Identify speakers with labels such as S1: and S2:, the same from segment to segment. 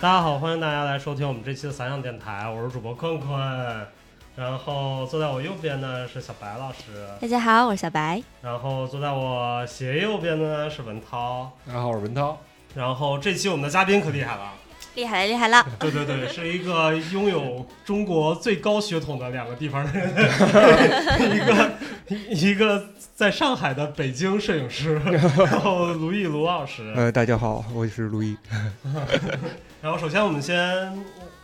S1: 大家好，欢迎大家来收听我们这期的散养电台，我是主播坤坤。然后坐在我右边呢是小白老师，
S2: 大家好，我是小白。
S1: 然后坐在我斜右边的呢是文涛。
S3: 大家好，我是文涛。
S1: 然后这期我们的嘉宾可厉害了，
S2: 厉害了，厉害 了！
S1: 对对对，是一个拥有中国最高血统的两个地方的人， 一个一个在上海的北京摄影师，然后卢毅卢老师。
S4: 呃，大家好，我是陆毅。
S1: 然后首先我们先，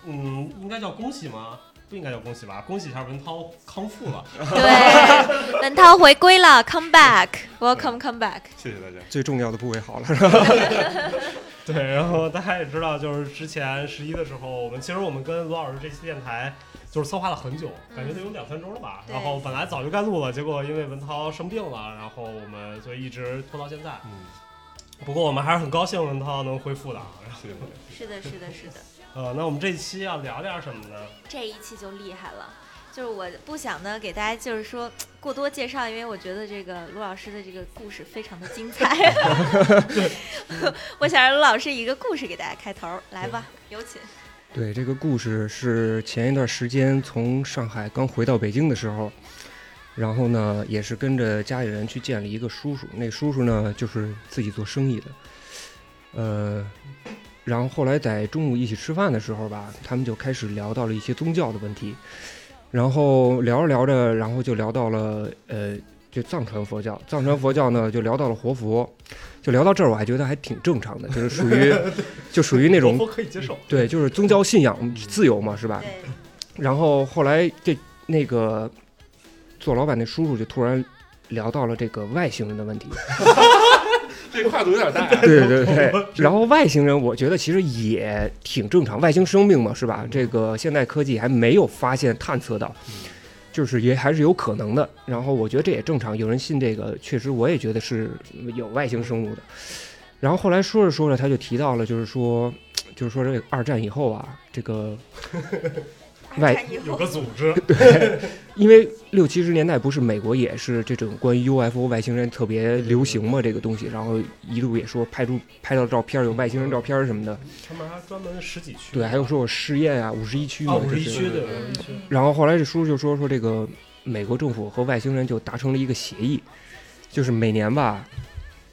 S1: 嗯，应该叫恭喜吗？不应该叫恭喜吧？恭喜一下文涛康复了，
S2: 对，文涛回归了，come back，welcome come back。
S3: 谢谢大家。
S4: 最重要的部位好了，
S1: 对，然后大家也知道，就是之前十一的时候，我们其实我们跟罗老师这期电台就是策划了很久，感觉得有两三周了吧。
S2: 对
S1: 然后本来早就该录了，结果因为文涛生病了，然后我们就一直拖到现在。
S3: 嗯，
S1: 不过我们还是很高兴文涛能恢复的。啊然后
S3: 谢谢大家。
S2: 是的，是的，是的，
S1: 呃，那我们这期要聊点什么呢？
S2: 这一期就厉害了。就是我不想呢给大家就是说过多介绍，因为我觉得这个卢老师的这个故事非常的精 彩。我想让卢老师以一个故事给大家开头，来吧，有请。
S4: 对，这个故事是前一段时间从上海刚回到北京的时候，然后呢，也是跟着家里人去见了一个叔叔，那叔叔呢就是自己做生意的，呃，然后后来在中午一起吃饭的时候吧，他们就开始聊到了一些宗教的问题，然后聊着聊着，然后就聊到了呃，就藏传佛教，藏传佛教呢就聊到了活佛，就聊到这儿，我还觉得还挺正常的，就是属于就属于那种
S1: 我可以接受。
S4: 对，就是宗教信仰自由嘛，是吧？
S2: 对，
S4: 然后后来这那个做老板那叔叔就突然聊到了这个外星人的问题，
S3: 这跨度有点大呀。
S4: 对对 对。然后外星人，我觉得其实也挺正常，外星生命嘛，是吧？
S3: 嗯
S4: 这个现代科技还没有发现探测到，就是也还是有可能的。然后我觉得这也正常，有人信这个，确实我也觉得是有外星生物的。然后后来说着说着，他就提到了，就是说，就是说这个二战以后啊，这个外
S2: 看以
S3: 嗯
S1: 有
S2: 后
S1: 个组织，
S4: 因为六七十年代不是美国也是这种关于 UFO 外星人特别流行嘛，这个东西，然后一度也说拍出拍到照片有外星人照片什么的，
S1: 他们还专门十几区。
S4: 对，还有说我试验啊，五十一区
S1: 啊，
S4: 嘛，
S1: 五十一
S4: 这是
S1: 区对，
S2: 嗯
S1: 五十一区。
S4: 然后后来这叔叔就说说这个美国政府和外星人就达成了一个协议，就是每年吧，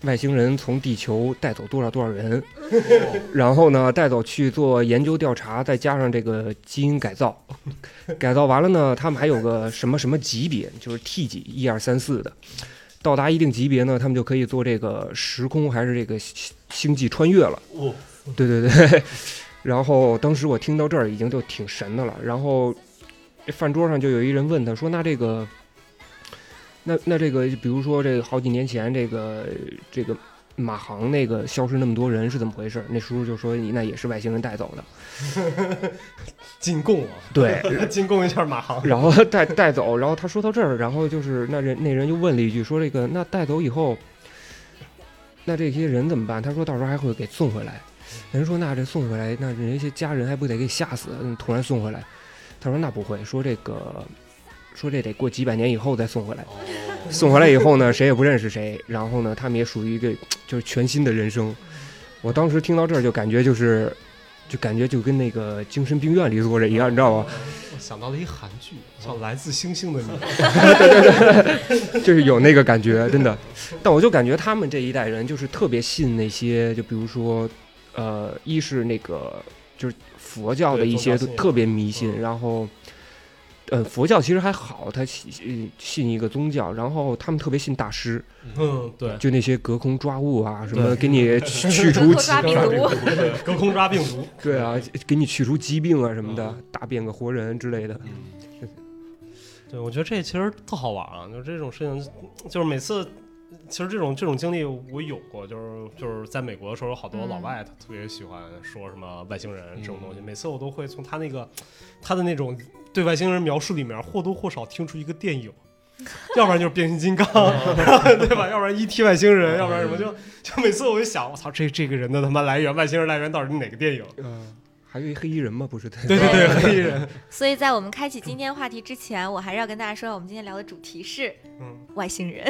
S4: 外星人从地球带走多少多少人，
S1: 哦
S4: 然后呢带走去做研究调查，再加上这个基因改造，改造完了呢，他们还有个什么什么级别，就是 T 级一二三四的。到达一定级别呢，他们就可以做这个时空还是这个星星际穿越了。
S1: 哦，
S4: 对对对。 然后当时我听到这儿已经就挺神的了。然后饭桌上就有一人问他说：“那这个，那那这个，比如说这个好几年前这个这个马航那个消失那么多人是怎么回事？”那叔叔就说：“你那也是外星人带走的。
S1: 进贡啊，”
S4: 对。
S1: 进贡一下马航。
S4: 然后带带走，然后他说到这儿，然后就是那人那人就问了一句，说这个那带走以后，那这些人怎么办？他说到时候还会给送回来。人说那这送回来，那人家家人还不得给吓死？嗯突然送回来，他说那不会，说这个说这得过几百年以后再送回来。
S3: 哦，
S4: 送回来以后呢，谁也不认识谁，然后呢，他们也属于一个就是全新的人生。我当时听到这儿就感觉就是，就感觉就跟那个精神病院里坐着一样，你知道吗？
S1: 我想到了一韩剧，叫《来自星星的你》。
S4: 就是有那个感觉，真的。但我就感觉他们这一代人就是特别信那些，就比如说，呃，一是那个就是佛教的
S1: 对
S4: 一
S1: 宗教
S4: 些
S1: 信仰
S4: 特别迷信，
S1: 嗯
S4: 然后，呃，佛教其实还好，他信呃信一个宗教，然后他们特别信大师，
S1: 嗯，对，
S4: 就那些隔空抓物啊，什
S1: 对
S4: 么给你去去除
S2: 隔空
S4: 疾啊
S2: 抓病毒，
S1: 隔空抓病毒。
S4: 对啊，给你去除疾病啊什么的，打遍个活人之类的。
S3: 嗯，
S1: 对，我觉得这其实特好玩啊，就是这种事情，就是每次，其实这种这种经历我有过，就是就是在美国的时候，有好多
S2: 嗯
S1: 老外他特别喜欢说什么外星人这种东西，
S3: 嗯
S1: 每次我都会从他那个他的那种对外星人描述里面或多或少听出一个电影。要不然就是变形金刚， 对吧？要不然 E.T. 外星人，要不然什么就就每次我就想，我操，这这个人的他妈来源，外星人来源到底是哪个电影？
S4: 嗯，还
S5: 还有一黑衣人嘛，不是？对
S1: 对对 对，黑衣人，
S2: 所以在我们开启今天话题之前，我还是要跟大家说，我们今天聊的主题是
S1: 嗯，
S2: 外 星人。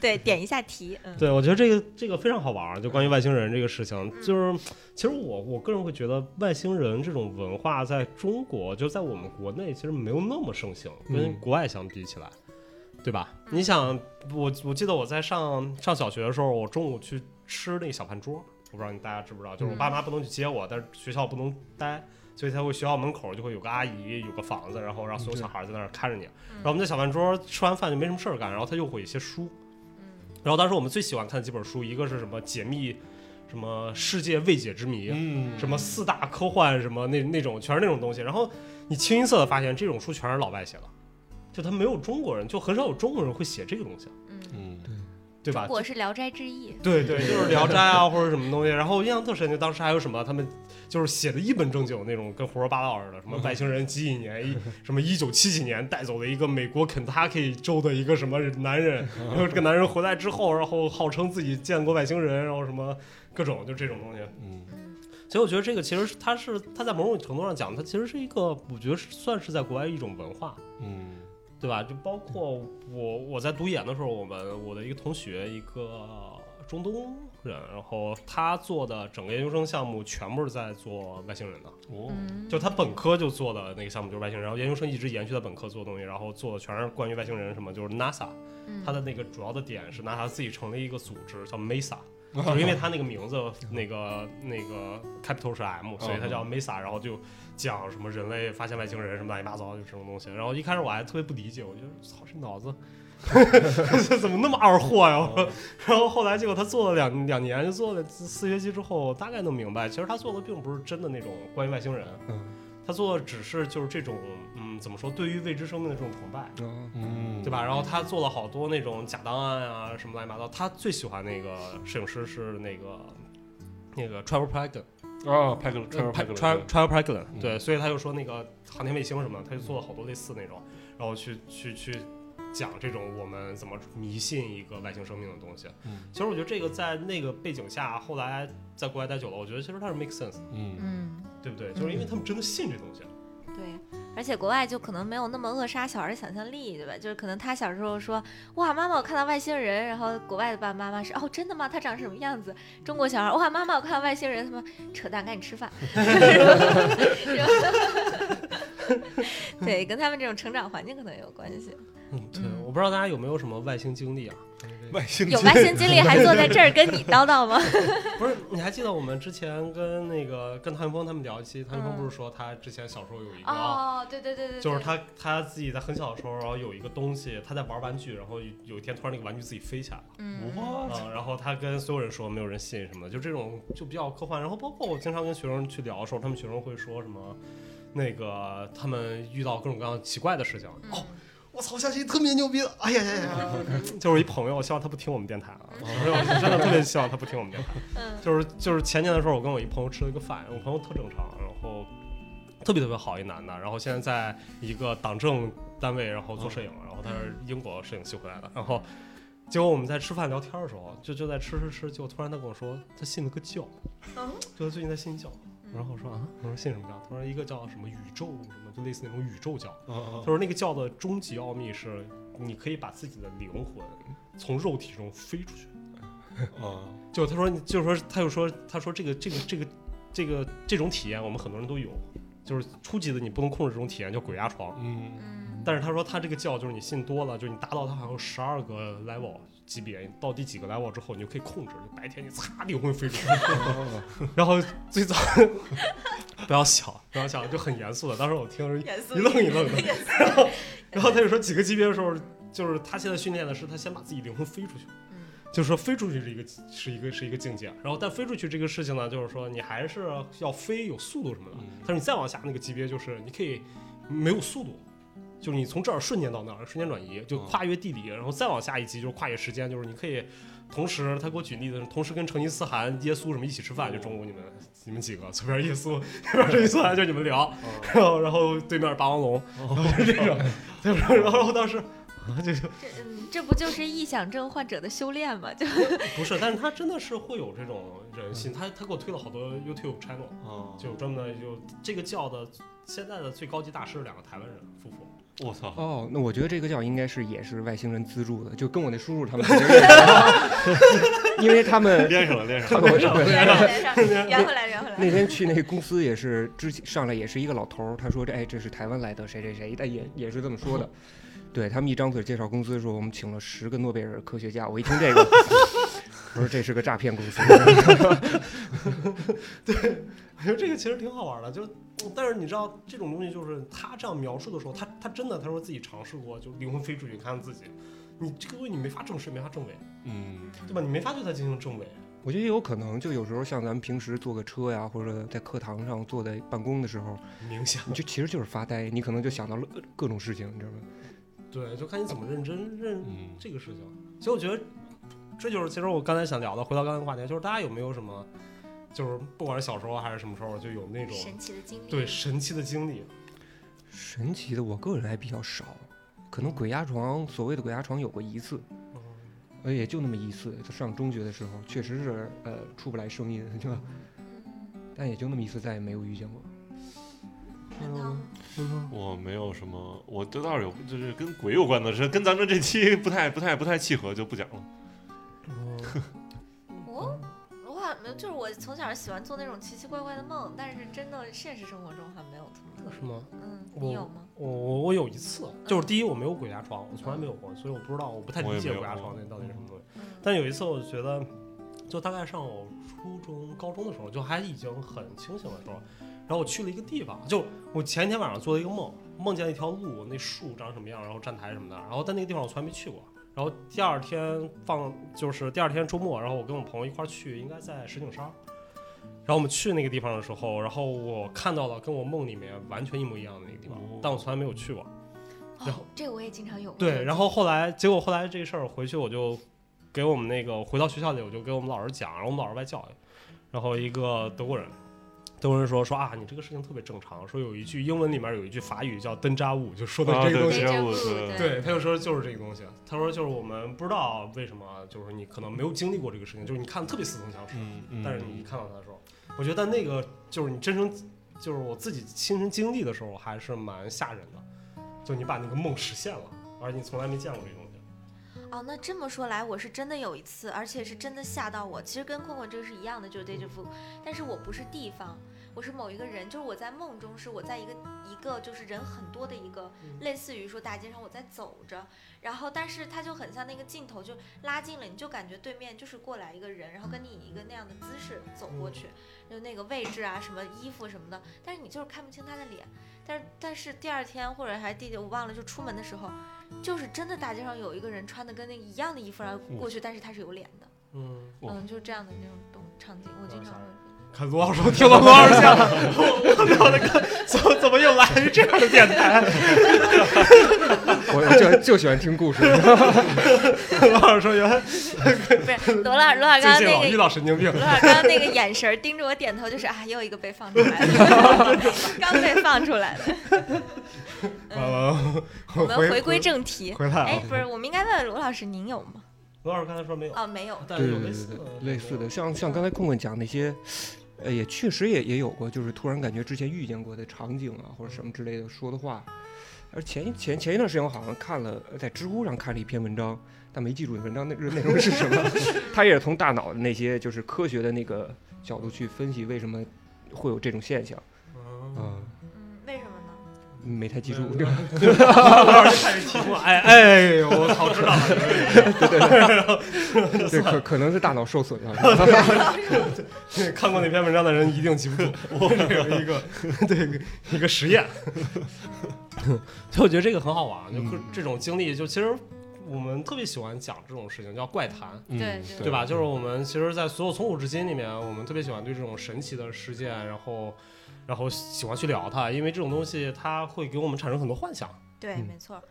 S2: 对，点一下题，嗯，
S1: 对，我觉得这个这个非常好玩儿，就关于外星人这个事情，就是其实我我个人会觉得外星人这种文化在中国，就在我们国内其实没有那么盛行，跟
S5: 嗯
S1: 国外相比起来，对吧？你想，我我记得我在上上小学的时候，我中午去吃那个小饭桌，我不知道你大家知不知道，就是我爸妈不能去接我，但是学校不能待。所以才会学校门口就会有个阿姨，有个房子，然后让所有小孩在那儿看着你。然后我们在小饭桌吃完饭就没什么事儿干，然后他又会有一些书，然后当时我们最喜欢看的几本书，一个是什么解密，什么世界未解之谜，
S4: 嗯
S1: 什么四大科幻，什么那那种全是那种东西。然后你清一色的发现这种书全是老外写的，就他没有中国人，就很少有中国人会写这个东西，
S4: 嗯
S1: 对吧？
S2: 我是《聊斋志异》。
S1: 对对，就是《聊斋》啊，或者什么东西。然后我印象特深，就当时还有什么，他们就是写的一本正经那种，跟胡说八道似的，什么外星人几几年，一什么一九七几年带走了一个美国肯塔基州的一个什么男人，然后这个男人回来之后，然后号称自己见过外星人，然后什么各种就这种东西。
S4: 嗯
S1: 所以我觉得这个其实是它是它在某种程度上讲，它其实是一个，我觉得是算是在国外一种文化。
S4: 嗯
S1: 对吧？就包括我我在读研的时候，我们我的一个同学，一个中东人，然后他做的整个研究生项目全部是在做外星人的，
S4: 哦
S2: 嗯，
S1: 就他本科就做的那个项目就是外星人，然后研究生一直延续他本科做的东西，然后做的全是关于外星人什么，就是 NASA，
S2: 嗯
S1: 他的那个主要的点是 NASA 自己成立一个组织叫 MESA。就是因为他那个名字，那个那个 capital 是 M，所以他叫 Mesa，然后就讲什么人类发现外星人什么乱七八糟就这种东西。然后一开始我还特别不理解，我觉得操这脑子 怎么那么二货呀、 然后后来结果他做了两两年，就做了四学期之后，大概能明白，其实他做的并不是真的那种关于外星人，
S5: 嗯，
S1: 他做的只是就是这种嗯怎么说，对于未知生命的这种崇拜。
S5: 哦，
S4: 嗯
S1: 对吧？然后他做了好多那种假档案啊，什么乱七八糟。他最喜欢那个摄影师是那个那个呃 Travel p r a g
S4: 啊，派克
S1: l
S4: 川
S1: a
S4: 派克
S1: Travel Travel p r a g l a n
S4: 嗯
S1: 对，所以他就说那个航天卫星什么的，他就做了好多类似那种，然后去去去讲这种我们怎么迷信一个外星生命的东西。
S4: 嗯
S1: 其实我觉得这个在那个背景下，后来在国外待久了，我觉得其实它是 make sense，的
S4: 嗯
S2: 嗯，
S1: 对不对？就是因为他们真的信这东西。
S2: 对。而且国外就可能没有那么扼杀小孩的想象力，对吧？就是可能他小时候说哇，妈妈我看到外星人，然后国外的爸爸妈妈是哦真的吗？他长什么样子？中国小孩哇，妈妈我看到外星人，他妈扯淡，赶紧吃饭。 对，跟他们这种成长环境可能也有关系。
S1: 嗯，对
S2: 嗯，
S1: 我不知道大家有没有什么外星经历啊？
S4: 外星
S2: 有外星经历还坐在这儿跟你叨叨吗？
S1: 不是，你还记得我们之前跟那个跟唐云峰他们聊一期，唐云峰
S2: 嗯
S1: 不是说他之前小时候有一个，
S2: 哦，对对对对，对
S1: 就是他他自己在很小的时候，然后有一个东西，他在玩玩具，然后有一天突然那个玩具自己飞起来了。
S2: 嗯，
S4: 哇，
S1: 嗯，然后他跟所有人说，没有人信什么的，就这种就比较科幻。然后包括我经常跟学生去聊的时候，他们学生会说什么，那个他们遇到各种各样奇怪的事情。
S2: 嗯
S1: 哦，我操，下期特别牛逼的，哎呀呀呀！ 就是一朋友，我希望他不听我们电台啊，我真的特别希望他不听我们电台。
S2: 嗯
S1: 就是就是前年的时候，我跟我一朋友吃了一个饭，我朋友特正常，然后特别特别好一男的，然后现在在一个党政单位，然后做摄影，然后他是
S2: 嗯
S1: 英国摄影系回来的，然后结果我们在吃饭聊天的时候，就就在吃吃吃，结果突然他跟我说他信了个教，
S2: 嗯
S1: 就他最近在信教，然后我说啊，我说信什么教？他说一个叫什么宇宙什么，就类似那种宇宙教，他说那个教的终极奥秘是你可以把自己的灵魂从肉体中飞出去。
S4: 啊
S1: 就他说，就是说，他就说，他说这个这个这个这个这种体验，我们很多人都有，就是初级的你不能控制这种体验，叫鬼压床。
S4: 嗯
S2: 嗯
S1: 但是他说他这个觉就是你信多了，就是你达到他好像十二个 level 级别，你到第几个 level 之后，你就可以控制，就白天你擦灵魂飞出去。
S4: 哦
S1: 然后最早不要笑，不要笑，就很严肃的。当时我听着
S2: 严肃
S1: 一愣一愣的， 然后然后他就说几个级别的时候，就是他现在训练的是他先把自己灵魂飞出去。
S2: 嗯
S1: 就是说飞出去是一个是一个是一个境界，然后但飞出去这个事情呢，就是说你还是要飞有速度什么的。
S4: 嗯
S1: 但是你再往下那个级别，就是你可以没有速度，就是你从这儿瞬间到那儿，瞬间转移，就
S4: 嗯
S1: 跨越地理，然后再往下一级就是跨越时间，就是你可以同时，他给我举例子，同时跟成吉思汗、耶稣什么一起吃饭，就中午你们你们几个随便耶稣， 随便成吉思汗哦 就你们聊，然后然后对面霸王龙，然后就这种，对然后然后当时。这就
S2: 这嗯这不就是臆想症患者的修炼吗？就
S1: 不是，但是他真的是会有这种人性，他他给我推了好多 YouTube channel，
S6: 啊，
S1: 就有专门的就这个教的现在的最高级大师，两个台湾人 夫妇，
S6: 我操，
S4: 哦，那我觉得这个教应该是也是外星人资助的，就跟我那叔叔他们肯定是一样 的，因为他们
S6: 连上了，连上
S4: 他
S6: 了，
S4: 们会
S2: 圆上圆上圆回 来圆 回来。
S4: 那天去那个公司也是，之前上来也是一个老头儿，他说这哎这是台湾来的谁谁谁，但也也是这么说的。对他们一张嘴介绍公司说我们请了十个诺贝尔科学家，我一听这个， 我说这是个诈骗公司。
S1: 我哎觉得这个其实挺好玩的，就但是你知道这种东西，就是他这样描述的时候，他他真的他说自己尝试过，就灵魂飞出去看看自己，你这个东西你没法证实，没法证伪，
S6: 嗯，
S1: 对吧？你没法对它进行证伪。
S4: 我觉得也有可能，就有时候像咱们平时坐个车呀，或者在课堂上坐在办公的时候，
S1: 冥想，
S4: 你就其实就是发呆，你可能就想到了各种事情，你知道吗？
S1: 对，就看你怎么认真认
S6: 嗯，
S1: 这个事情。所以我觉得这就是其实我刚才想聊的，回到刚才话题，就是大家有没有什么，就是不管是小时候啊还是什么时候，就有那种
S2: 神奇的经历，
S1: 对神奇的经历。
S4: 神奇的，我个人还比较少，可能鬼压床，所谓的鬼压床有过一次，
S1: 嗯
S4: 呃，也就那么一次。就上中学的时候，确实是呃出不来声音，对吧？但也就那么一次，再也没有遇见过。
S2: 陈涛呢
S1: 嗯
S6: 我没有什么，我这倒是有，就是跟鬼有关的事，跟咱们这期不太、不太、不太契合，就不讲了。
S1: 嗯
S2: 我哦我好像没有，嗯就是我从小喜欢做那种奇奇怪怪的梦，但是真的现实生活中好像没有什么特
S1: 是
S2: 别。
S1: 吗？
S2: 嗯，你有吗？
S1: 我我我有一次，就是第一我没有鬼压床，我从来没有过，所以我不知道，我不太
S6: 我
S1: 理
S6: 也
S1: 解
S6: 没有
S1: 鬼压
S6: 过
S1: 床那到底是什么东西。
S2: 嗯，
S1: 但有一次，我觉得，就大概上我初中、高中的时候，就还已经很清醒的时候，然后我去了一个地方，就我前一天晚上做了一个梦，梦见一条路，那树长什么样，然后站台什么的，然后但那个地方我从来没去过。然后第二天放，就是第二天周末，然后我跟我朋友一块儿去，应该在石景山。然后我们去那个地方的时候，然后我看到了跟我梦里面完全一模一样的那个地方
S6: 哦，
S1: 但我从来没有去过。然后
S2: 哦，这个我也经常有。
S1: 对，然后后来结果后来这个事儿回去我就给我们那个回到学校里，我就给我们老师讲，然后我们老师外教，然后一个德国人，德国人说说啊，你这个事情特别正常，说有一句英文里面有一句法语叫登扎物，就说的
S6: 啊
S1: 这个东
S6: 对
S2: 对
S1: 西。
S6: 这
S2: 这
S6: 我
S2: 个
S6: 是
S2: 对
S1: 对，他就说就是这个东西。他说就是我们不知道为什么，就是你可能没有经历过这个事情，就是你看得特别似曾相识，
S6: 嗯嗯，
S1: 但是你一看到他的时候，我觉得那个就是你真正就是我自己亲身经历的时候，还是蛮吓人的。就你把那个梦实现了，而你从来没见过这种东西。
S2: 哦，那这么说来，我是真的有一次，而且是真的吓到我。其实跟困困这个是一样的，就是 deja vu，但是我不是地方，我是某一个人，就是我在梦中是我在一个一个就是人很多的一个，类似于说大街上我在走着，然后但是它就很像那个镜头就拉近了，你就感觉对面就是过来一个人，然后跟你以一个那样的姿势走过去，就那个位置啊什么衣服什么的，但是你就是看不清他的脸。但是但是第二天或者还是第几我忘了，就出门的时候。就是真的大街上有一个人穿的跟那个一样的衣服，然后过去，但是他是有脸的，
S1: 嗯，
S6: 哇
S2: 嗯，就是这样的那种动场景，我经常会。
S1: 看罗老师听了罗老师讲，我我聊那个怎么怎么又来这样的电台？
S4: 我我就就喜欢听故事，
S1: 罗老师说原来
S2: 不是罗老罗老刚
S1: 最
S2: 刚
S1: 近老
S2: 那
S1: 遇
S2: 个。
S1: 到神经病，
S2: 罗老刚刚那个眼神儿盯着我点头，就是啊，又一个被放出来的， 刚被放出来的。
S1: 呃，
S2: 嗯 我
S1: 我
S2: 们
S1: 回
S2: 回归正题，
S1: 回来
S2: 哎
S1: 啊，。
S2: 不是，我们应该问问罗老师，您有吗？
S1: 罗老师刚才说没有，
S2: 哦，没有。
S1: 但
S4: 对
S1: 呃是有类
S4: 对对
S1: 似
S4: 对
S1: 的
S4: 对，类似的，像像刚才困困讲那些，呃，也确实也也有过，就是突然感觉之前遇见过的场景啊，或者什么之类的说的话。而前一前前一段时间，我好像看了在知乎上看了一篇文章，但没记住文章内内容是什么。 他也是从大脑的那些就是科学的那个角度去分析为什么会有这种现象
S1: 啊，
S4: 啊、
S2: 嗯，为什么呢？
S4: 没太记住。
S1: 嗯 罗老师开始提问，哎哎，我操，知道 了，
S4: 对，可可能是大脑受损了。
S1: 看过那篇文章的人一定记 不住，我有一个对一个实验， 所以我觉得这个很好玩，啊就
S4: 嗯
S1: 这种经历，就其实我们特别喜欢讲这种事情，叫怪谈。
S6: 嗯
S2: 对对
S1: 对吧？就是我们其实，在所有从古至今里面，我们特别喜欢对这种神奇的事件，然后，然后喜欢去聊它，因为这种东西它会给我们产生很多幻想。
S2: 对，
S4: 嗯
S2: 没错儿。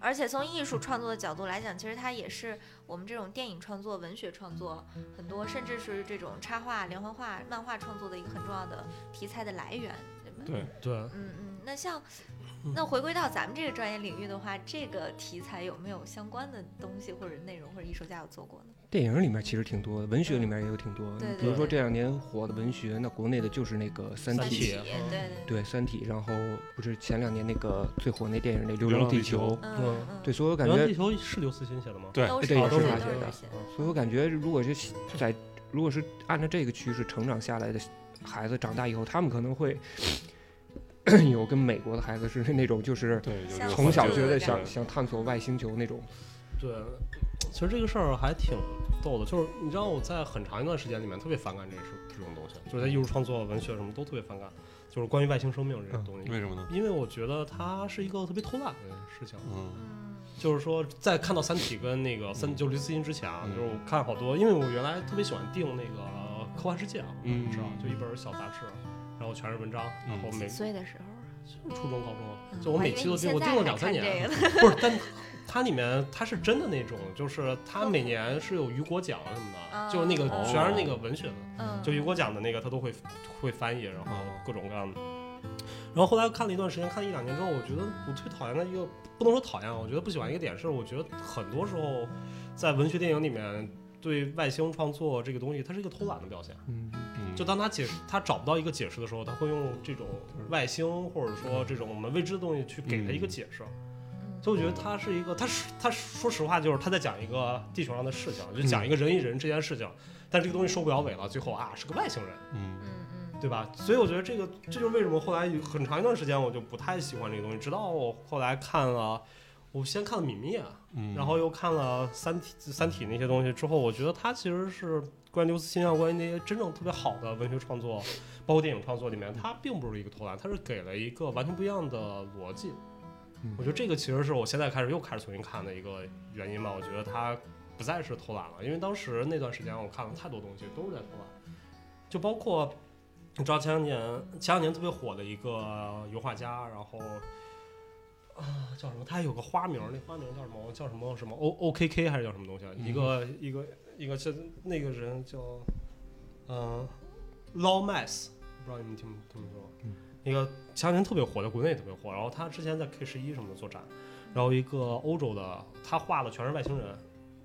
S2: 而且从艺术创作的角度来讲，其实它也是我们这种电影创作、文学创作很多，甚至是这种插画、连环画、漫画创作的一个很重要的题材的来源，对吧？
S6: 对
S1: 对，
S2: 嗯嗯，那像那回归到咱们这个专业领域的话，这个题材有没有相关的东西或者内容或者艺术家有做过呢？
S4: 电影里面其实挺多的，文学里面也有挺多的。
S2: 对对
S4: 比如说
S2: 对
S4: 这两年火的文学，那国内的就是那个《三
S2: 三
S1: 体
S2: 体，
S1: 啊
S2: 对对对，
S4: 对《三体》，然后不是前两年那个最火那电影那《流
S6: 流
S4: 浪
S6: 浪
S4: 地
S6: 地
S4: 球
S6: 球》
S2: 嗯嗯，
S4: 对，所以我感
S1: 流浪
S4: 觉
S1: 地，球是刘慈欣写的吗？啊
S6: 对
S2: 都是
S4: 对
S2: 都
S4: 也
S2: 是
S4: 是
S2: 都
S4: 他写
S2: 是
S4: 的
S2: 这些
S4: 所以我感觉如果是在如果是按照这个趋势成长下来的孩子，长大以后他们可能会 有跟美国的孩子是那种就是
S6: 对，有这
S2: 像
S6: 个
S4: 从
S6: 环
S4: 小
S6: 境
S4: 觉得
S6: 对
S4: 想想探索外星球那种。
S1: 对，其实这个事儿还挺逗的，就是你知道我在很长一段时间里面特别反感这事这种东西，就是在艺术创作、文学什么都特别反感，就是关于外星生命这种东西，
S6: 为什么呢？
S1: 因为我觉得它是一个特别偷懒的事情。
S6: 嗯，
S2: 嗯
S1: 就是说，在看到《三体》跟那个三，
S6: 嗯
S1: 就是刘慈欣之前啊，
S6: 嗯
S1: 就是我看好多，因为我原来特别喜欢订那个呃科幻世界啊，
S6: 嗯
S1: 你知道，就一本小杂志，然后全是文章，
S6: 嗯
S1: 然后每
S2: 几岁的时候，
S1: 初中、高中，
S2: 嗯
S1: 就我每期都订，我订了两三年，，
S2: 还以为你现在还 看这个呢
S1: 不是，但它里面它是真的那种，就是它每年是有雨果奖什么
S2: 啊
S1: 的，就是那个
S2: 哦
S1: 全是那个文学的，
S2: 嗯，
S1: 就雨果奖的那个他都会会翻译，然后各种各样的。然后后来看了一段时间，看了一两年之后，我觉得我最讨厌的一个不能说讨厌，我觉得不喜欢一个点是，我觉得很多时候在文学电影里面。对外星创作这个东西，它是一个偷懒的表现。
S4: 嗯，
S6: 嗯
S1: 就当他解释他找不到一个解释的时候，他会用这种外星或者说这种我们未知的东西去给他一个解释。
S2: 嗯
S1: 所以我觉得他是一个，他是他说实话就是他在讲一个地球上的事情，就讲一个人与人之间的事情，但这个东西收不了尾了，最后啊是个外星人，
S6: 嗯
S2: 嗯嗯
S1: 对吧？所以我觉得这个这就是为什么后来有很长一段时间我就不太喜欢这个东西，直到我后来看了，我先看了《啊米密》，
S6: 嗯，
S1: 然后又看了《三体》《三体》那些东西之后，我觉得他其实是关于刘慈欣啊，关于那些真正特别好的文学创作，包括电影创作里面，他并不是一个偷懒，他是给了一个完全不一样的逻辑。
S4: 嗯
S1: 我觉得这个其实是我现在开始又开始重新看的一个原因吧。我觉得他不再是偷懒了，因为当时那段时间我看了太多东西都是在偷懒，就包括你知道前两年前两年特别火的一个油画家，然后啊叫什么？他有个花名儿，那花名叫什么？叫什么什么 O O K K 还是叫什么东西啊？
S6: 嗯
S1: 一个一个一个是那个人叫嗯、Law Mass，不知道你们听没听没说过？
S4: 嗯
S1: 一个前两年特别火，在国内也特别火。然后他之前在 K 十一什么的做展，然后一个欧洲的，他画的全是外星人，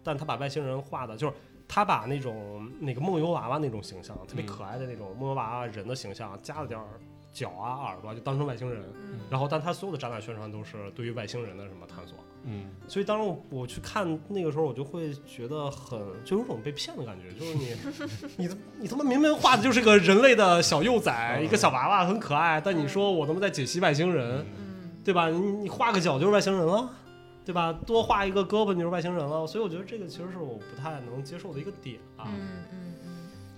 S1: 但他把外星人画的就是。他把那种那个梦游娃娃那种形象，特别
S6: 嗯
S1: 可爱的那种梦游娃娃人的形象，加了点儿脚啊、耳朵啊，就当成外星人。
S2: 嗯
S1: 然后，但他所有的展览宣传都是对于外星人的什么探索，
S6: 嗯
S1: 所以当时我我去看那个时候，我就会觉得很就有种被骗的感觉，就是 你你你他妈明明画的就是个人类的小幼崽，
S6: 嗯
S1: 一个小娃娃很可爱，但你说我他妈在解析外星人，
S6: 嗯
S2: 嗯
S1: 对吧？你你画个脚就是外星人了，对吧？多画一个胳膊你就是外星人了，所以我觉得这个其实是我不太能接受的一个点啊。
S2: 嗯嗯嗯，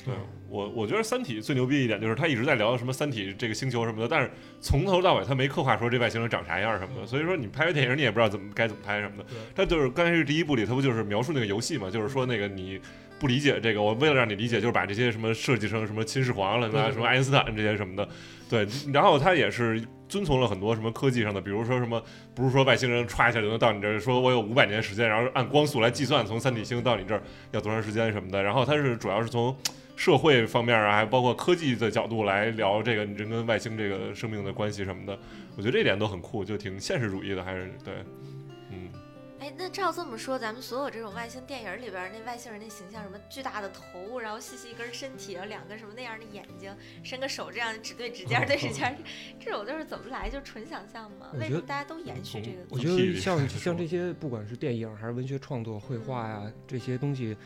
S6: 对我，我觉得《三体》最牛逼一点就是他一直在聊什么《三体》这个星球什么的，但是从头到尾他没刻画说这外星人长啥样什么的，
S1: 嗯
S6: 所以说你拍电影你也不知道怎么该怎么拍什么的。
S1: 对
S6: 他就是刚开始第一部里，他不就是描述那个游戏嘛，就是说那个你不理解这个，我为了让你理解，就是把这些什么设计成什么秦始皇了，
S1: 对对对
S6: 什么爱因斯坦这些什么的，对。然后他也是遵从了很多什么科技上的，比如说什么，不是说外星人歘一下就能到你这儿，说我有五百年时间，然后按光速来计算从三体星到你这儿要多长时间什么的。然后他是主要是从。社会方面啊，还包括科技的角度来聊这个人跟外星这个生命的关系什么的，我觉得这一点都很酷，就挺现实主义的，还是对，嗯，
S2: 哎，那照这么说，咱们所有这种外星电影里边儿那外星人的形象，什么巨大的头，然后细细一根身体，然后两个什么那样的眼睛，伸个手这样指对指尖儿对指尖儿，这种就是怎么来就纯想象嘛？
S4: 我
S2: 为
S4: 觉
S2: 什
S4: 得
S2: 么大家都延续这个
S4: 我
S2: 东西？
S4: 觉
S6: 从屁
S4: 得
S6: 里
S4: 像
S6: 开始
S4: 像
S6: 说
S4: 这些，不管是电影还是文学创作、绘画呀这些东西，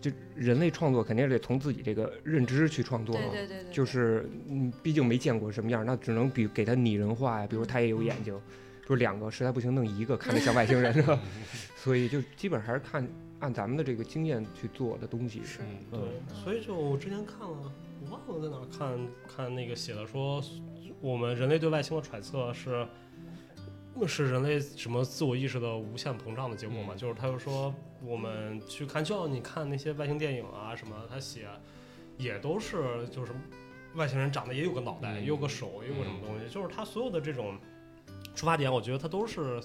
S4: 就人类创作肯定是得从自己这个认知去创作
S2: 对
S4: 嘛。
S2: 对对对，
S4: 就
S2: 对
S4: 是嗯，毕竟没见过什么样儿，那只能比给他拟人化呀。
S2: 嗯
S4: 比如他也有眼睛，说两个，实在不行弄一个，看着像外星人是吧？ 所以就基本还是看按咱们的这个经验去做的东西。
S2: 是
S6: 嗯
S1: 对，所以就我之前看了，我忘了在哪儿看看那个写的说，我们人类对外星的揣测是，是人类什么自我意识的无限膨胀的结果嘛？
S6: 嗯
S1: 就是他就说我们去看，就像你看那些外星电影啊什么，他写也都是就是外星人长得也有个脑袋，
S6: 嗯
S1: 也有个手，也有个什么东西，就是他所有的这种出发点，我觉得他都是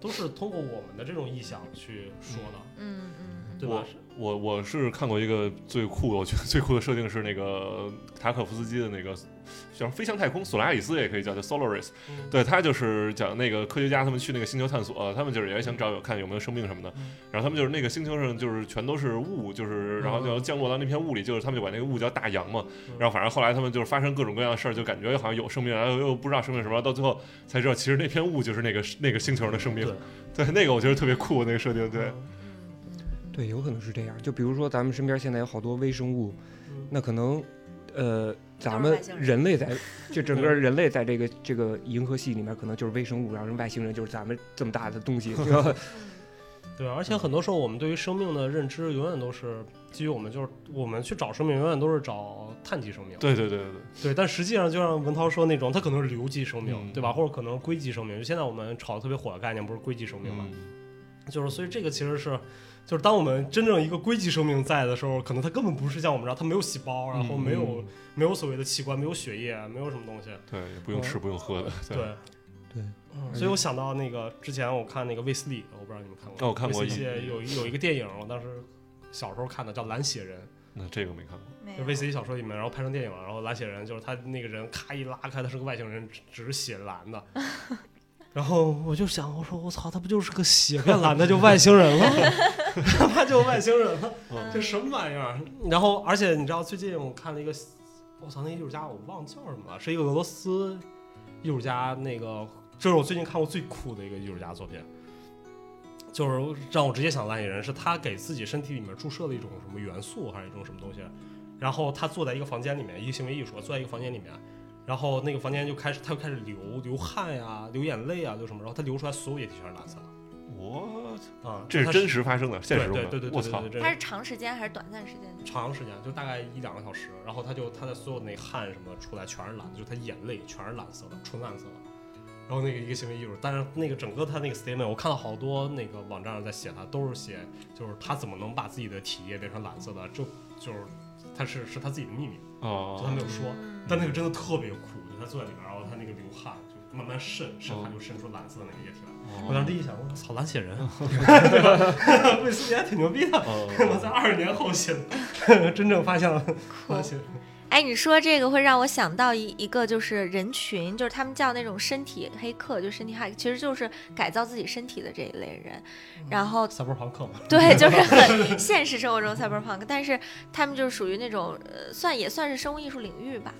S1: 都是通过我们的这种臆想去说的，
S2: 嗯嗯嗯
S1: 对吧
S6: 我？我我是看过一个最酷的，我觉得最酷的设定是那个塔可夫斯基的那个叫《飞向太空》，索拉里斯也可以叫叫 Solaris，
S1: 嗯
S6: 对他就是讲那个科学家他们去那个星球探索，他们就是也想找有看有没有生命什么的
S1: 嗯，
S6: 然后他们就是那个星球上就是全都是雾，就是然后就降落到那片雾里，就是他们就管那个雾叫大洋嘛
S1: 嗯，
S6: 然后反正后来他们就是发生各种各样的事儿，就感觉好像有生命，然后又不知道生命什么，到最后才知道其实那片雾就是那个那个星球上的生命，对那个我觉得特别酷那个设定，
S1: 嗯
S6: 对，
S4: 对，有可能是这样。就比如说咱们身边现在有好多微生物，
S1: 嗯
S4: 那可能，呃，咱
S2: 都是
S4: 们
S2: 外星人
S4: 人类在就整个人类在这个这个银河系里面，可能就是微生物，然后外星人就是咱们这么大的 东西。然后
S1: 对，而且很多时候我们对于生命的认知永远都是基于我们就是我们去找生命，永远都是找碳基生命。
S6: 对对对对对。
S1: 对，但实际上就像文涛说那种，它可能是硫基生命，
S6: 嗯
S1: 对吧？或者可能是硅基生命。就现在我们炒的特别火的概念，不是硅
S6: 嗯
S1: 基生命吗？就是所以这个其实是，就是当我们真正一个硅基生命在的时候，可能它根本不是像我们这样，它没有细胞，然后没有、
S4: 嗯
S1: 没有所谓的器官，没有血液，没有什么东西。
S6: 对，也不用吃，不用喝的。
S1: 对，
S4: 对
S1: 嗯所以我想到那个之前我看那个卫斯理，我不知道你们看过没。
S6: 哦我看过
S1: 卫斯理有一有一个电影，我当时小时候看的叫《蓝血人》。
S6: 那这个没看过。
S2: 没
S1: 就
S2: 有
S1: 威斯理小说里面，然后拍成电影，然后蓝血人就是他那个人咔一拉开，他是个外星人，只只是血蓝 的。然后我就想，我说我操，他不就是个血变蓝的就外星人了， 他妈就外星人了，
S6: 嗯
S1: 这什么玩意儿？然后而且你知道，最近我看了一个，我操，那艺术家我忘了叫什么了，是一个俄罗斯艺术家，那个这是我最近看过最酷的一个艺术家作品。就是让我直接想烂蚁人，是他给自己身体里面注射了一种什么元素，还是一种什么东西，然后他坐在一个房间里面，一个行为艺术家坐在一个房间里面，然后那个房间就开始，他就开始流流汗呀、流眼泪啊，流什么，然后他流出来所有液体全是蓝色的
S6: 我
S1: 啊，
S6: 这是
S1: 他
S6: 真实发生的，现实中
S1: 对
S6: 的。
S1: 对对对
S6: 我
S1: 对
S6: 操
S1: 对！对，
S2: 它
S1: 对
S2: 是长时间还是短暂时间？
S1: 长时间，就大概一两个小时，然后他就他的所有那汗什么的出来全是蓝的，就他眼泪全是蓝色的，纯蓝色的。然后那个一个行为艺术，但是那个整个他那个 statement，我看到好多那个网站上在写他，都是写就是他怎么能把自己的体液变成蓝色的，就就是他是是他自己的秘密，就他
S6: 哦，
S1: 没有说。
S2: 嗯，
S1: 但那个真的特别酷，就他坐在里面，然后他那个流汗就慢慢渗，渗汗就渗出蓝色的那个液体来。我当时第一想，我操，蓝血 人，对吧？卫斯理还挺牛逼的， 我在
S6: 哦，
S1: 二十年后写的， 真正发现了
S2: 酷
S1: 蓝。 血人。
S2: 哎，你说这个会让我想到一一个，就是人群，就是他们叫那种身体黑客，就身体 hack，其实就是改造自己身体的这一类人。
S4: 嗯
S2: 然后
S1: 赛博朋克 嘛，
S2: 对，就是很现实生活中 cyberpunk，但是他们就是属于那种呃，算也算是生物艺术领域吧，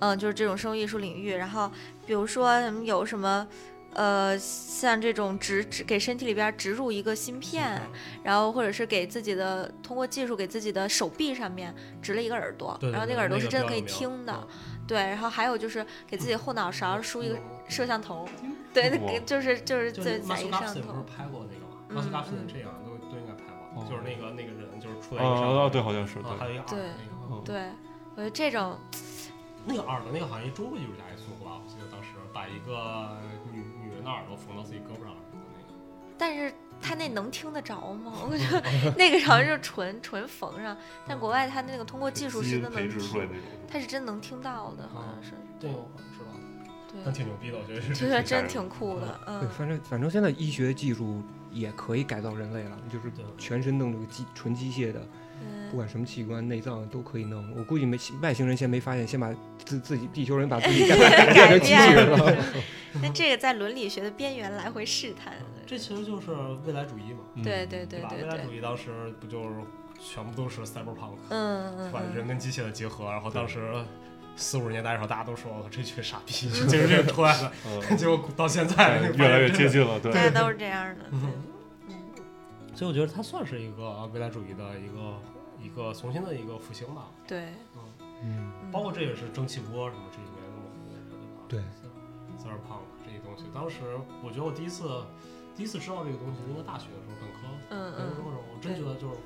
S2: 嗯、就是这种生物艺术领域。然后比如说他们有什么，呃，像这种植植给身体里边植入一个芯片，然后或者是给自己的通过技术给自己的手臂上面植了一个耳朵，
S1: 对对
S2: 然后那
S1: 对
S2: 个耳朵
S1: 那
S2: 是
S1: 个
S2: 真的
S1: 比较
S2: 可以
S1: 有名
S2: 听的，
S1: 嗯
S2: 对。然后还有就是给自己后脑勺输一个摄像头，对，
S6: 哇
S2: 给就是就是
S1: 嗯就
S2: 在
S1: 马
S2: 在
S1: 苏
S2: 一个
S1: 拉
S2: 摄
S1: 普
S2: 像
S1: 森不是
S2: 头，
S1: 拍过那个吗？
S2: 嗯
S1: 马苏拉普森这样都都应该拍过
S6: 哦，
S1: 就是那个那个人就是出来一个
S6: 哦哦，
S1: 上
S6: 对，好像是
S1: 面
S6: 对
S1: 啊，还有一个耳
S2: 对
S1: 的那个。
S6: 嗯
S2: 对。我觉得这种
S1: 那个耳朵，那个好像一中国艺术家也做过吧？我记得当时把一个女女人的耳朵缝到自己胳膊上那
S2: 但是他那能听得 着吗？我觉得那个好像就是纯纯缝上，但国外他那个通过技术
S6: 基
S2: 是
S6: 因
S2: 真的
S6: 培
S2: 能
S6: 植出来
S2: 听，
S6: 那种。
S2: 他是真能听到
S1: 啊
S2: 的，好 像是
S1: 个，这个我知道，但
S2: 对，
S1: 挺牛逼的，我觉得
S2: 觉
S1: 是。
S2: 得真挺酷的，
S4: 对，
S2: 嗯，
S4: 反正反正现在医学技术也可以改造人类了，就是
S1: 对
S4: 全身弄这个机纯机械的，
S2: 嗯，
S4: 不管什么器官、内脏都可以弄。我估计没外星人先没发现，先把自自己地球人把自 己改变成机器人了。
S2: 啊那这个在伦理学的边缘来回试探，
S1: 这其实就是未来主义嘛，
S2: 对对对
S1: 嗯吧？
S2: 对
S1: 未来主
S2: 对，
S1: 义当时不就是全部都是 cyberpunk，
S2: 嗯嗯
S1: 把人
S2: 嗯，
S1: 跟机械的结合，然后当时。四五十年代的时候，大家都说我这群傻 逼，就是这个出来的，
S6: 嗯，
S1: 结果到现在
S6: 对越来越接。近了，对
S2: 大。家都是这样的，对
S1: 嗯
S2: 嗯
S1: 所以我觉得它算是一个啊未来主义的一个一个重新的一个复兴吧。
S2: 对，
S1: 嗯，
S4: 嗯，
S2: 嗯
S1: 包括这也是蒸汽波什么这几年那么火的，对吧？
S4: 对
S1: ，cyberpunk 这些东西，当时我觉得我第一次第一次知道这个东西是应该大学的时候，本科
S2: 嗯
S1: 本科的时
S2: 嗯，
S1: 候，我真觉得就是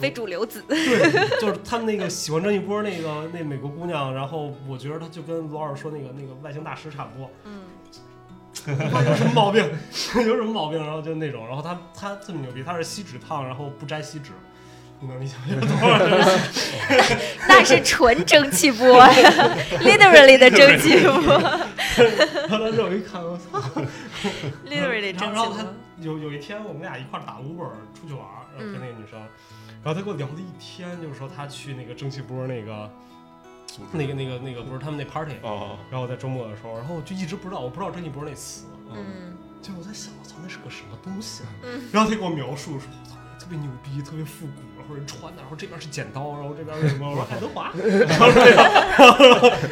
S2: 非主流子，
S1: 对，就是他们那个喜欢这一波那个那美国姑娘，然后我觉得她就跟罗老师说那个那个外星大师差不多，
S2: 嗯
S1: 他有什么毛病？ 有什么毛病？然后就那种，然后他他特别牛逼，他是锡纸烫，然后不摘锡纸，能理解有多少人？
S2: 那是纯蒸汽波 ，literally 的蒸汽 波
S1: 嗯他当时我一看，我操！
S2: ，literally 的
S1: 然后
S2: 蒸
S1: 然后
S2: 汽
S1: 他
S2: 波。
S1: 有有一天我们俩一块儿打 Uber 出去玩儿，然后跟
S2: 嗯
S1: 那个女生，然后他跟我聊了一天，就是说他去那个蒸汽波那个
S6: 组织
S1: 那个那个那个不是他们那 party，
S6: 哦，
S1: 然后在周末的时候，然后我就一直不知道，我不知道蒸汽波那词，
S2: 嗯
S1: 就我在想，我操，那是个什么东西啊？
S2: 嗯
S1: 然后他给我描述说，我操，特别牛逼，特别复古，然后人穿的，然后这边是剪刀，然后这边是什么？我说爱德华，然后这样，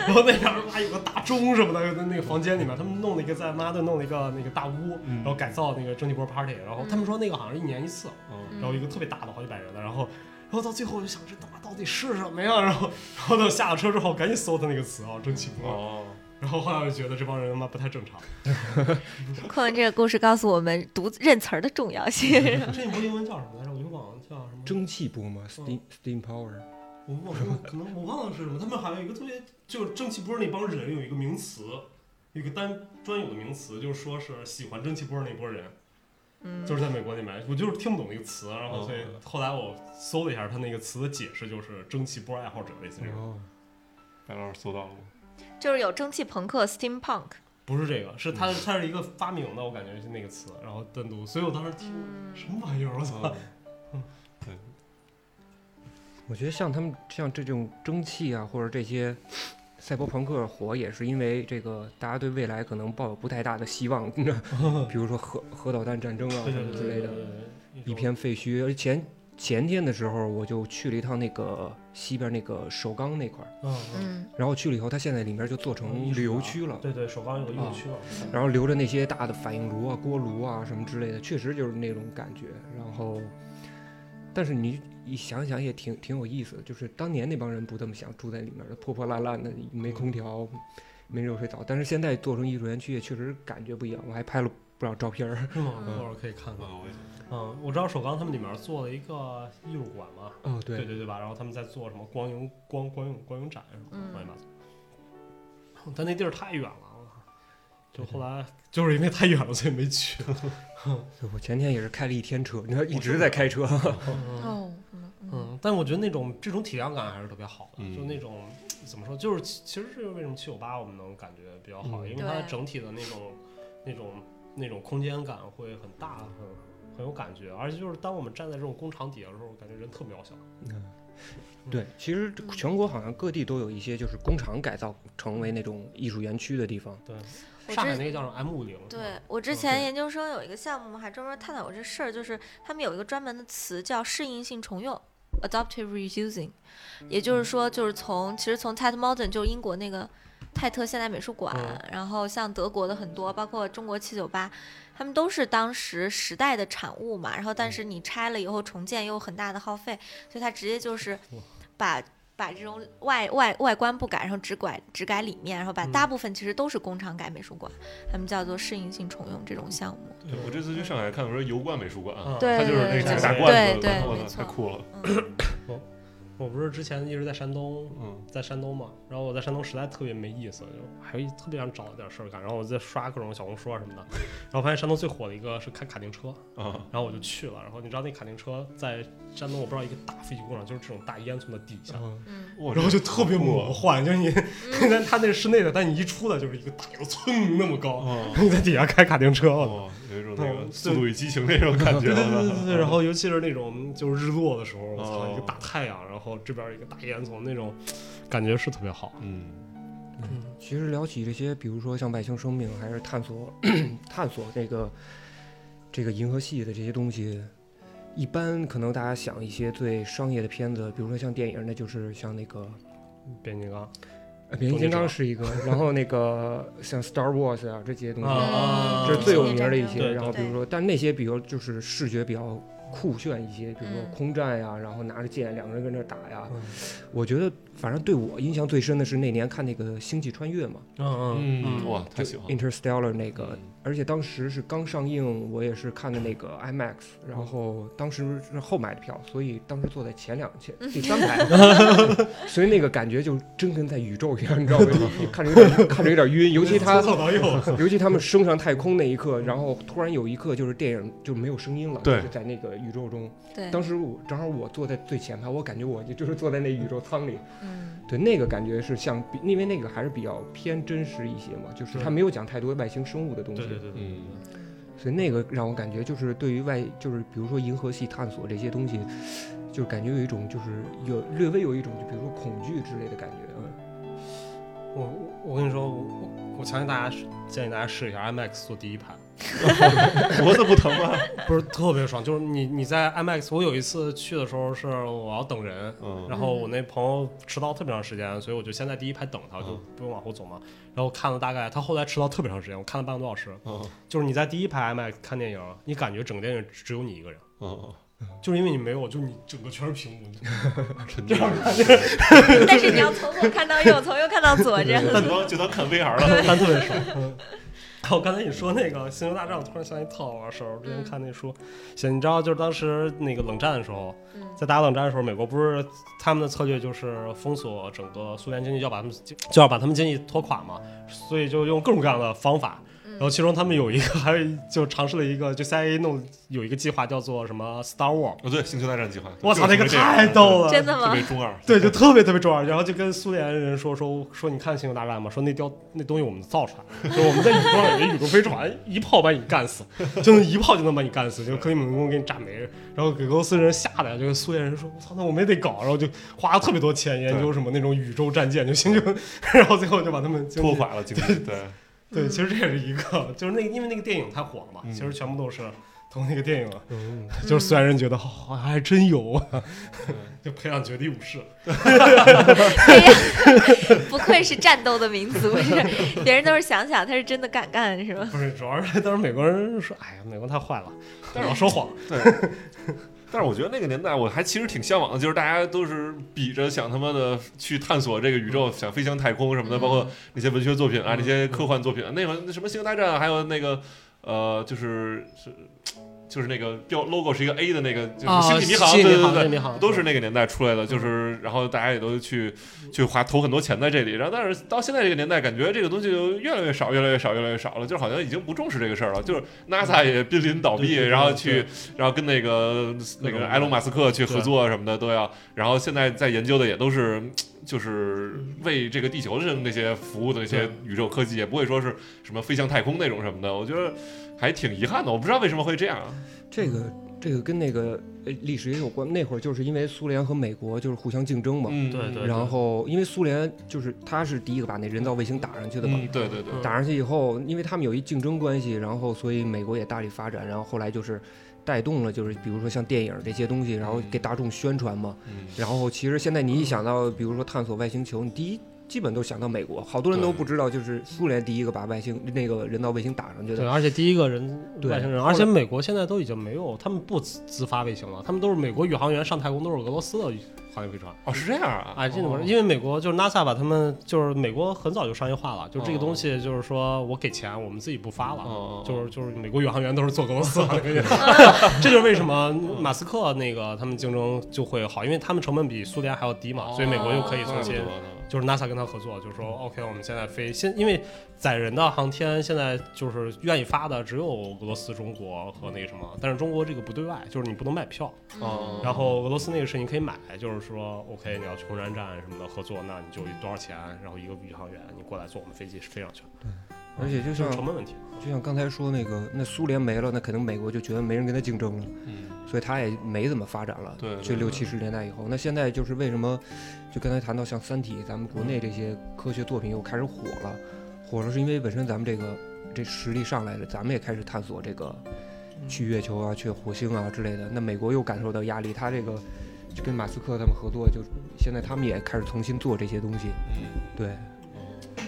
S1: 然后那边哇有个大钟什么的，那个房间里面他们弄了一个在妈的弄了一个那个大屋，
S6: 嗯
S1: 然后改造那个蒸汽波 party，然后他们说那个好像是一年一次，
S6: 嗯
S1: 然后一个特别大的好几百人的，然后。然后到最后我就想这他妈到底是什么呀？ 然后，然后等下了车之后赶紧搜他那个词啊，蒸汽波。
S6: 哦，
S1: 然后后来我就觉得这帮人他妈不太正常。
S2: 昆文这个故事告诉我们读认词儿的重要性。
S1: 这一波英文叫什么来着？我就忘了叫什么。
S4: 蒸汽波嘛，steam
S1: 嗯
S4: steam power，
S1: 我忘了，可能我忘了是什么。他们好像有一个特别，就是蒸汽波那帮人有一个名词，有一个单专有的名词，就是说是喜欢蒸汽波那波人，
S2: 嗯
S1: 就是在美国那边，我就是听不懂那个词，然后
S6: 哦
S1: 所以后来我搜了一下他那个词的解释，就是蒸汽波爱好者类似这种。
S4: 哦，
S6: 白老师搜到了吗？
S2: 就是有蒸汽朋克 （steampunk）。
S1: 不是这个，是它它是一个发明的，我感觉是那个词，然后单独，所以我当时听
S2: 嗯
S1: 什么玩意儿，我操！
S4: 我觉得像他们像这种蒸汽啊，或者这些赛博朋克火，也是因为这个大家对未来可能抱有不太大的希望， 你知道比如说核核导弹战争啊
S1: 对
S4: 什
S1: 对
S4: 么
S1: 对
S4: 之类
S1: 对对
S4: 的，
S1: 对，
S4: 一片废墟。而前前天的时候，我就去了一趟那个西边那个首钢那块儿，
S1: 嗯，嗯，
S2: 嗯
S4: 然后去了以后，它现在里面就
S1: 嗯
S4: 做
S1: 艺
S4: 成
S1: 术
S4: 旅游
S1: 啊
S4: 区了。啊
S1: 对对，首钢有个用区了，嗯
S4: 然后留着那些大的反应炉啊、锅炉啊什么之类的，确实就是那种感觉。然后，但是你一想想也挺挺有意思的，就是当年那帮人不这么想，住在里面的破破烂烂的，没空调，没热水澡。但是现在做成艺术园区，也确实感觉不一样。我还拍了不少照片儿。
S1: 是吗？
S2: 嗯
S1: 到时候可以看看。
S6: 嗯，我也
S1: 嗯，我知道首钢他们里面做了一个艺术馆嘛，
S4: 哦，
S1: 对，对对吧？然后他们在做什么光影光光影光影展什么的
S2: 嗯
S1: 乱七八糟。但那地儿太远了，我靠就后来就是因为太远了，所以没 去。
S4: 我前天也是开了一天车，你看一直在开车。
S1: 嗯，
S2: 哦嗯嗯
S1: 嗯但我觉得那种这种体量感还是特别好的，
S6: 嗯
S1: 就那种怎么说，就是其其实这就是为什么七九八我们能感觉比较好，
S4: 嗯
S1: 因为它
S2: 对
S1: 整体的那种那种那种空间感会很大，很很有感觉。而且就是当我们站在这种工厂底下的时候，感觉人特渺小。
S4: 嗯，对，其实全国好像各地都有一些就是工厂改造成为那种艺术园区的地方。
S2: 我
S1: 上海
S2: 之
S1: 那个叫什么 M 五零？
S2: 哦对我之
S1: 嗯
S2: 前
S1: 对
S2: 研究生有一个项目，还专门探讨过这事儿，就是他们有一个专门的词叫适应性重用 （adaptive reusing），也
S4: 嗯
S2: 就是说，就是从其实从 Tate Modern 就英国那个泰特现代美术馆，
S1: 嗯
S2: 然后像德国的很多，包括中国七九八，他们都是当时时代的产物嘛。然后，但
S4: 嗯
S2: 是你拆了以后重建又有很大的耗费，所以它直接 就是把。把这种外外外观不改，然后只改只改里面，然后把
S1: 嗯
S2: 大部分其实都是工厂改美术馆。他们叫做适应性重用这种项目。
S1: 对
S6: 我这次去上海看，我说油罐美术馆啊，
S1: 嗯
S2: 对
S6: 它就是那
S2: 对
S6: 几个
S1: 对
S6: 大罐
S2: 对
S6: 子，
S2: 对
S6: 我操
S2: 没错
S6: 太酷了，
S2: 嗯
S1: 我不是之前一直在山东，
S6: 嗯，
S1: 在山东嘛，然后我在山东实在特别没意思，就还特别想找点事儿干，然后我在刷各种小红书啊什么的，然后发现山东最火的一个是开卡丁车，
S6: 啊，
S1: 然后我就去了，然后你知道那卡丁车在山东我不知道一个大废弃工厂，就是这种大烟囱的底下。
S4: 嗯
S2: 嗯
S6: 我
S1: 然后就特别魔幻，就是你， 但它那是室内的，但你一出来就是一个大油蹭那么高，
S6: 哦，
S1: 你在底下开卡丁车，我操
S6: 哦，有一种那个
S1: 嗯
S6: 《速度与激情》那种感觉，
S1: 对对
S6: 我
S1: 对
S6: 操
S1: 对对，然后尤其是那种就是日落的时候，我操，
S6: 哦
S1: 一个大太阳，然后这边儿一个大烟囱，那种感觉是特别好。
S6: 嗯，
S1: 嗯
S4: 其实聊起这些，比如说像外星生命，还是探索 探索这个这个银河系的这些东西，一般可能大家想一些最商业的片子，比如说像电影，那就是像那个
S1: 变形金刚
S4: 呃变
S1: 终
S4: 形
S1: 结
S4: 金刚
S1: 者
S4: 是一个，然后那个像 Star Wars 啊这些东西，
S2: 啊
S4: 这是最有名
S2: 星
S4: 的
S2: 际
S4: 一
S2: 战
S4: 些。
S1: 争
S4: 然后比如
S2: 对
S4: 说，但那些比如就是视觉比较酷炫一些，比如说
S2: 嗯
S4: 空战呀、然后拿着剑两个人跟这儿打呀。
S1: 嗯
S4: 我觉得反正对我印象最深的是那年看那个《星际穿越》嘛，
S1: 嗯
S6: 嗯，哇，太
S4: 就
S6: 喜欢了，
S2: 嗯
S4: Interstellar 那个
S6: 嗯
S4: 而且当时是刚上映，我也是看的那个 IMAX，然后当时是后买的票，所以当时坐在前两前第三排， 所以那个感觉就真跟在宇宙一样，你知道吗？看着有点看着有点晕，尤其 他
S1: 从左到右，
S4: 尤其他们升上太空那一刻，然后突然有一刻就是电影就没有声音了，
S6: 对
S4: 就是在那个宇宙中。
S2: 对，
S4: 当时我正好我坐在最前排，我感觉我就是坐在那宇宙舱里，
S2: 嗯
S4: 对，那个感觉是像比，因为那个还是比较偏真实一些嘛，就是
S1: 对
S4: 他没有讲太多外星生物的东西，
S1: 嗯对对对对，
S6: 嗯
S4: 所以那个让我感觉就是对于外，就是比如说银河系探索这些东西，就是感觉有一种就是有略微有一种就比如说恐惧之类的感觉。啊
S1: 我我跟你说，我我我强烈大家试建议大家试一下 IMAX 坐第一排，
S6: 嗯脖子不疼啊吗？
S1: 不是特别爽，就是你你在 IMAX，我有一次去的时候是我要等人，
S6: 嗯，
S1: 然后我那朋友迟到特别长时间，所以我就先在第一排等他，
S6: 嗯
S1: 就不用往后走嘛。然后看了大概，他后来迟到特别长时间，我看了半个多小时。
S6: 哦
S1: 就是你在第一排 IMAX 看电影，你感觉整个电影只有你一个人，
S6: 哦，
S1: 就是因为你没有，就是你整个全是屏幕。
S6: 沉浸式，
S2: 嗯 但是你要从左看到右，从右看到左，这样
S6: 就当就当看 VR 了。
S1: 看特别 爽。嗯还有刚才你说那个《星球大战》，我突然想起特好玩的事儿。我之前
S2: 嗯
S1: 看那书，写你知道，就是当时那个冷战的时候，
S2: 嗯
S1: 在打冷战的时候，美国不是他们的策略就是封锁整个苏联经济，要把他们就要把他们经济拖垮嘛，所以就用各种各样的方法。
S2: 嗯
S1: 然后其中他们有一个， 还有一就尝试了一个，就 CIA 弄有一个计划叫做什么 Star War，
S6: 哦，对，《星球大战》计划，
S1: 我操，
S6: 就
S1: 那
S6: 是
S1: 个
S6: 这样
S1: 太逗了，
S2: 真的
S6: 特
S2: 吗
S6: 别？中二。
S1: 对，就特别特别重要。然后就跟苏联人说说说，你看《星球大战》吗？说那雕那东西我们造出来，就是我们在宇宙上有一宇宙飞船，一炮把你干死，就能一炮就能把你干死，就克里姆林宫给你炸没了。然后给俄罗斯人吓得，就是苏联人说，我操，那我们也得搞，然后就花了特别多钱研究什么那种宇宙战舰，就星球，然后最后就把他们经济
S6: 拖。垮了经济，对，
S1: 对，其实这也是一个，就是那个因为那个电影太火了嘛，
S6: 嗯
S1: 其实全部都是从那个电影，
S4: 嗯，
S1: 就是苏联人觉得好、还真有啊，
S6: 嗯
S1: 就培养绝地武士。
S2: 哎呀，不愧是战斗的民族，是别人都是想想，他是真的敢干，是吧？
S1: 不是，主要是当时美国人说，哎呀，美国太坏了，但是老说 谎，
S6: 但是我觉得那个年代，我还其实挺向往的，就是大家都是比着想他妈的去探索这个宇宙，想飞翔太空什么的，
S2: 嗯
S6: 包括那些文学作品啊，
S1: 嗯
S6: 那些科幻作品啊，那会儿那什么《星球大战》，还有那个呃，就是是就是那个标 logo 是一个 A 的那个，就是星际迷航，对
S1: 啊星际
S6: 对
S1: 哦迷航，星
S6: 对
S1: 际迷航
S6: 都是那个年代出来的，就是然后大家也都去去花投很多钱在这里，然后但是到现在这个年代，感觉这个东西就越来越少，越来越少，越来越少了，就是好像已经不重视这个事儿了，就是 NASA 也濒临倒闭，
S1: 对对对
S6: 然后去然后跟那个那个埃隆马斯克去合作什么的都要，然后现在在研究的也都是。嗯就是为这个地球的那些服务的那些
S1: 对
S6: 宇宙科技，也不会说是什么飞向太空那种什么的，我觉得还挺遗憾的。我不知道为什么会这样。
S4: 这个
S1: 嗯
S4: 这个跟那个呃历史也有关，那会儿就是因为苏联和美国就是互相竞争嘛，
S6: 嗯，
S1: 对对
S4: 然后因为苏联就是他是第一个把那人造卫星打上去的嘛，
S6: 嗯，对对对，
S4: 打上去以后，因为他们有一竞争关系，然后所以美国也大力发展，然后后来就是带动了就是比如说像电影这些东西，
S1: 嗯
S4: 然后给大众宣传嘛。
S6: 嗯，
S4: 然后其实现在你一想到
S1: 嗯
S4: 比如说探索外星球，你第一基本都想到美国，好多人都
S6: 对
S4: 不知道就是苏联第一个把外星那个人造卫星打上去
S1: 对，
S4: 的。
S1: 而且第一个人
S4: 对
S1: 外星人，
S4: 后来
S1: 而且美国现在都已经没有，他们不自自发卫星了，他们都是美国宇航员上太空都是俄罗斯的航天飞船。
S6: 哦，是这样啊，
S1: 啊，这
S6: 哦
S1: 种因为美国就是 NASA 把他们就是美国很早就商业化了，就是这个东西就是说我给钱，我们自己不发了，
S6: 哦
S1: 就是就是美国宇航员都是做俄罗斯 航天这就是为什么马斯克那个他们竞争就会好，因为他们成本比苏联还要低嘛，所以美国就可以重新
S6: 哦
S1: 就是 NASA 跟他合作，就是说 OK，我们现在飞现，因为载人的航天现在就是愿意发的只有俄罗斯、中国和那个什么，但是中国这个不对外，就是你不能买票，
S6: 哦
S1: 然后俄罗斯那个是你可以买，就是说 OK，你要去空间站什么的合作，那你就多少钱，然后一个宇航员你过来坐我们飞机飞上去，
S4: 而且就
S1: 就是
S4: 像
S1: 成本问题。
S4: 就像刚才说那个，那苏联没了，那肯定美国就觉得没人跟他竞争了。
S6: 嗯，
S4: 所以它也没怎么发展了。
S6: 对对
S4: 就
S6: 对
S4: 六七十年代以后，那现在就是为什么，就刚才谈到像《三体》，咱们国内这些科学作品又开始火了，火了是因为本身咱们这个这实力上来了，咱们也开始探索这个
S6: 嗯
S4: 去月球啊、去火星啊之类的。那美国又感受到压力，它这个就跟马斯克他们合作，就现在他们也开始重新做这些东西。
S6: 嗯
S4: 对，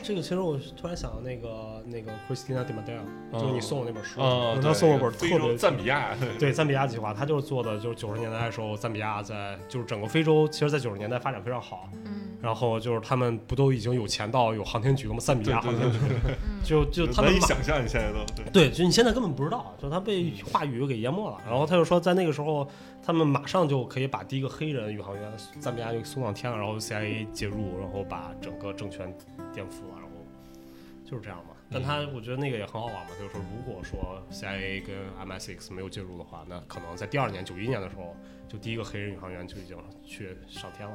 S1: 这个其实我突然想到那个那个 Christina d i m a d e l 就是你送我那本书，
S6: 啊，
S1: 他
S6: 对
S1: 送我本特
S6: 非洲
S1: 别
S6: 赞比 亚，
S1: 对赞比亚计划，他就是做的，就是九十年代的时候，赞比亚在就是整个非洲，其实，在九十年代发展非常好。
S2: 嗯
S1: 然后就是他们不都已经有钱到有航天局了吗？三米
S6: 对
S1: 亚
S6: 对
S1: 航
S6: 对
S1: 天局，
S6: 对
S2: 嗯，
S1: 就就他们
S6: 难以
S1: 买
S6: 想象，你现在都对
S1: 对，就你现在根本不知道，就他
S4: 嗯
S1: 被话语给淹没了。然后他就说，在那个时候，他们马上就可以把第一个黑人宇航员咱们家就送上天了，然后 CIA 介入，然后把整个政权颠覆了，然后就是这样嘛。但他
S4: 嗯
S1: 我觉得那个也很好玩嘛，就是说，如果说 CIA 跟 MSX 没有介入的话，那可能在第二年九一年的时候，就第一个黑人宇航员就已经去上天了。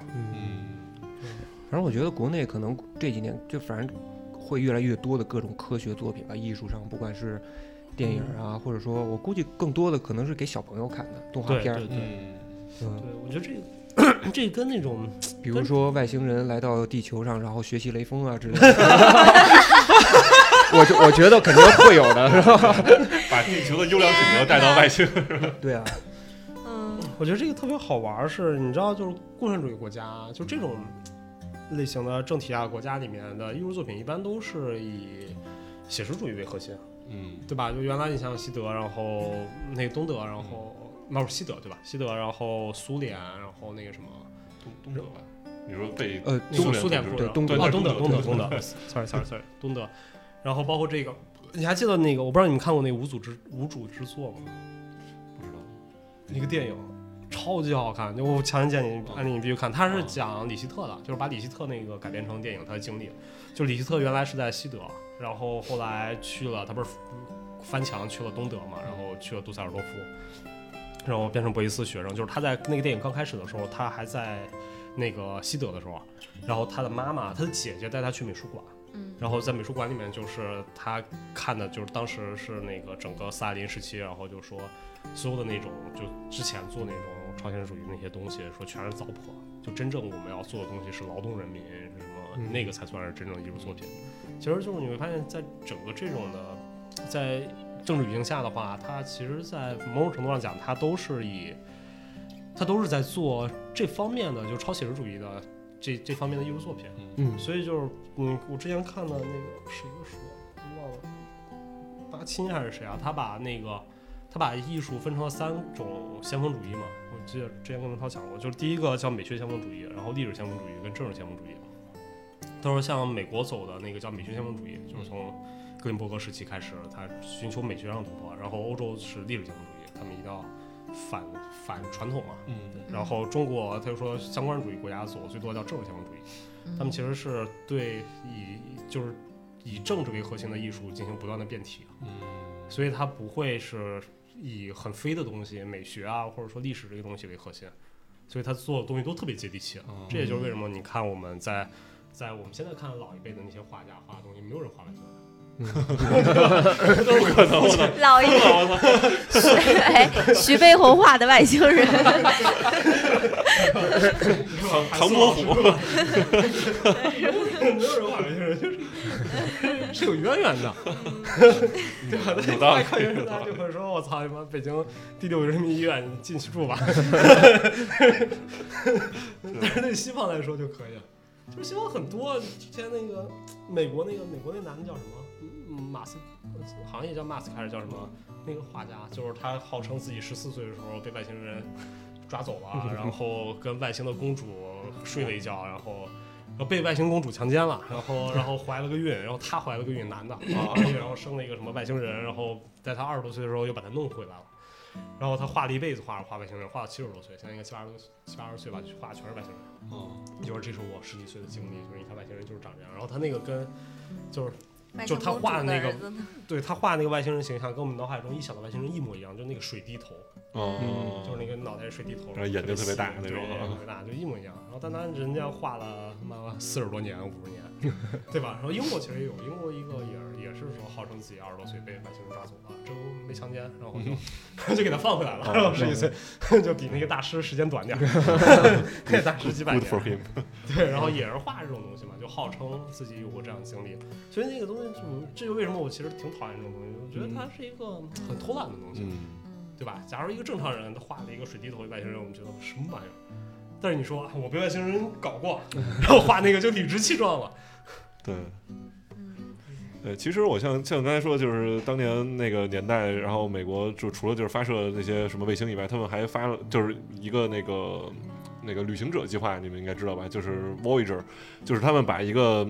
S6: 嗯，
S4: 反正我觉得国内可能这几年就反正会越来越多的各种科学作品吧，艺术上不管是电影啊，
S1: 嗯
S4: 或者说我估计更多的可能是给小朋友看的动画
S1: 对
S4: 片
S1: 对
S4: 儿
S1: 对，对，
S6: 嗯，
S4: 嗯，
S1: 我觉得这个 这跟那种
S4: 比如说外星人来到地球上，然后学习雷锋啊之类 的。我觉我觉得肯定会有的，是吧？
S6: 把地球的优良品德带到外星，
S4: 对啊，
S2: 嗯
S1: 我觉得这个特别好玩儿，是你知道，就是共产主义国家，就这种类型的政体下啊国家里面的艺术作品，一般都是以写实主义为核心，
S6: 嗯
S1: 对吧？就原来你像西德，然后那个东德，然后那是西德对吧？西德，然后苏联，然后那个什么，
S6: 东东德吧，你说被
S4: 呃，
S1: 那个
S6: 苏
S1: 苏
S6: 联
S1: 联
S6: 不
S1: 不
S4: 是
S1: 是
S4: 东德
S1: 哦，东德，东
S6: 东德
S1: 德，东德，sorry sorry sorry，东德， 然后包括这个，你还记得那个？我不知道你们看过那个《无主之无主之作》吗？
S6: 不知道，
S1: 一个电影，超级好看，就我强烈建议你安利你必须看。它是
S6: 嗯
S1: 讲李希特的，就是把李希特那个改编成电影他的经历。就李希特原来是在西德，然后后来去了，他不是翻墙去了东德嘛，然后去了杜塞尔多夫，然后变成博伊斯学生。就是他在那个电影刚开始的时候，他还在那个西德的时候，啊然后他的妈妈、他的姐姐带他去美术馆。
S2: 嗯
S1: 然后在美术馆里面，就是他看的，就是当时是那个整个斯大林时期，然后就说所有的那种就之前做那种超现实主义那些东西，说全是糟粕，就真正我们要做的东西是劳动人民是什么，
S4: 嗯
S1: 那个才算是真正的艺术作品。其实就是你会发现，在整个这种的，在政治语境下的话，它其实，在某种程度上讲，它都是以，它都是在做这方面的，就超写实主义的这这方面的艺术作品。
S4: 嗯，
S1: 所以就是，嗯，我之前看的那个是一个书，我忘了，巴钦还是谁啊？他把那个，他把艺术分成了三种先锋主义嘛。我记得之前跟文涛讲过，就是第一个叫美学先锋主义，然后历史先锋主义跟政治先锋主义。都是像美国走的那个叫美学先锋主义，就是从哥林伯格时期开始，他寻求美学上的突破，然后欧洲是历史先锋主义，他们一定要反反传统嘛。
S6: 嗯
S1: 然后中国他就说相关主义国家走最多叫政治先锋主义。他们其实是对以就是以政治为核心的艺术进行不断的变体，啊
S6: 嗯
S1: 所以它不会是以很飞的东西、美学啊，或者说历史这个东西为核心，所以他做的东西都特别接地气。啊
S6: 嗯
S1: 这也就是为什么你看我们在在我们现在看老一辈的那些画家画的东西，没有人画完 全。
S6: 不可能，我操，
S2: 老一辈，哎，徐悲鸿画的外星人，
S6: 唐 唐伯虎，
S1: 没有人画完全，就是是有渊源 的。对吧？
S6: 有
S1: 那
S6: 道 理
S1: 外科人
S6: 有
S1: 士
S6: 道
S1: 他
S6: 理
S1: 就会说：“我操，你妈北京第六人民医院，你进去住吧。” 但是对西方来说就可以了，就是西方很多之前那个美国那个美国那男的叫什么？嗯马斯，好像也叫马斯克还是叫什么？那个画家就是他，号称自己十四岁的时候被外星人抓走 了，然后跟外星的公主睡了一觉，然后。然后呃被外星公主强奸了，然后然后怀了个孕，然后他怀了个孕，男的，啊，然后生了一个什么外星人，然后在他二十多岁的时候又把他弄回来了，然后他画了一辈子画画外星人，画到七十多岁，现在应该七八十七八十岁吧，画的全是外星人。就是这是我十几岁的经历，就是你看外星人就是长这样，然后他那个跟就是就他画的那个对他画那个外星人形象，跟我们脑海中臆想的外星人一模一样，就那个水滴头，
S6: 哦，
S1: 就是那个脑袋是水滴头，
S6: 然后眼睛特别大
S1: 细
S6: 那种嗯
S1: 对眼睛特别大，就一模一样。然后但他人家画了他妈四十多年、五十 年，对吧？然后英国其实也有，英国一个也是也是说号称自己二十多岁被外星人抓走了，真没强奸，然后
S6: 嗯
S1: 就就给他放回来
S6: 哦
S1: 了，然后十几岁 就比那个大师时间短点儿， 那 个大师几百
S6: Good for
S1: 年。
S6: him，
S1: 对，然后也是画这种东西嘛，就号称自己有过这样的经历，所以那个东西就，这就为什么我其实挺讨厌这种东西，我觉得它是一个很偷懒的东西。
S6: 嗯，
S1: 对吧？假如一个正常人他画了一个水滴头外星人，我们觉得什么玩意儿？但是你说啊我被外星人搞过，然后画那个就理直气壮了。
S6: 对。对，其实我像像刚才说，就是当年那个年代，然后美国就除了就是发射那些什么卫星以外，他们还发了就是一个那个那个旅行者计划，你们应该知道吧？就是 Voyager，就是他们把一个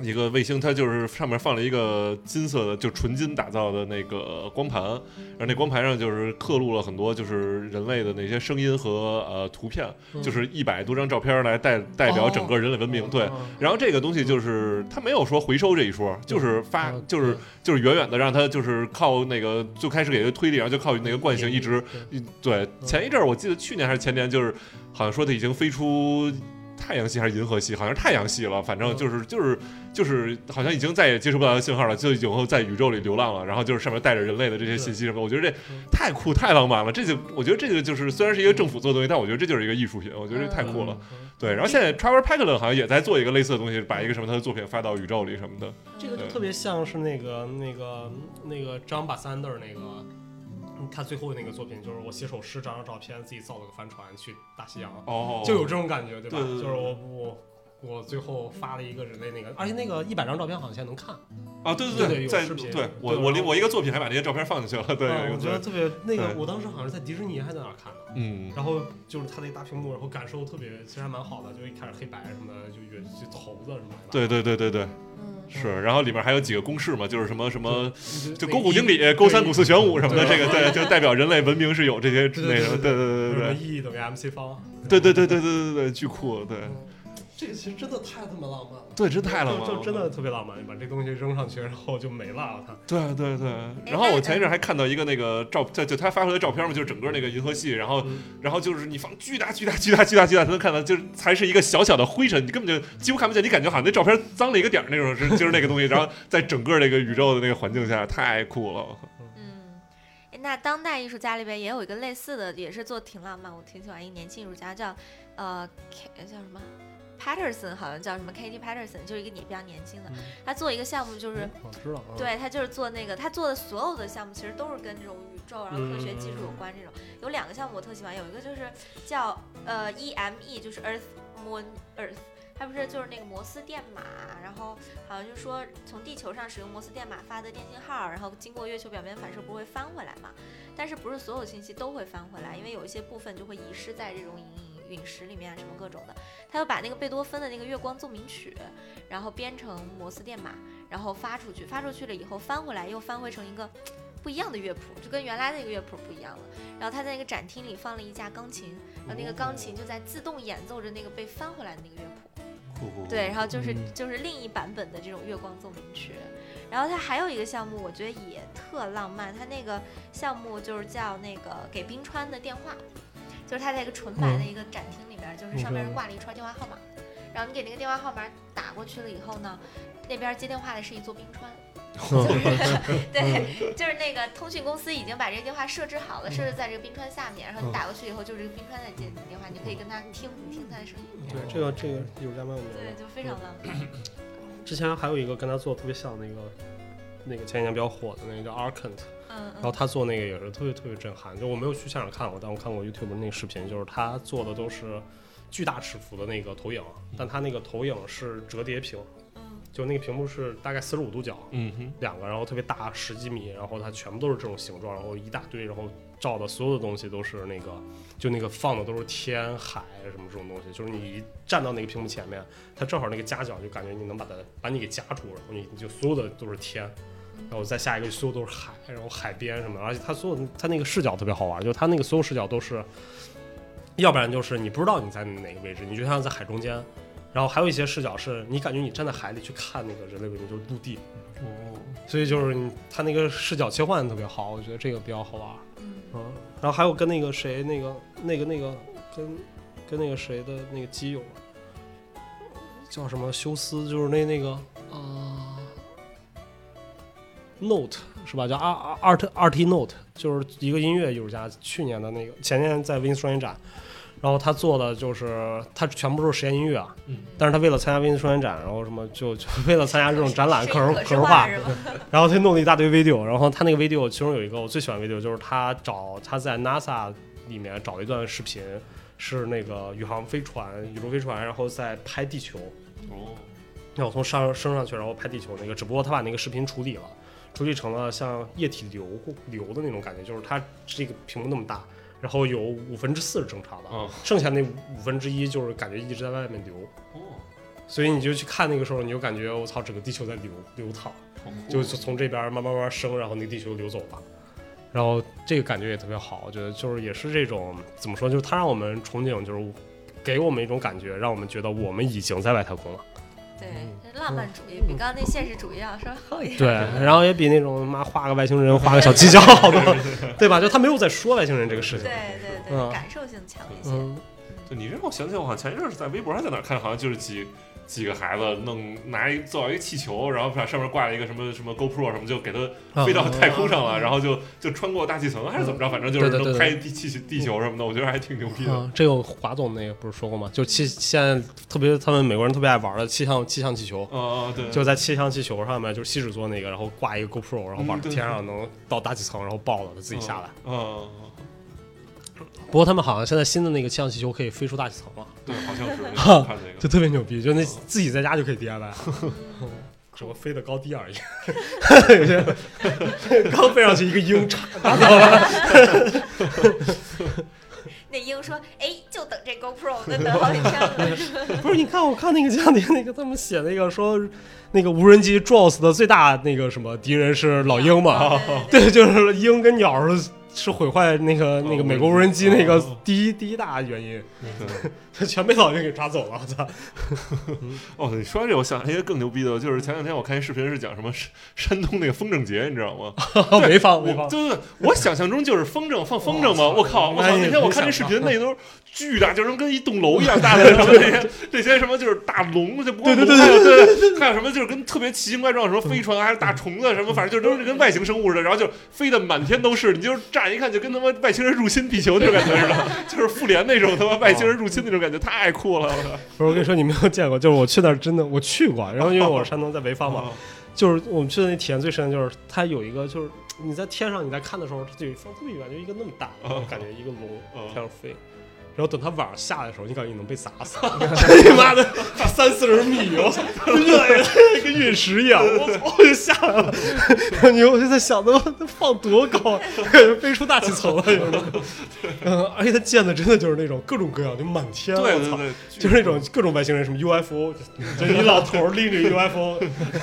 S6: 一个卫星，它就是上面放了一个金色的，就纯金打造的那个光盘，然后那光盘上就是刻录了很多就是人类的那些声音和呃图片，
S1: 嗯哦
S6: 就是一百多张照片来代代表整个人类文明。对，然后这个东西就是它没有说回收这一说，就是发
S1: 嗯
S6: 就是就是远远的让它就是靠那个最开始给它推理，然后就靠那个惯性一
S1: 嗯
S6: 直一嗯对。前一阵儿我记得去年还是前年，就是好像说它已经飞出。太阳系还是银河系，好像是太阳系了，反
S1: 嗯
S6: 正就是就是就是，好像已经再也接收不到它的信号了，就以后在宇宙里流浪了。然后就是上面带着人类的这些信息什么，我觉得这
S1: 嗯
S6: 太酷太浪漫了。这就我觉得这个就是虽然是一个政府做的东西，但我觉得这就是一个艺术品，我觉得这太酷了。。对，然后现在 Trevor Packlin 好像也在做一个类似的东西，把一个什么他的作品发到宇宙里什么的。
S1: 这个就特别像是那个那个那个张巴三 r 那个，嗯他最后那个作品就是我写首诗，找张照片，自己造了个帆船去大西洋，
S6: 哦
S1: 就有这种感觉，对吧？
S6: 对对对
S1: 就是我我我最后发了一个人类那个，而且那个一百张照片好像现在能看，
S6: 啊，对
S1: 对对
S6: 对，
S1: 有
S6: 在
S1: 视频
S6: 对
S1: 对
S6: 我我
S1: 然后
S6: 另我一个作品还把这些照片放进去了，对，
S1: 啊我觉得
S6: 对
S1: 特别那个，
S6: 对
S1: 我当时好像是在迪士尼还在哪儿看的。
S6: 嗯，
S1: 然后就是他那大屏幕，然后感受特别，其实还蛮好的，就一开始黑白什么的，就圆就头子什么的。
S6: 对对对对对
S2: 嗯，
S6: 是，然后里面还有几个公式嘛，就是什么什么。
S1: 对
S6: 就勾股经理、勾三、股四、玄武什么的，这个对，就代表人类文明是有这些
S1: 对对
S6: 那什么，
S1: 对
S6: 对对
S1: 什么
S6: 对
S1: E 等于 MC 方。
S6: 对对对对对对对对，巨酷，对
S1: 这个其实真的太他妈浪漫了，
S6: 对，真太浪漫
S1: 就
S6: 了，嗯
S1: 就真的特别浪漫。你把这东西扔上去，然后就没了，我啊操！
S6: 对对对，然后我前一阵还看到一个那个照，就就他发回来的照片嘛，就是整个那个银河系，然后
S1: 嗯
S6: 然后就是你放巨大巨大巨大巨大巨大，才能看到，就是才是一个小小的灰尘，你根本就几乎看不见，你感觉好像那照片脏了一个点儿那种，是就是那个东西，然后在整个这个宇宙的那个环境下，太酷了。
S2: 嗯，诶那当代艺术家里边也有一个类似的，也是做挺浪漫，我挺喜欢一年轻艺术家叫呃 K, 叫什么 Patterson，好像叫什么 Katie Patterson，就是一个也比较年轻的
S1: 嗯，
S2: 他做一个项目就是。
S1: 我知道啊，
S2: 对他就是做那个，他做的所有的项目其实都是跟这种宇宙然后科学技术有关这种。有两个项目我特喜欢，有一个就是叫呃 EME，就是 Earth Moon Earth，它不是就是那个摩斯电码，然后好像就说从地球上使用摩斯电码发的电信号，然后经过月球表面反射不会翻回来嘛？但是不是所有信息都会翻回来，因为有一些部分就会遗失在这种隐隐陨石里面啊，什么各种的。他就把那个贝多芬的那个月光奏鸣曲，然后编成摩斯电码，然后发出去，发出去了以后翻回来又翻回成一个不一样的乐谱，就跟原来那个乐谱不一样了。然后他在那个展厅里放了一架钢琴，然后那个钢琴就在自动演奏着那个被翻回来的那个乐谱。
S6: 酷酷
S2: 对，然后就是
S4: 嗯
S2: 就是另一版本的这种月光奏鸣曲。然后它还有一个项目，我觉得也特浪漫，它那个项目就是叫那个给冰川的电话，就是它在一个纯白的一个展厅里面，就是上面
S1: 嗯
S2: 挂了一串电话号码，然后你给那个电话号码打过去了以后呢，那边接电话的是一座冰川。对，就是那个通讯公司已经把这个电话设置好了，设置在这个冰川下面，然后你打过去以后，就是这个冰川在接你电话，你可以跟他听，你听他的声音，
S1: 对，这个这个有家蛮有名
S2: 对，
S1: 的。
S2: 就非常浪漫。
S1: 之前还有一个跟他做的特别像那个，那个前几年比较火的那个叫 Arkent，
S2: 嗯
S1: 然后
S2: 嗯
S1: 他做那个也是特别特别震撼，就我没有去现场看过，但我看过 YouTube 那个视频，就是他做的都是巨大尺幅的那个投影，但他那个投影是折叠屏，
S2: 嗯，
S1: 就那个屏幕是大概四十五度角，
S6: 嗯哼，
S1: 两个，然后特别大，十几米，然后它全部都是这种形状，然后一大堆，然后照的所有的东西都是那个，就那个放的都是天海什么这种东西，就是你一站到那个屏幕前面，它正好那个夹角就感觉你能把它把你给夹住，然后你就所有的都是天，然后再下一个所有都是海，然后海边什么的，而且它所有它那个视角特别好玩，就是它那个所有视角都是，要不然就是你不知道你在哪个位置，你就像在海中间。然后还有一些视角是你感觉你站在海里去看那个人类文明，就是陆地，所以就是你他那个视角切换特别好，我觉得这个比较好玩。
S2: 嗯，
S1: 嗯，然后还有跟那个谁，那个那个那个跟跟那个谁的那个基友叫什么休斯，就是那那个啊、Note 是吧？叫 R R T R T Note，就是一个音乐艺术家，去年的那个前年在威尼斯双年展。然后他做的就是，他全部都是实验音乐啊，
S6: 嗯
S1: 但是他为了参加威尼斯双年展，然后什么就就为了参加这种展览，
S2: 是
S1: 可视
S2: 可
S1: 可
S2: 视
S1: 视化，
S2: 是吧？
S1: 然后他弄了一大堆 video，然后他那个 video 其中有一个我最喜欢的 video 就是他找他在 NASA 里面找了一段视频，是那个宇航飞船、宇宙飞船，然后在拍地球，
S6: 哦，
S1: 然后从上升上去，然后拍地球那个，只不过他把那个视频处理了，处理成了像液体流流的那种感觉，就是它这个屏幕那么大，然后有五分之四是正常的，
S6: 嗯
S1: 剩下那五分之一就是感觉一直在外面流。所以你就去看那个时候，你就感觉我操，整个地球在流流淌，就从从这边慢慢慢慢升，然后那个地球流走了。然后这个感觉也特别好，我觉得就是也是这种怎么说，就是它让我们憧憬，就是给我们一种感觉，让我们觉得我们已经在外太空了。
S2: 对，这浪
S1: 嗯
S2: 漫主义比刚刚那现实主义要稍微好一 点。
S1: 对，然后也比那种妈画个外星人、画个小犄角好多，对吧？就他没有在说外星人这个事情。
S2: 对对
S1: 嗯
S2: 对，感受性强一些。
S1: 嗯，
S6: 对你这让我想起，我好像前一阵儿在微博还在哪儿看，好像就是几几个孩子弄拿一造一个气球，然后把上面挂了一个什么什么 GoPro 什么，就给它
S1: 啊
S6: 飞到太空上了，然后就就穿过大气层还是怎么着，反正就是
S1: 对对对对
S6: 能拍地气球地球什么的，我觉得还挺牛逼的。
S1: 嗯，这个华总那个不是说过吗？就气现在特别，他们美国人特别爱玩的气象气象气球，
S6: 哦，对，
S1: 就在气象气球上面，就是锡纸做那个，然后挂一个 GoPro，然后往
S6: 嗯对
S1: 天上能到大气层，然后爆了，它自己下来。
S6: 嗯。嗯，
S1: 不过他们好像现在新的那个气象气球可以飞出大气层了，
S6: 对，好像是看那
S1: 就
S6: 个。
S1: 特别牛逼，就那
S6: 嗯
S1: 自己在家就可以 DIY，只 不过飞得高低而已。有些刚飞上去一个鹰叉，
S2: 那鹰说：“哎，就等这 GoPro，那等好几天了。
S1: 不是？你看，我看那个降临那个他们写那个说，那个无人机撞死的最大那个什么敌人是老鹰 嘛？
S2: 对
S1: 对，就是鹰跟鸟儿是是毁坏那
S6: 哦
S1: 个那个美国无人机那个第一第一大原因。
S6: 嗯 对
S1: 全被老鹰给抓走了，我 操！
S6: 哦，你说到这个，我想起一个更牛逼的，就是前两天我看一视频是讲什么山山东那个风筝节，你知道吗？
S1: 潍坊，潍
S6: 我
S1: 坊，
S6: 就是我想象中就是风筝放风筝嘛，我靠！我
S1: 那
S6: 操！
S1: 也
S6: 哦那天我
S1: 没
S6: 看这视
S1: 想
S6: 频，那都是巨大，就是跟一栋楼一样大的 什么这些这些什么就是大龙，就不光龙还有 对，还有什么就是跟特别奇形怪状什么飞船还是大虫子什么，反正就都是跟外星生物似的，然后就飞的满天都是，你就是乍一看就跟他妈外星人入侵地球那种感觉似 的，就是复联那种他妈外星人入侵那种感觉，太酷了！我操！
S1: 不是我跟你说，你没有见过，就是我去那儿真的，我去过，然后因为 我是山东在潍坊嘛，就是我们去的那体验最深的就是它有一个就是你在天上你在看的时候，它就有一方特别感觉一个那么大，然后感觉一个龙
S6: 哦
S1: 天上飞。然后等它晚上下来的时候，你感觉你能被砸死，
S6: 哎
S1: 你妈的三四十米，我操，热呀，跟陨石一样，我操，我就下来了。 然后你我就在想，他妈它放多高， 感觉飞出大气层了，有时候。嗯， 而且它建的真的就是那种各种各样，就满天，
S6: 对
S1: 我
S6: 对
S1: 操，
S6: 对，
S1: 就是那种各种外星人，什么 UFO，就一老头儿拎着 UFO，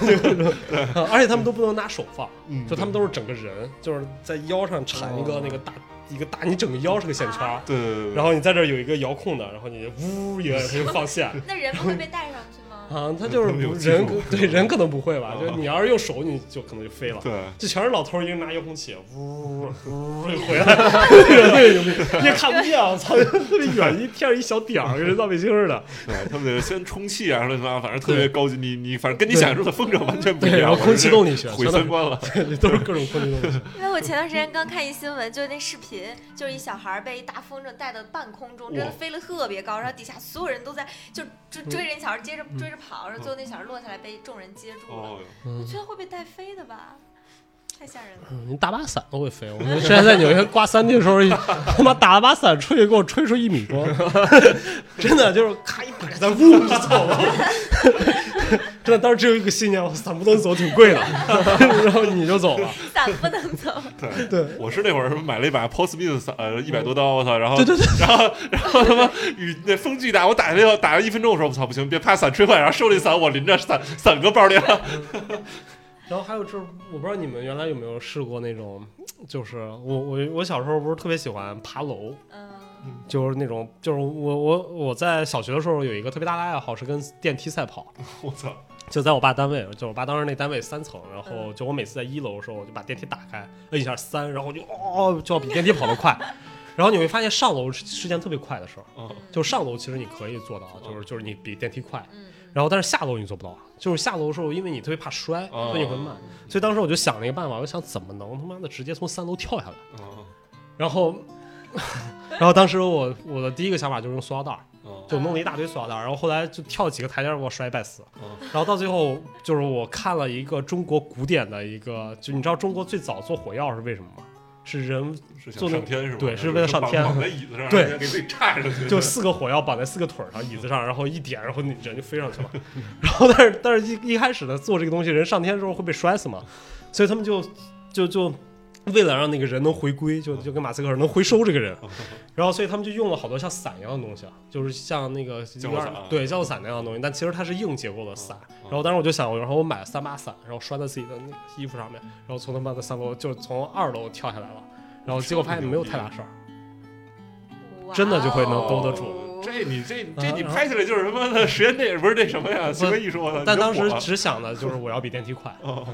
S1: 就各种啊而且他们都不能拿手放，
S6: 嗯
S1: 就他们都是整个人，就是在腰上缠一
S6: 哦
S1: 个那个大一个大，你整个腰是个线圈儿，
S6: 对对对对，
S1: 然后你在这儿有一个遥控的，然后你呜一摁它就放线。
S2: 那人不会被带上去 吗？
S1: 啊，他就是
S6: 他们有
S1: 不
S6: 技
S1: 人
S6: 术
S1: 可对人可能不会吧，
S6: 哦
S1: 就是你要是用手，你就可能就飞了。
S6: 对。
S1: 这全是老头儿一人拿遥控器，呜呜就回来，对，你也看不见，我操，特别远，一天上一小点儿，跟人造卫星似的。
S6: 对他们得先充气啊，乱七八糟，反正特别高级。你你反正跟你想象中的风筝完全不一样。
S1: 对，然后空气动力学，
S6: 毁三观了。
S1: 对， 都是各种空气动力学。
S2: 因为我前段时间刚看一新闻，就是那视频，就是一小孩儿被一大风筝带到半空中，真的
S6: 哇
S2: 飞了特别高，然后底下所有人都在就追
S1: 嗯
S2: 追着那小孩儿，接着追着跑，然后最后那小孩儿落下来被众人接住了。
S6: 哦，
S2: 我觉得会被带飞的吧，太吓人了。
S1: 你打把伞都会飞，我 们之前在纽约刮三 D 的时候，他妈打了把伞出去，给我吹出一米多， 真的就是咔一把伞，呜就走了。真的，当时只有一个信念，我伞不能走，挺贵的， 然后你就走了。
S2: 伞不能走，
S6: 对
S1: 对，
S6: 我是那会儿什么买了一把 Paul Smith 伞，呃，一百多刀，我操，然后
S1: 对对对，
S6: 然后然后他妈雨那风巨大，我打电话打了一分钟，我说我操不行，别怕伞吹坏，然后收了一伞，我拎着伞伞搁包里了。
S1: 然后还有就是，我不知道你们原来有没有试过那种，就是我我我小时候不是特别喜欢爬楼，
S2: 嗯，
S1: 就是那种就是我我我在小学的时候有一个特别大的爱好是跟电梯赛跑，
S6: 我操，
S1: 就在我爸单位，就我爸当时那单位三层，然后就我每次在一楼的时候，我就把电梯打开，摁一下三，然后就哦就要比电梯跑得快， 然后你会发现上楼是是件特别快的事儿，
S6: 嗯
S1: 就上楼其实你可以做到，就是就是你比电梯快，
S2: 嗯嗯，
S1: 然后但是下楼你做不到，就是下楼的时候因为你特别怕摔，
S6: 哦
S1: 所以你会慢，所以当时我就想了一个办法，我想怎么能他妈的直接从三楼跳下来，
S6: 嗯
S1: 然后 然后当时我我的第一个想法就是用塑料袋儿。
S6: 嗯
S1: 就弄了一大堆塑料袋儿，然后后来就跳几个台阶儿，给我摔半死。
S6: 嗯
S1: 然后到最后，就是我看了一个中国古典的一个，就你知道中国最早做火药是为什么吗？是人
S6: 是想
S1: 做那
S6: 上天是吧？
S1: 对是为了上天啊
S6: 绑绑在椅子上，
S1: 对
S6: 然后给自己插上 去，
S1: 就四个火药绑在四个腿儿上、椅子上，然后一点，然后你人就飞上去了。 然后但是但是一一开始呢，做这个东西，人上天之后会被摔死嘛，所以他们就就就为了让那个人能回归，就就跟马斯克似的能回收这个 人，然后所以他们就用了好多像伞一样的东西啊，就是像那个
S6: 降落伞啊啊
S1: 对降落伞那样的东西，但其实它是硬结构的伞。然后当时我就想，我然后我买了三把伞，然后拴在自己的那个衣服上面，然后从他妈的三楼就从二楼跳下来了，然后结果发现没有太大事 儿。
S2: 哦
S1: 真的就会能兜得住
S2: 哇哦
S6: 这你这
S1: 啊
S6: 这你
S1: 然后
S6: 拍起来就是什么的实验电影，不是那什么呀？行为艺术，我操
S1: 但
S6: 你这
S1: 当时
S6: 火了啊
S1: 只想的就是我要比电梯快，
S6: 哦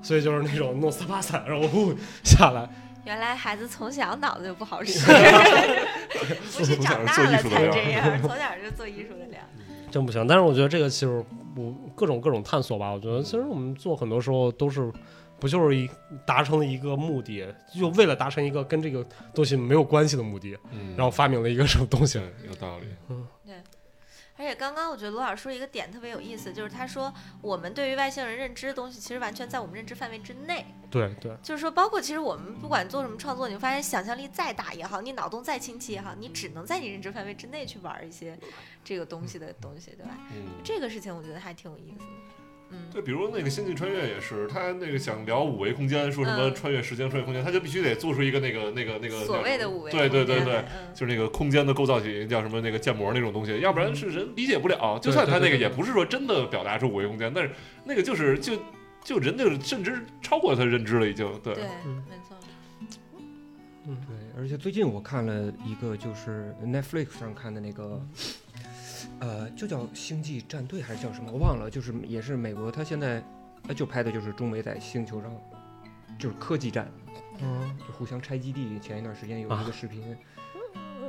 S1: 所以就是那种弄三把伞，然后呼下来，
S2: 原来孩子从小脑子就不好 使，不是长大
S6: 从小
S2: 了
S6: 就做艺术的
S2: 才
S6: 料
S2: 这样，从小就做艺术的 料。
S1: 真不行。但是我觉得这个其实我各种各种探索吧，我觉得其实我们做很多时候都是不就是一达成了一个目的，就为了达成一个跟这个东西没有关系的目的，
S6: 嗯
S1: 然后发明了一个什么东西。
S6: 有道理，
S2: 而且刚刚我觉得罗老师说一个点特别有意思，就是他说我们对于外星人认知的东西，其实完全在我们认知范围之内。
S1: 对对，
S2: 就是说，包括其实我们不管做什么创作，你会发现想象力再大也好，你脑洞再清奇也好，你只能在你认知范围之内去玩一些这个东西的东西，对吧？
S6: 嗯。
S2: 这个事情我觉得还挺有意思的。嗯，
S6: 对，比如那个《星际穿越》也是，他那个想聊五维空间，说什么
S2: 嗯
S6: 穿越时间、穿越空间，他就必须得做出一个那个、那个、那个
S2: 所谓的五维空
S6: 对
S2: 间，
S6: 对对对，
S2: 嗯，
S6: 就是那个空间的构造体，叫什么那个建模那种东西，要不然是人理解不了。就算他那个也不是说真的表达出五维空间，但是那个就是就就人就是甚至超过他认知了，已经对
S2: 对，
S1: 嗯
S2: 没错。
S4: 对，而且最近我看了一个，就是 Netflix 上看的那个，呃，就叫《星际战队》还是叫什么，我忘了，就是也是美国，它现在呃就拍的就是中美在星球上，就是科技战，
S1: 嗯，啊
S4: 就互相拆基地。前一段时间有一个视频，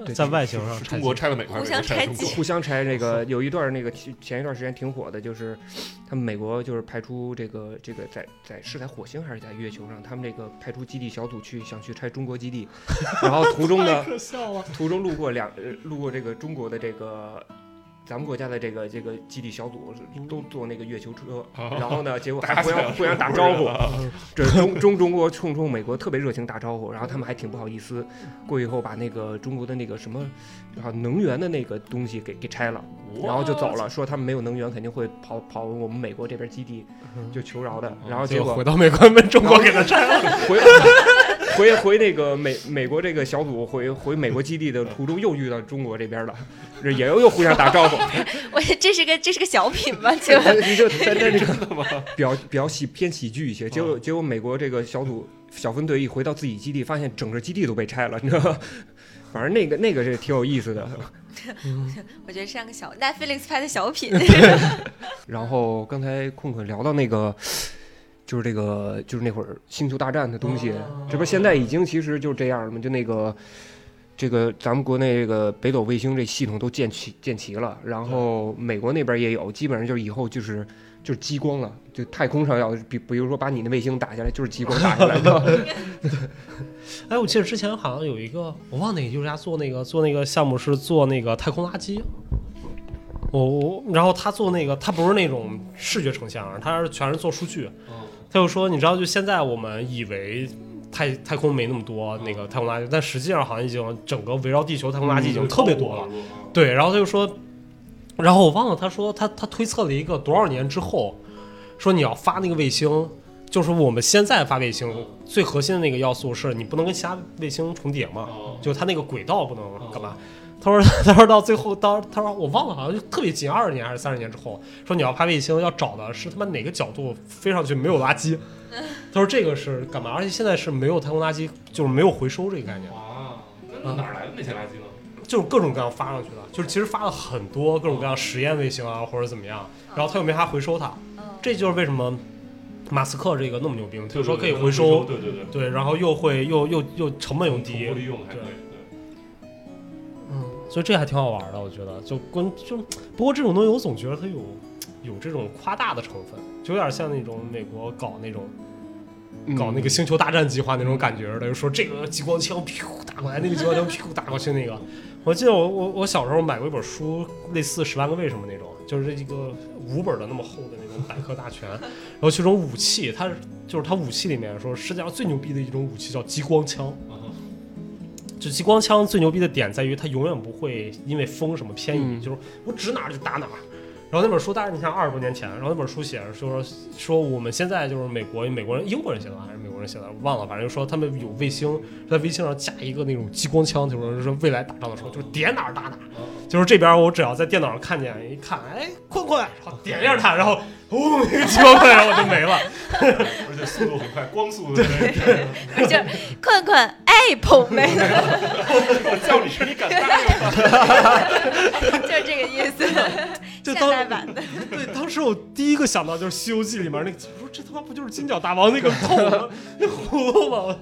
S4: 对
S1: 在
S4: 就
S1: 外形上
S6: 是
S1: 拆
S6: 中国
S1: 解
S6: 拆了美国，
S2: 互
S6: 美国
S2: 相
S6: 拆了
S2: 拆
S6: 中
S2: 解
S6: 国。
S4: 互相拆这个，有一段那个前前一段时间挺火的，就是他们美国就是派出这个这个在在是在火星还是在月球上，他们这个派出基地小组去想去拆中国基地，然后途中呢，途中路过两呃路过这个中国的这个。咱们国家的这个这个基地小组都坐那个月球车，然后呢，结果还 互相互相打 招呼，这中中中国冲冲美国特别热情打招呼，然后他们还挺不好意思，过去以后把那个中国的那个什么，啊能源的那个东西给给拆了，然后就走了，说他们没有能源肯定会跑跑我们美国这边基地，就求饶的，然后嗯结
S1: 结果
S4: 果
S1: 回到美国，被中国给他拆了。
S4: 回回回那个美美国这个小组回回美国基地的途中又遇到中国这边了，这也又又互相打招呼，
S2: 我这是个这是个小品吧？请问，
S4: 就但但是比较比较喜偏喜剧一些。结果结果美国这个小组小分队一回到自己基地，发现整个基地都被拆了，你知道吗？ 反正那个那个是挺有意思的。
S2: 我觉得像个小 Netflix 拍的小 品。
S4: 然后刚才困困聊到那个，就是这个就是那会儿星球大战的东西，这不是现在已经其实就这样了吗？就那个。这个咱们国内这个北斗卫星这系统都建齐建齐了，然后美国那边也有，基本上就是以后就是就是激光了，就太空上要比比如说把你的卫星打下来，就是激光打下来的。
S1: 哎，我记得之前好像有一个，我忘哪个艺术家做那个做那个项目是做那个太空垃圾。我我，然后他做那个，他不是那种视觉呈现啊，他是全是做数据。他就说，你知道，就现在我们以为太太空没那么多那个太空垃圾，但实际上好像已经整个围绕地球太空垃圾已经特别多了。对，然后他就说，然后我忘了他说他他推测了一个多少年之后，说你要发那个卫星，就是我们现在发卫星最核心的那个要素是你不能跟其他卫星重叠嘛，就它那个轨道不能干嘛。他说：“他说到最后，到他说我忘了，好像就特别近，二十年还是三十年之后，说你要发卫星，要找的是他妈哪个角度飞上去没有垃圾。他说这个是干嘛？而且现在是没有太空垃圾，就是没有回收这个概念。
S6: 啊，
S1: 那哪
S6: 儿来的那些垃圾呢？
S1: 就是各种各样发上去的，就是其实发了很多各种各样实验卫星啊，或者怎么样，然后他又没法回收它，
S2: 嗯
S1: 这就是为什么马斯克这个那么牛逼，就是说可以回收，
S6: 对对对，
S1: 对，然后又会又又又成本又
S6: 重
S1: 低
S6: 复，利用还可
S1: 对
S6: 以。对
S1: 嗯，所以这还挺好玩的，我觉得就跟就不过这种东西我总觉得它有有这种夸大的成分，就有点像那种美国搞那种
S6: 嗯
S1: 搞那个星球大战计划那种感觉似的，就说这个激光枪噗打过来，那个激光枪噗打过去那个。我记得我我我小时候买过一本书，类似《十万个为什么》那种，就是一个五本的那么厚的那种百科大全，然后其中武器，它是就是它武器里面说世界上最牛逼的一种武器叫激光枪。就激光枪最牛逼的点在于它永远不会因为风什么偏移，
S4: 嗯
S1: 就是我指哪儿就打哪儿。然后那本书大概你看二十多年前，然后那本书写着就是说说我们现在就是美国美国人英国人写的还是美国人写的忘了，反正就说他们有卫星在卫星上架一个那种激光枪，就是说未来打仗的时候就是点哪儿打哪儿，就是这边我只要在电脑上看见一看，哎困困，然后点一下它，然后轰一个激光棍，然后我就没了。
S6: 而且速度很快，光速的
S2: 就是困困哎砰那个，
S6: 叫你声你敢答应吗？
S2: 就是这个意 思。
S1: 就
S2: 现
S1: 当
S2: 代版的，
S1: 对，当时我第一个想到就是《西游记》里面那个，我说这他妈不就是金角大王那个扣吗？那葫芦吗？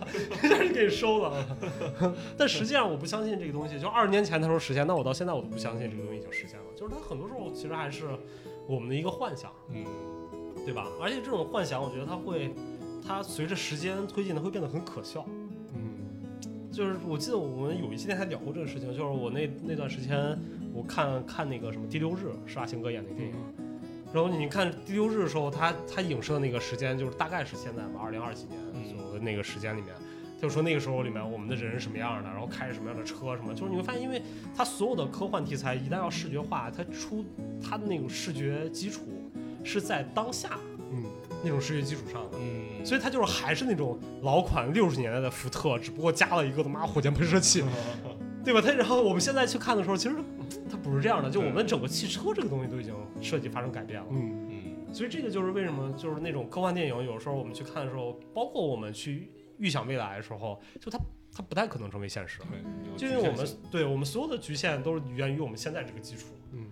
S1: 一下就给收了。但实际上我不相信这个东西，就二十年前他说实现，那我到现在我都不相信这个东西已经实现了。就是它很多时候其实还是我们的一个幻想，
S6: 嗯，
S1: 对吧？而且这种幻想，我觉得它会，它随着时间推进，它会变得很可笑。
S6: 嗯
S1: 就是我记得我们有一期电台聊过这个事情，就是我那那段时间我看看那个什么《第六日》，施瓦辛格演那个电影，然后你看《第六日》的时候，他他影射那个时间就是大概是现在吧，二零二几年
S6: 嗯
S1: 左右的那个时间里面，他就说那个时候里面我们的人是什么样的，然后开着什么样的车什么，就是你会发现，因为他所有的科幻题材一旦要视觉化，它出它的那种视觉基础是在当下
S6: 嗯
S1: 那种视觉基础上的。
S6: 嗯，
S1: 所以它就是还是那种老款六十年代的福特，只不过加了一个他妈火箭喷射器，
S6: 嗯
S1: 对吧？它然后我们现在去看的时候，其实它不是这样的，就我们整个汽车这个东西都已经设计发生改变了。
S7: 嗯，
S6: 嗯
S1: 所以这个就是为什么就是那种科幻电影，有时候我们去看的时候，包括我们去预想未来的时候，就它它不太可能成为现实，
S6: 对，有
S1: 就因为我
S6: 局限
S1: 们
S6: 性
S1: 对我们所有的局限都是源于我们现在这个基础。
S6: 嗯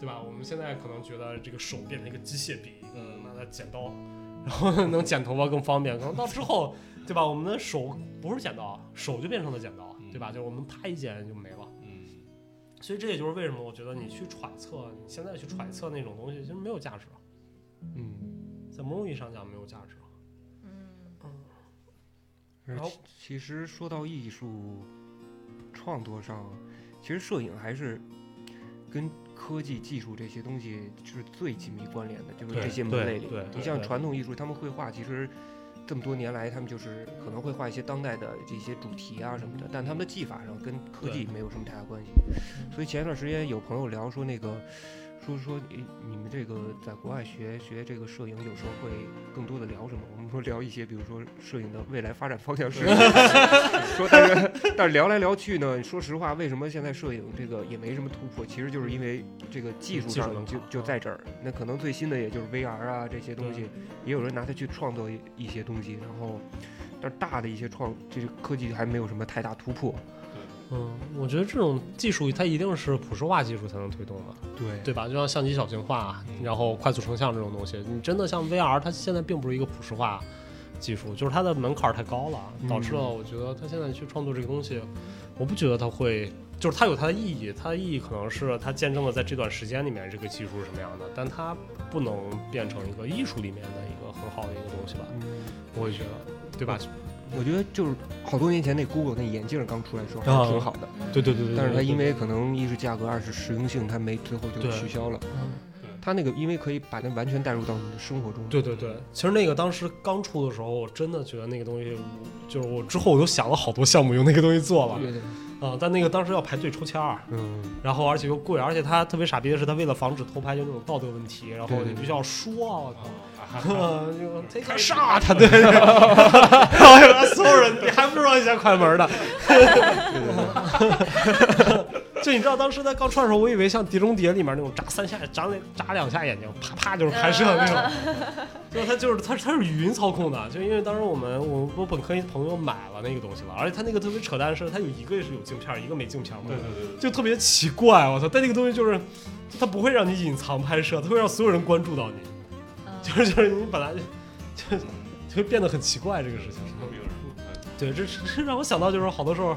S1: 对吧？我们现在可能觉得这个手变成一个机械臂，
S6: 嗯
S1: 一个妈的剪刀，然后 能剪头发更方便。可能到之后，对吧？我们的手不是剪刀，啊手就变成了剪刀，对吧？就是我们啪一剪就没了。
S6: 嗯
S1: 所以这也就是为什么我觉得你去揣测，你现在去揣测那种东西，其实没有价值，
S6: 嗯
S1: 在某种意义上讲没有价值。
S2: 嗯，
S4: 而
S1: 然后
S4: 其其实说到艺术创作上，其实摄影还是跟科技技术这些东西就是最紧密关联的，就是
S6: 对
S4: 这些门
S1: 对
S4: 类里
S1: 对。
S4: 你
S1: 对
S4: 像
S1: 对
S4: 传统艺术，他们绘画其实这么多年来，他们就是可能会画一些当代的这些主题啊什么的，但他们的技法上跟科技没有什么太大关系。所以前一段时间有朋友聊说那个。说说你你们这个在国外学学这个摄影，有时候会更多的聊什么？我们说聊一些，比如说摄影的未来发展方向是什么， 说但是但是聊来聊去呢，说实话，为什么现在摄影这个也没什么突破？其实就是因为这个技术
S1: 技术
S4: 上
S1: 门槛
S4: 就就在这儿。那可能最新的也就是 VR 啊这些东西，
S1: 嗯
S4: 也有人拿它去创作一一些东西，然后。但是大的一些创，这个科技还没有什么太大突破。
S1: 嗯，我觉得这种技术它一定是普世化技术才能推动的。
S4: 对
S1: 对吧？就像相机小型化，然后快速成像这种东西，你真的像 VR，它现在并不是一个普世化技术，就是它的门槛儿太高了，导致了我觉得它现在去创作这个东西，我不觉得它会，就是它有它的意义，它的意义可能是它见证了在这段时间里面这个技术是什么样的，但它不能变成一个艺术里面的一个很好的一个东西吧？我会觉得，对吧？
S4: 嗯我觉得就是好多年前那 Google 那眼镜刚出来的时候
S1: 啊
S4: 还挺好的，
S1: 对对对对，
S4: 但是它
S1: 对
S4: 因为可能一是价格，二是实用性，它没最后就
S1: 对
S4: 取消了。
S6: 对
S4: 它那个因为可以把它完全带入到你的生活中。
S1: 对对对，其实那个当时刚出的时候，我真的觉得那个东西，就是我之后我都想了好多项目用那个东西做了
S4: 对对，
S1: 啊、但那个当时要排队抽签儿，
S4: 嗯，
S1: 然后而且又贵，而且他特别傻逼的是，他为了防止偷拍，就那种道德问题，然后
S4: 对对
S1: 你必须要说，我靠。
S6: 啊，
S1: 就 take a shot，对，然后 所有人，你还不如让一下快门的。 就你知道当时他刚穿的时候，我以为像《碟中谍》里面那种眨三下、眨两眨两下眼睛，啪啪就是拍摄 那种。就是它就是它它是语音操控的，就因为当时我们我我本科一朋友买了那个东西了，而且它那个特别扯淡的是，它有一个是有镜片，一个没镜片嘛。
S6: 对对对对，
S1: 就特别奇怪，我操！但那个东西就是，它不会让你隐藏拍摄，它会让所有人关注到你，
S2: 嗯
S1: 就是就是你本来就就就会变得很奇怪这个事情。
S6: 什么名儿？
S1: 对，这是这让我想到就是好多时候，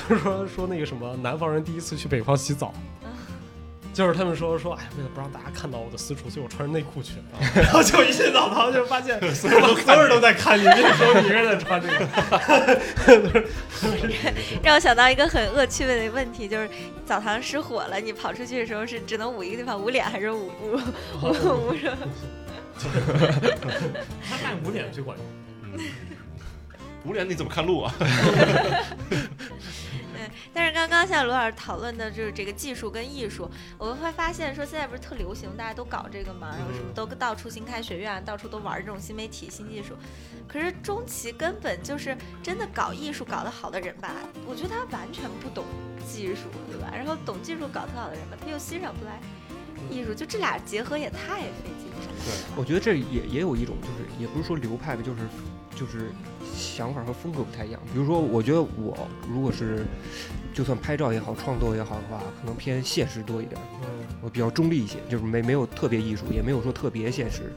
S1: 就是说说那个什么南方人第一次去北方洗澡
S2: 嗯。
S1: 就是他们说说，哎，为了不让大家看到我的私处，所以我穿着内裤去，然后就一进澡堂就发现 所有人所有人都在看你，那个时候你一个人在穿这个，
S2: 让我想到一个很恶趣味的问题，就是澡堂失火了，你跑出去的时候是只能捂一个地方，捂脸还是捂 捂
S6: 哦
S2: 捂捂什么？
S1: 他太捂脸最管用。
S6: 无脸你怎么看路啊？
S2: 但是刚刚像罗老师讨论的就是这个技术跟艺术，我们会发现说现在不是特流行，大家都搞这个嘛，然后什么都到处新开学院，到处都玩这种新媒体、新技术。可是中企根本就是真的搞艺术搞得好的人吧，我觉得他完全不懂技术，对吧？然后懂技术搞特好的人吧，他又欣赏不来艺术，就这俩结合也太费劲了。
S4: 我觉得这也也有一种，就是也不是说流派吧，就是就是想法和风格不太一样。比如说，我觉得我如果是就算拍照也好，创作也好的话，可能偏现实多一点，
S1: 嗯，
S4: 我比较中立一些，就是没没有特别艺术，也没有说特别现实，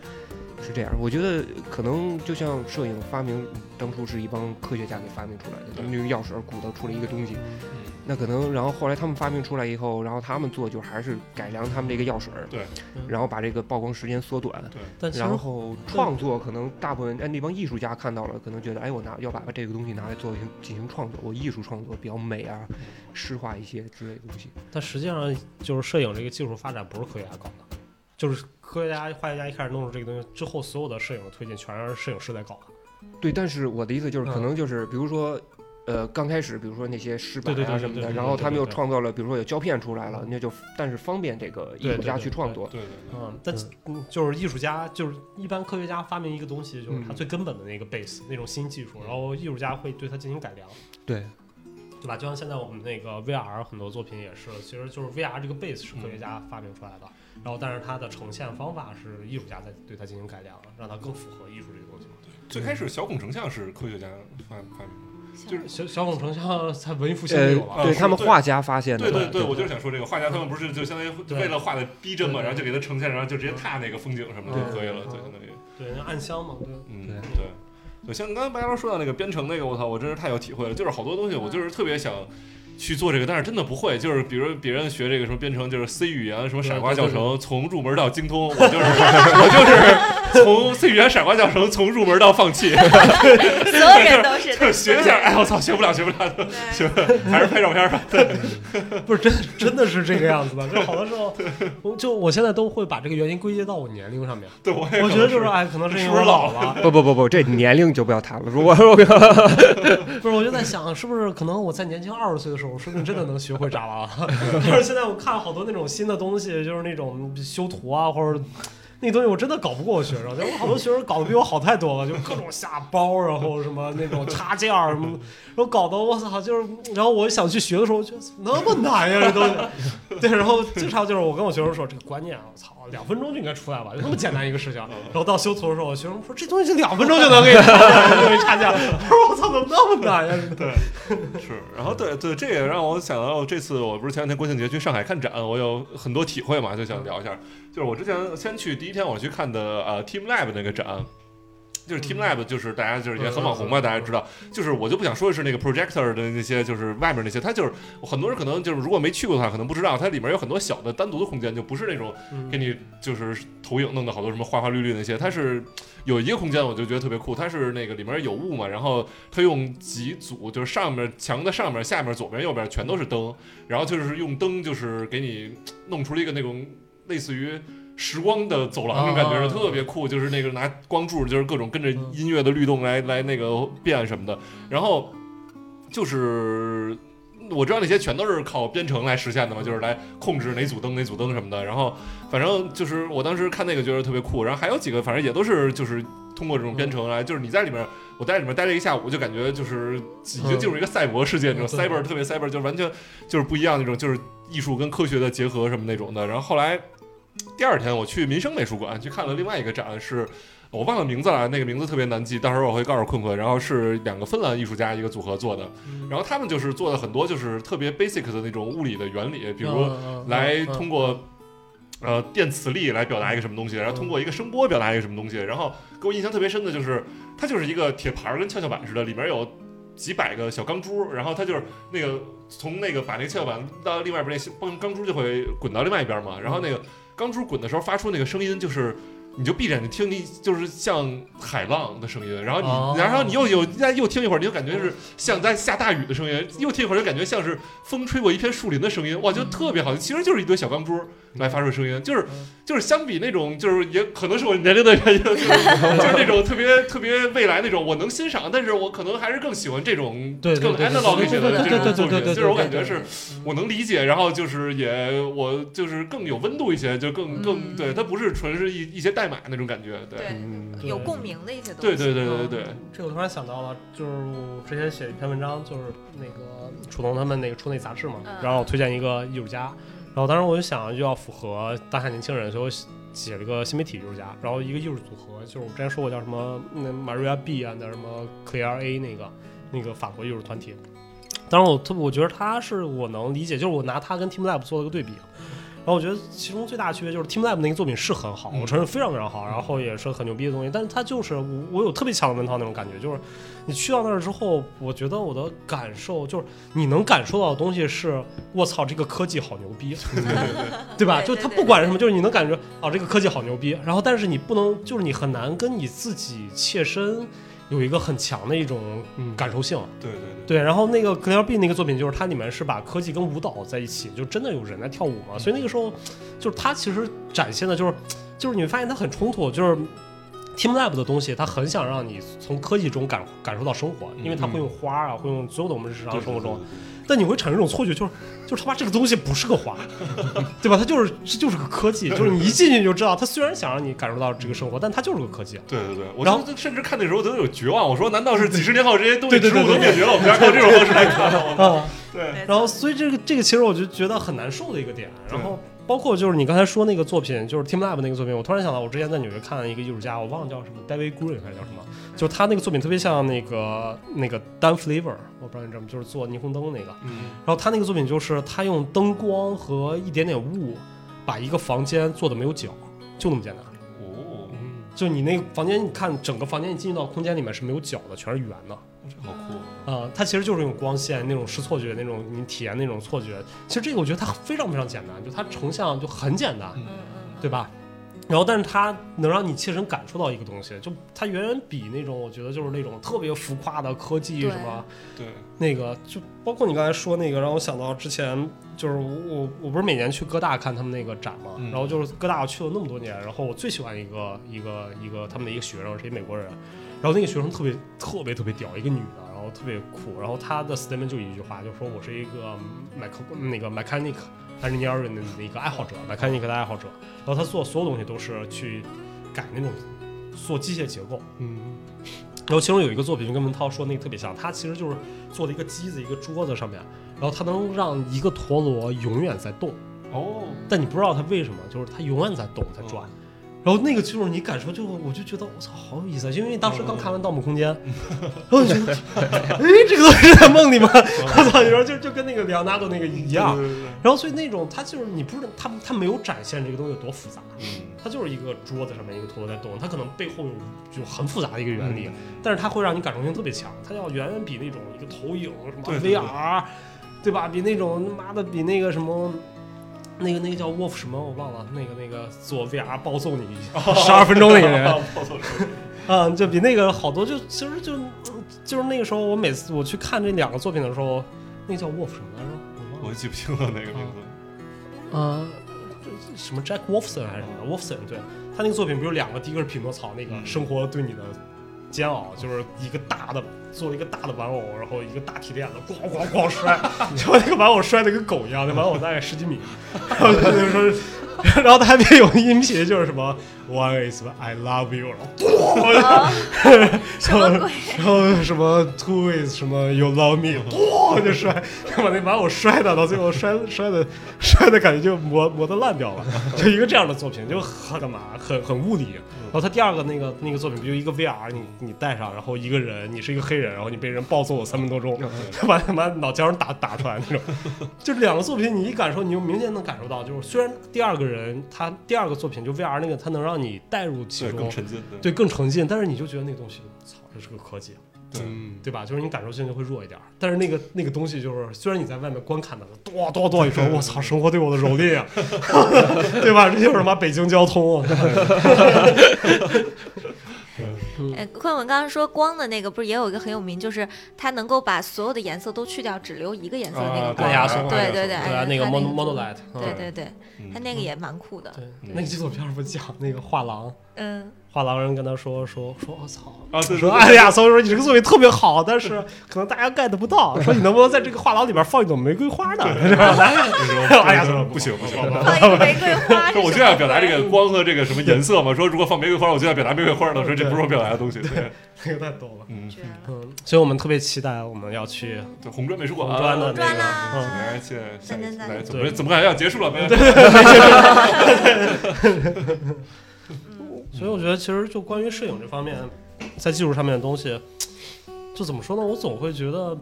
S4: 是这样。我觉得可能就像摄影发明当初是一帮科学家给发明出来的，他们就用钥匙鼓捣出了一个东西，那可能，然后后来他们发明出来以后，然后他们做就还是改良他们这个药水儿，
S6: 对
S1: 嗯
S4: 然后把这个曝光时间缩短，
S1: 但其实
S4: 然后创作可能大部分哎那帮艺术家看到了，可能觉得哎我拿要把这个东西拿来做进行创作，我艺术创作比较美啊，
S1: 嗯
S4: 诗化一些之类的东西。
S1: 但实际上就是摄影这个技术发展不是科学家搞的，就是科学家、化学家一开始弄出这个东西之后，所有的摄影的推进全是摄影师在搞的。
S4: 对，但是我的意思就是，可
S1: 嗯
S4: 能就是比如说。呃，刚开始比如说那些诗版
S1: 对对对
S4: 啊
S1: 对
S4: 什么
S1: 对
S4: 的，
S1: 对
S4: 然
S1: 对
S4: 后
S1: 对
S4: 他们
S1: 对
S4: 又
S1: 对
S4: 创造了，比如说有胶片出来了，那就但是方便这个艺
S1: 对
S4: 术
S1: 对
S4: 家
S1: 对
S4: 去
S1: 对
S4: 创作。
S6: 对对对，
S1: 嗯，但是嗯就是艺术家，就是一般科学家发明一个东西，就是他
S4: 嗯
S1: 最根本的那个 base 那种新技术，
S4: 嗯
S1: 然后艺术家会对它进行改良，
S4: 对，
S1: 对吧？就像现在我们那个 VR 很多作品也是，其实就是 VR 这个 base 是科
S4: 嗯
S1: 学家发明出来的，然后但是它的呈现方法是艺术家在对它进行改良，让它更符合艺术这个东西。
S6: 最开始小孔成像是科学家发发明的，就是
S1: 小小孔成像在文艺复兴就
S4: 呃
S1: 有了，，
S6: 啊
S4: 对
S6: 是
S4: 他们
S6: 对
S4: 画家发现的
S6: 对
S4: 嘛，
S6: 对对，我就是想说这个画家他们不是就相当于
S1: 对
S6: 为了画的逼真嘛，
S1: 对对
S6: 然后就给他呈现，然后就直接踏那个风景什么的
S1: 对
S6: 就可以了，
S1: 对
S6: 对，相当于。
S1: 对，那暗箱嘛，对，
S6: 嗯，
S4: 对
S6: 对。对，像刚才白老师说到那个编程那个，我操，我真是太有体会了。就是好多东西，我就是特别想去做这个，但是真的不会。就是比如别人学这个什么编程，就是 C 语言什么傻瓜教程，从入门到精通，我就是 我就是从 C 语言傻瓜教程从入门到放弃，
S2: 所有人都是，
S6: 就是学一下，哎，我操，学不了，学不了，
S2: 对
S6: 学还是拍照片吧。
S1: 不是真真的是这个样子的，就好多时候，我就我现在都会把这个原因归结到我年龄上面，
S6: 对，我也
S1: 我
S6: 可
S1: 觉得
S6: 能
S1: 就是哎，可能是因
S6: 是
S1: 为
S6: 不
S1: 我
S6: 是老
S1: 了，
S4: 不不不不，这年龄就不要谈了。如果 我
S1: 不是，我就在想，是不是可能我在年轻二十岁的时候，说不定真的能学会 Java 了。但是现在我看好多那种新的东西，就是那种修图啊，或者那东西，我真的搞不过我学生。就我好多学生搞得比我好太多了，就各种下包，然后什么那种插件儿什么，然后搞得我操，就是，然后我想去学的时候，我觉得怎么那么难呀，这东西。对，然后经常就是我跟我学生说，这个观念啊，我操，两分钟就应该出来吧，就那么简单一个事情。
S6: 嗯
S1: 然后到修图的时候，我学生说这东西就两分钟就 能给你出来，就没插件儿。我说我操，怎么那么难呀？
S6: 是，然后对对，这也让我想到这次我不是前两天国庆节去上海看展，我有很多体会嘛，就想聊一下。就是我之前先去第一天我去看的呃 Team Lab 那个展，就是 Team Lab 就是大家就是也很网红嘛，大家知道。就是我就不想说是那个 projector 的那些，就是外面那些，它就是很多人可能就是如果没去过的话，可能不知道它里面有很多小的单独的空间，就不是那种
S1: 嗯
S6: 给你就是投影弄的好多什么花花绿绿那些，它是有一个空间我就觉得特别酷，它是那个里面有雾嘛，然后它用几组，就是上面墙的上面、下面、左边、右边全都是灯，然后就是用灯就是给你弄出了一个那种类似于。时光的走廊那种感觉
S1: 啊
S6: 是特别酷，就是那个拿光柱，就是各种跟着音乐的律动来来那个变什么的，然后就是我知道那些全都是靠编程来实现的嘛，就是来控制哪组灯哪组灯什么的。然后反正就是我当时看那个觉得特别酷，然后还有几个反正也都是就是通过这种编程来，就是你在里面，我在里面待了一下午，就感觉就是已经进入一个赛博世界那种
S1: 嗯对
S6: cyber 特别 cyber，就是完全就是不一样那种，就是艺术跟科学的结合什么那种的。然后后来第二天我去民生美术馆去看了另外一个展是。我忘了名字了，那个名字特别难记，到时候我会告诉困困。然后是两个芬兰艺术家一个组合做的，然后他们就是做的很多就是特别 basic 的那种物理的原理，
S1: 嗯
S6: 比如
S1: 如
S6: 来
S1: 嗯
S6: 通过呃电磁力来表达一个什么东西，然后通过一个声波表达一个什么东西。然后给我印象特别深的就是，它就是一个铁盘儿跟跷跷板似的，里面有几百个小钢珠，然后它就是那个从那个把那个跷跷板到另外一边，那些钢钢珠就会滚到另外一边嘛。然后那个钢珠滚的时候发出那个声音就是。你就闭着眼睛听，你就是像海浪的声音，然后你，
S1: 哦
S6: 然后你又有再又听一会儿，你就感觉是像在下大雨的声音，又听一会儿就感觉像是风吹过一片树林的声音，哇，就特别好，其实就是一堆小钢珠来发出声音，就是就是相比那种就是也可能是我年龄的原因，就是就是那种特别特别未来那种，我能欣赏，但是我可能还是更喜欢这种
S7: 对对
S6: 更
S7: 对
S6: analog 一些的
S7: 对对
S6: 这种
S7: 对对对对
S6: 作品，就是我感
S7: 对
S6: 觉是
S1: 嗯
S6: 我能理解，然后就是也我就是更有温度一些，就更更
S2: 嗯
S6: 对，它不是纯是一一些代码那种感觉，对
S2: 对
S4: 嗯，
S2: 有共鸣的一些东
S6: 对
S2: 西。
S6: 对对对对，
S1: 这我突然想到了，就是我之前写一篇文章，就是那个楚农他们那个出那杂志嘛，
S2: 嗯
S1: 然后我推荐一个艺术家，然后当时我就想就要符合当下年轻人，所以我写写了个新媒体艺术家，然后一个艺术组合，就是我之前说过叫什么那 Maria B 啊，那什么 Clear A 那个那个法国艺术团体。当然我特我觉得他是我能理解，就是我拿他跟 Team Lab 做了个对比。然后我觉得其中最大的区别就是 Team Lab 那个作品是很好，
S6: 嗯
S1: 我承认非常非常好，然后也是很牛逼的东西，但是它就是我我有特别强的文涛那种感觉，就是你去到那儿之后，我觉得我的感受就是你能感受到的东西是，我操，这个科技好牛逼，对吧？
S2: 对
S1: 就
S2: 对
S1: 它
S2: 对
S1: 不管是什么，就是你能感觉啊，这个科技好牛逼。然后，但是你不能，就是你很难跟你自己切身有一个很强的一种
S7: 嗯
S1: 感受性。
S6: 对对
S1: 对，然后那个 Clear B 那个作品，就是它里面是把科技跟舞蹈在一起，就真的有人在跳舞嘛。所以那个时候，就是它其实展现的就是，就是你会发现它很冲突，就是 Team Lab 的东西，它很想让你从科技中感感受到生活，因为它会用花啊，会用所有的我们日常
S6: 嗯对，
S1: 生活中。
S6: 对，
S1: 但你会产生一种错觉，就是就是他妈这个东西不是个花，对吧？它就是这就是个科技，就是你一进去就知道，它虽然想让你感受到这个生活，但它就是个科技。
S6: 对对对对，我
S1: 然后
S6: 就甚至看那时候都有绝望，我说难道是几十年后这些东西
S1: 对对
S6: 植
S1: 对
S6: 物都
S1: 对
S6: 灭绝了，我们要靠这种方式来看吗？
S1: 啊，
S6: 对，
S2: 没错
S1: 然后所以这个这个其实我就觉得很难受的一个点。
S6: 对
S1: 然后包括就是你刚才说那个作品，就是 Team Lab 那个作品，我突然想到，我之前在纽约看了一个艺术家，我忘了叫什么，David Green 还是叫什么，就是他那个作品特别像那个那个 Dan Flavor，我不知道你知道吗？就是做霓虹灯那个。
S6: 嗯，
S1: 然后他那个作品就是他用灯光和一点点雾，把一个房间做的没有角，就那么简单。
S6: 哦，
S1: 就你那个房间，你看整个房间，你进入到空间里面是没有角的，全是圆的。
S6: 这好酷，
S1: 啊、它其实就是用光线那种视错觉，那种你体验那种错觉。其实这个我觉得它非常非常简单，就它成像就很简单，
S2: 嗯
S6: 嗯，
S2: 嗯，
S1: 对吧？然后，但是它能让你切身感受到一个东西，就它远远比那种我觉得就是那种特别浮夸的科技
S2: 对
S1: 什么
S6: 对，
S1: 那个就包括你刚才说那个，让我想到之前就是我我我不是每年去哥大看他们那个展嘛，
S6: 嗯
S1: 然后就是哥大我去了那么多年，然后我最喜欢一个一个一个他们的一个学生是一美国人，然后那个学生特别特别特别屌，一个女的，然后特别酷，然后她的 statement 就一句话，就说我是一个 mech 那个 mechanic engineering 的一个爱好者，mechanic 的爱好者，然后他做所有东西都是去改那种做机械结构，
S6: 嗯，
S1: 然后其中有一个作品就跟文涛说那个特别像，他其实就是做了一个机子，一个桌子上面，然后它能让一个陀螺永远在动，
S6: 哦，
S1: 但你不知道它为什么，就是它永远在动，在转。然后那个就是你感受就，我就觉得我操，好有意思啊！因为当时刚看完《盗梦空间》，然后你觉得，哎，这个东西在梦里吗？我操，你说就就跟那个里奥纳多那个一样。
S6: 对，对对对
S1: 然后所以那种它就是你不知道它它没有展现这个东西有多复杂，
S6: 嗯，
S1: 它就是一个桌子上面一个陀螺在动，它可能背后有有很复杂的一个原理，
S6: 嗯
S1: 但是它会让你感受性特别强，它要远远比那种一个投影什么
S6: 对
S1: VR，
S6: 对对
S1: 对吧？比那种他妈的比那个什么。那个那个叫 Wolf 什么我忘了，那个那个做 VR 暴揍你 十二分钟那个人，嗯，就比那个好多就，其实就就是那个时候，我每次我去看这两个作品的时候，那个叫 Wolf 什么来着？我忘了
S6: 我记不清了那个名字，
S1: 呃，什么 Jack Wolfson 还是什么 Wolfson，对他那个作品不是有两个，第一个是匹诺曹那个
S6: 嗯
S1: 生活对你的煎熬，就是一个大的做了一个大的玩偶，然后一个大铁链子咣咣咣摔，结果那个玩偶摔的跟狗一样，那玩偶大概十几米， 然后他就说。 然后他还没有音频，就是什么 One is I love you，然后
S2: 啊 什么鬼？
S1: 然后什么 two is 什么 you love me，咣就摔， 把那把我摔的，到最后摔摔的摔的感觉就磨磨的烂掉了， 就一个这样的作品，就很干嘛，很很物理。然后他第二个那个那个作品，不就一个 VR，你你戴上，然后一个人，你是一个黑人，然后你被人暴揍了三分多钟，
S2: 嗯
S1: 把他妈脑浆打打出来那种，就是两个作品，你一感受，你就明显能感受到，就是虽然第二个人他第二个作品就 VR 那个，他能让你带入其
S6: 对，
S1: 中
S6: 更，沉浸，对，
S1: 对，更沉浸，但是你就觉得那个东西，操，这是个科技，嗯，对吧？就是你感受性就会弱一点儿。但是那个那个东西，就是虽然你在外面观看它，哆哆哆一说，我操，生活对我的蹂躏啊， 对吧？这就是什么北京交通啊，
S2: 哎，坤文刚刚说光的那个不是也有一个很有名，就是它能够把所有的颜色都去掉，只留一个颜色的那个
S6: 啊
S2: 光。
S1: 对压缩
S2: 对对对，
S1: 对
S2: 哎
S1: 啊，那个 mono mono light，
S2: 对对对，
S6: 嗯
S2: 它那个也蛮酷的。
S1: 对，那个纪录片儿不讲那个画廊，
S2: 嗯，
S1: 画廊人跟他说说说，我操！
S6: 啊，对
S1: 说
S6: 对
S1: 哎呀，所以说你这个作品特别好，但是可能大家 get 不到。说你能不能在这个画廊里边放一朵玫瑰花呢？ 哎呀，
S6: 对，不行不行。
S2: 放一个玫瑰花。
S6: 说我就要表达这个光和这个什么颜色嘛，说如果放玫瑰花，我就要表达玫瑰花了。我说这不是我表达的东西，对，
S1: 那个太逗了。
S6: 嗯，
S2: 绝了。
S1: 嗯，所以我们特别期待我们要去，
S6: 对，红砖美术馆，
S1: 红砖的
S6: 啊
S1: 那个嗯
S6: 来，现在下一次来，怎么怎么感觉要结束了？没
S1: 所以我觉得其实就关于摄影这方面，在技术上面的东西，就怎么说呢？我总会觉得，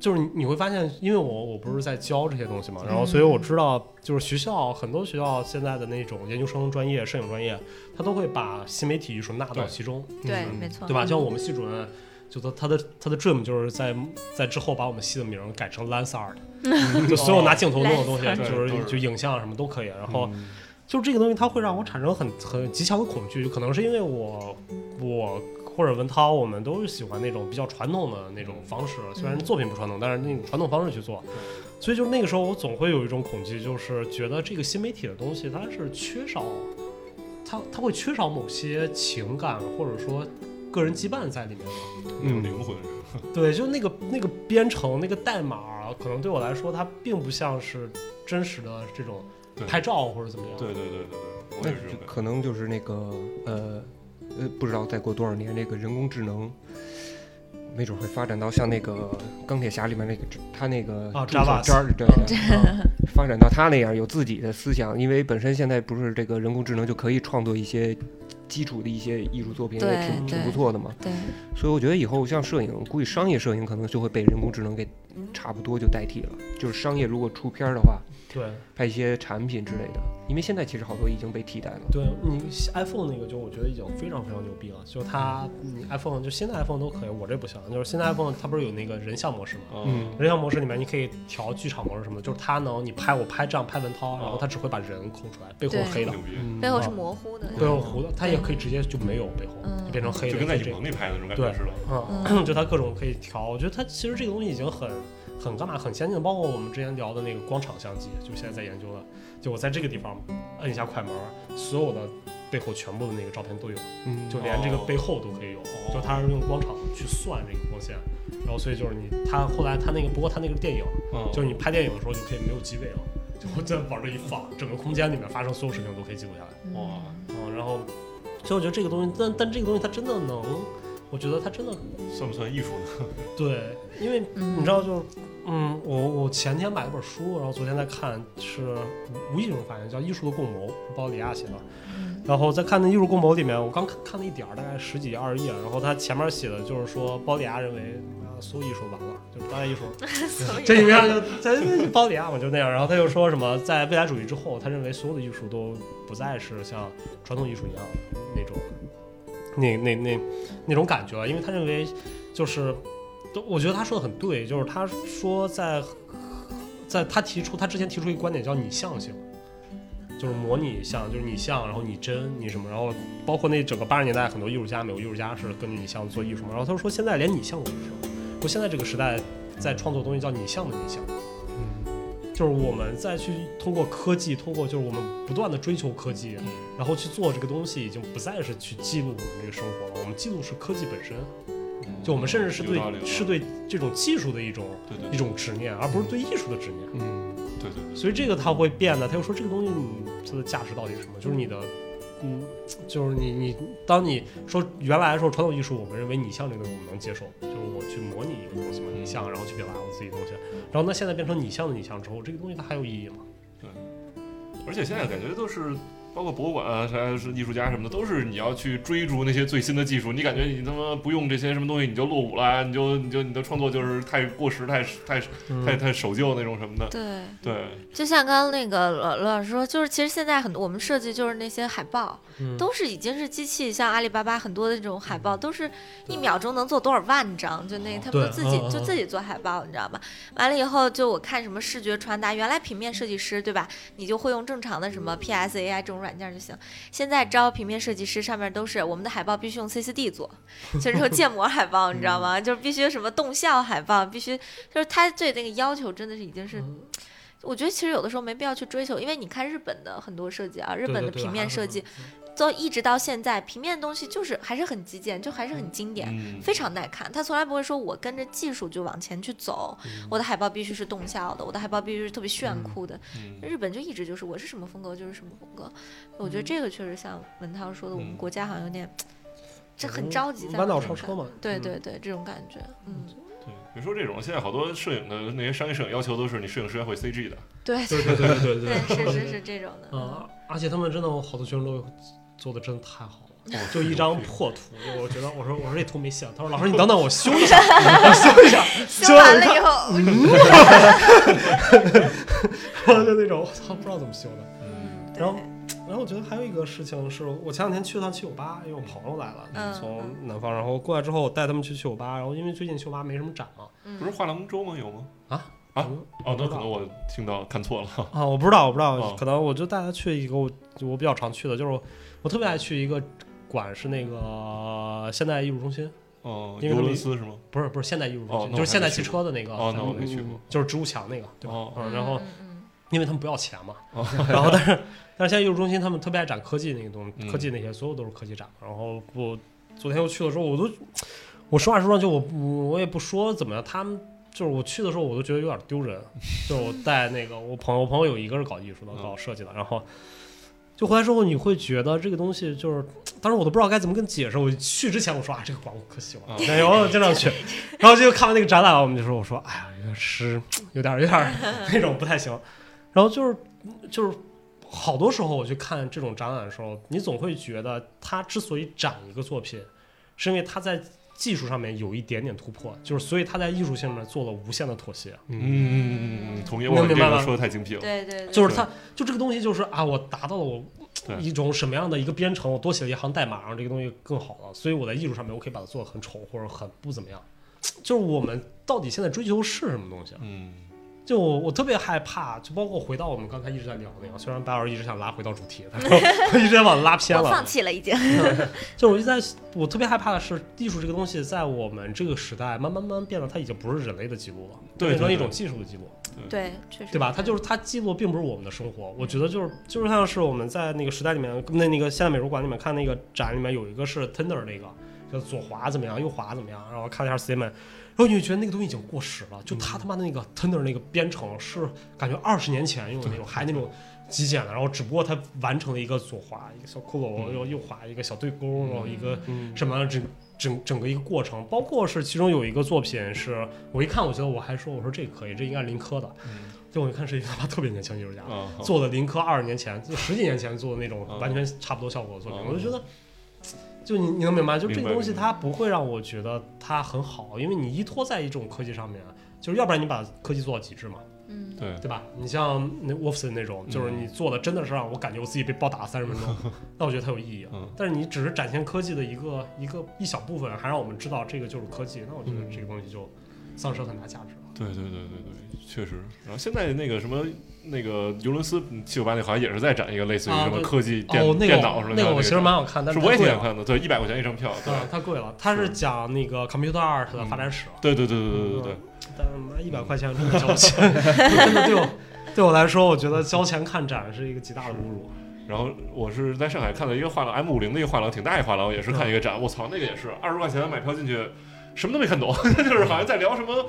S1: 就是你你会发现，因为我我不是在教这些东西嘛，然后所以我知道，就是学校很多学校现在的那种研究生专业、摄影专业，他都会把新媒体艺术纳到
S6: 对
S1: 其中。
S2: 对，
S6: 嗯
S2: 没错。
S1: 对吧？像我们系主任，就他他的他的 dream 就是在在之后把我们系的名儿改成 Lens Art，就所有拿镜头弄的东西
S2: Lens，
S6: Art
S1: 就是就影像什么都可以。然后就这个东西，它会让我产生很很极强的恐惧，可能是因为我我或者文涛，我们都是喜欢那种比较传统的那种方式，虽然作品不传统，但是那种传统方式去做。所以就是那个时候，我总会有一种恐惧，就是觉得这个新媒体的东西它是缺少，它它会缺少某些情感或者说个人羁绊在里面的。
S6: 有嗯灵魂，
S1: 对，就那个那个编程那个代码啊，可能对我来说，它并不像是真实的这种
S6: 对
S1: 拍照或者怎么样。
S6: 对对对对对，我
S4: 那
S6: 也是这种感觉。
S4: 可能就是那个呃呃，不知道再过多少年，那个人工智能，没准会发展到像那个钢铁侠里面那个他那个
S1: 啊
S4: 助手
S1: Jarvis
S4: 渣儿对对、啊发展到他那样有自己的思想，因为本身现在不是这个人工智能就可以创作一些基础的一些艺术作品，
S2: 对
S4: 也挺
S2: 对
S4: 挺不错的嘛。
S2: 对，
S4: 所以我觉得以后像摄影，估计商业摄影可能就会被人工智能给差不多就代替了。就是商业如果出片儿的话，
S1: 对
S4: 拍一些产品之类的，因为现在其实好多已经被替代了。
S1: 对，你 iPhone 那个就我觉得已经非常非常牛逼了，就它
S6: 嗯
S1: 你 iPhone 就新的 iPhone 都可以，我这不行，就是新的 iPhone 它不是有那个人像模式吗？
S6: 嗯，
S1: 人像模式里面你可以调剧场模式什么的，就是它能你拍我拍这样拍文涛，然后
S6: 哦
S1: 它只会把人空出来，背后是黑
S6: 牛
S1: 的，
S6: 逼，
S4: 嗯
S2: 背后是模糊的。
S1: 背后糊的，它也可以直接就没有背后，
S2: 嗯
S1: 就变成黑的，
S6: 就跟在
S1: 这
S6: 影
S1: 个
S6: 棚里拍的那种感觉似的。
S1: 嗯，就它各种可以调。我觉得它其实这个东西已经很很干嘛，很先进。包括我们之前聊的那个光场相机，就现在在研究的。就我在这个地方摁一下快门，所有的背后全部的那个照片都有，
S4: 嗯，
S1: 就连这个背后都可以有。就它是用光场去算这个光线，然后所以就是你它后来它那个，不过它那个电影，
S6: 嗯，
S1: 就是你拍电影的时候就可以没有机位了，就我在往这一放，整个空间里面发生所有事情都可以记录下来。
S6: 哇，
S1: 嗯，然后所以我觉得这个东西，但但这个东西它真的能，我觉得它真的
S6: 算不算艺术呢？
S1: 对，因为
S2: 嗯
S1: 你知道就，嗯，我我前天买了本书，然后昨天在看，是无无意中发现叫《艺术的共谋》，是鲍里亚写的。然后在看那《艺术共谋》里面，我刚看看了一点儿，大概十几二十页。然后他前面写的就是说，鲍里亚认为啊，所有艺术完了，就是当代艺术嗯 这一面就在包里啊，我就那样。然后他又说什么，在未来主义之后，他认为所有的艺术都不再是像传统艺术一样那种那那那那种感觉了，因为他认为就是，都我觉得他说的很对，就是他说在在他提出他之前提出一个观点叫拟像性。就是模拟像，就是你像，然后你真，你什么，然后包括那整个八十年代很多艺术家，美国艺术家是根据你像做艺术嘛。然后他说现在连你像都不是了，说现在这个时代在创作东西叫拟像的拟像，
S6: 嗯
S1: 就是我们再去通过科技，通过就是我们不断的追求科技，
S6: 嗯
S1: 然后去做这个东西，已经不再是去记录我们这个生活了，我们记录是科技本身，就我们甚至是
S6: 嗯有道
S1: 对
S6: 理有道理
S1: 是对这种技术的一种
S6: 对对
S1: 一种执念，而不是对艺术的执念。
S4: 嗯，
S6: 对对对，
S1: 所以这个它会变的。他又说这个东西你它的价值到底是什么？就是你的，嗯，就是你你，当你说原来的时候，传统艺术我们认为拟像这个东西我们能接受，就是我去模拟一个东西嘛，拟像，然后去表达我自己的东西。然后那现在变成拟像的拟像之后，这个东西它还有意义吗？
S6: 而且现在感觉都是包括博物馆啊，啥是艺术家什么的，都是你要去追逐那些最新的技术。你感觉你他妈不用这些什么东西，你就落伍了，你就你就你的创作就是太过时、太太
S1: 嗯
S6: 太太守旧那种什么的。
S2: 对，
S6: 对，
S2: 就像刚刚那个罗罗老师说，就是其实现在很多我们设计就是那些海报，
S1: 嗯
S2: 都是已经是机器，像阿里巴巴很多的这种海报，都是一秒钟能做多少万张，就那他们
S1: 对
S2: 就自己
S1: 嗯嗯
S2: 就
S1: 嗯
S2: 自己做海报，你知道吧？完了以后，就我看什么视觉传达，原来平面设计师对吧？你就会用正常的什么 PS、AI 啊这种软件就行。现在招平面设计师上面都是我们的海报必须用 CCD 做，就是说建模海报，你
S1: 嗯
S2: 知道吗？就是必须什么动效海报，必须就是他对那个要求真的是已经是
S1: 嗯
S2: 我觉得其实有的时候没必要去追求，因为你看日本的很多设计啊，日
S1: 对
S2: 本
S1: 对
S2: 的
S1: 对
S2: 平
S1: 还
S2: 面
S1: 是
S2: 设
S1: 很
S2: 计，到一直到现在，平面的东西就是还是很极简，就还是很经典，
S6: 嗯，
S2: 非常耐看。他从来不会说我跟着技术就往前去走，
S1: 嗯
S2: 我的海报必须是动效的，我的海报必须是特别炫酷的。
S6: 嗯
S2: 日本就一直就是我是什么风格就是什么风格，我觉得这个确实像文涛说的，我们
S6: 嗯
S2: 国家好像有点，这很
S1: 嗯嗯
S2: 着急在
S1: 弯道
S2: 往前
S1: 超车
S2: 看
S1: 嘛
S2: 对
S1: 嗯
S2: 对对，这种感觉，嗯，
S6: 对，比如说这种，现在好多摄影的那些商业摄影要求都是你摄影师要会 CG 的。
S2: 对
S1: 对对对对
S2: 对，是是
S1: 对
S2: 是这种的，嗯
S1: 啊，而且他们真的好多学生都做的真的太好了。
S6: 哦
S1: 就一张破图，我觉得我说我说这图没戏啊。他说老师你等 等我修一下。
S2: 修完了以后，
S1: 然后就那种我操，不知道怎么修的。
S2: 嗯，
S1: 然后
S2: 对
S1: 然后我觉得还有一个事情是，我前两天去了趟七九八，因为我朋友来
S2: 嗯
S1: 了，从南方，然后过来之后我带他们去七九八，然后因为最近七九八没什么展嘛，
S6: 不是画廊周吗？有吗？啊
S1: 嗯
S6: 哦，那可能我听到看错了。
S1: 啊，我不知道，我不知
S6: 哦
S1: 道，可能我就带他去一个我我比较常去的，就是我我特别爱去一个馆是那个现代艺术中心，
S6: 哦，
S1: 因为
S6: 尤
S1: 他们
S6: 伦斯是吗？
S1: 不是不是现代艺术中
S6: 哦
S1: 心，
S6: 那我
S1: 就是现代
S6: 还没
S1: 汽
S6: 去过
S1: 车的那个，
S6: 哦，那我
S1: 嗯
S6: 没去过。
S1: 就是植物墙那个，对吧？
S6: 哦，
S1: 嗯，然后
S2: 嗯嗯
S1: 因为他们不要钱嘛，
S6: 哦
S1: 然后但是但是现在艺术中心他们特别爱展科技那个东
S6: 嗯
S1: 西，科技那些所有都是科技展。然后我昨天又去的时候，我都我实话实说，就我不我也不说怎么样，他们就是我去的时候我都觉得有点丢人，就是 我带那个我朋友，我朋友有一个是搞艺术的，
S6: 嗯
S1: 搞设计的，然后。就回来之后，你会觉得这个东西就是，当时我都不知道该怎么跟解释。我去之前我说啊，这个馆我可喜欢了
S6: 啊，
S1: 然后经常去，然后就看完那个展览，我们就说，我说，哎呀，有点湿，有点有点那种不太行。然后就是就是好多时候我去看这种展览的时候，你总会觉得他之所以展一个作品，是因为他在技术上面有一点点突破，就是所以他在艺术性面做了无限的妥协。
S6: 嗯，同意，
S1: 你能
S6: 我这
S1: 明白
S6: 个
S1: 吗
S6: 说的太精辟了。
S2: 对对，对
S1: 就是他，就这个东西，就是啊，我达到了我
S6: 对
S1: 一种什么样的一个编程，我多写了一行代码，让这个东西更好了，所以我在艺术上面我可以把它做的很丑或者很不怎么样。就是我们到底现在追求的是什么东西啊？
S6: 嗯，
S1: 就我我特别害怕，就包括回到我们刚才一直在聊那个，虽然白老师一直想拉回到主题，但是我一直在往拉偏
S2: 我
S1: 了
S2: 放。弃了已经。
S1: 就是我一直在，我特别害怕的是，艺术这个东西在我们这个时代慢慢慢慢变得，它已经不是人类的记录了，
S6: 对
S1: 变成
S6: 对
S1: 一种
S6: 对
S1: 技术的记录。
S2: 对，确实，嗯
S1: 对吧？它就是它记录并不是我们的生活，我觉得就是就是像是我们在那个时代里面，那那个现代美术馆里面看那个展里面有一个是 Tender 那个，就左滑怎么样，右滑怎么样，然后看了一下 statement，然后你就觉得那个东西已经过时了，就他他妈的那个 Tender 那个编程是感觉二十年前用的那种，还那种极简的，然后只不过它完成了一个左滑一个小骷髅，然后右滑一个小对勾，然后一个
S4: 嗯
S1: 什么整整整个一个过程，包括是其中有一个作品是我一看，我觉得我还说我说这可以，这应该是林科的。就我一看是一个他妈特别年轻的艺术家，
S6: 啊，嗯好
S1: 做的林科二十年前就十几年前做的那种
S6: 嗯
S1: 完全差不多效果的作品，
S6: 嗯
S1: 我就觉得，就你你能明白，就这
S6: 明
S1: 个
S6: 白
S1: 东西
S6: 明白
S1: 它不会让我觉得它很好，因为你依托在一种科技上面，就是要不然你把科技做到极致嘛，
S2: 嗯，
S6: 对，
S1: 对吧？你像那 Wolfson 那种，就是
S6: 嗯
S1: 你做的真的是让我感觉我自己被暴打三十分 钟，那我觉得它有意义啊。
S6: 嗯
S1: 但是你只是展现科技的一个一个一小部分，还让我们知道这个就是科技，那我觉得
S6: 嗯
S1: 这个东西就丧失了很大价值了。
S6: 对对对对对，确实。然后现在那个什么，那个尤伦斯七九八那好像也是在展一个类似于
S1: 啊
S6: 什么
S1: 对
S6: 科技电、
S1: 哦，那个
S6: 电脑什么的。
S1: 那个我其实蛮
S6: 蛮
S1: 好看，但
S6: 是
S1: 是
S6: 我也
S1: 太
S6: 挺
S1: 贵
S6: 想
S1: 了
S6: 看的，对，一百块钱一张票，对。
S1: 啊，太贵了。它是讲那个 computer art 的发展史，嗯
S6: 对对对对对对对，
S1: 但是妈一百块钱真 的交不起，真的对我对我来说，我觉得交钱看展是一个极大的侮辱。
S6: 然后我是在上海看到一个画廊 M 五零的一个画廊，挺大一画廊，也是看一个展，我操，那个也是二十块钱买票进去，什么都没看懂， 就是好像在聊什么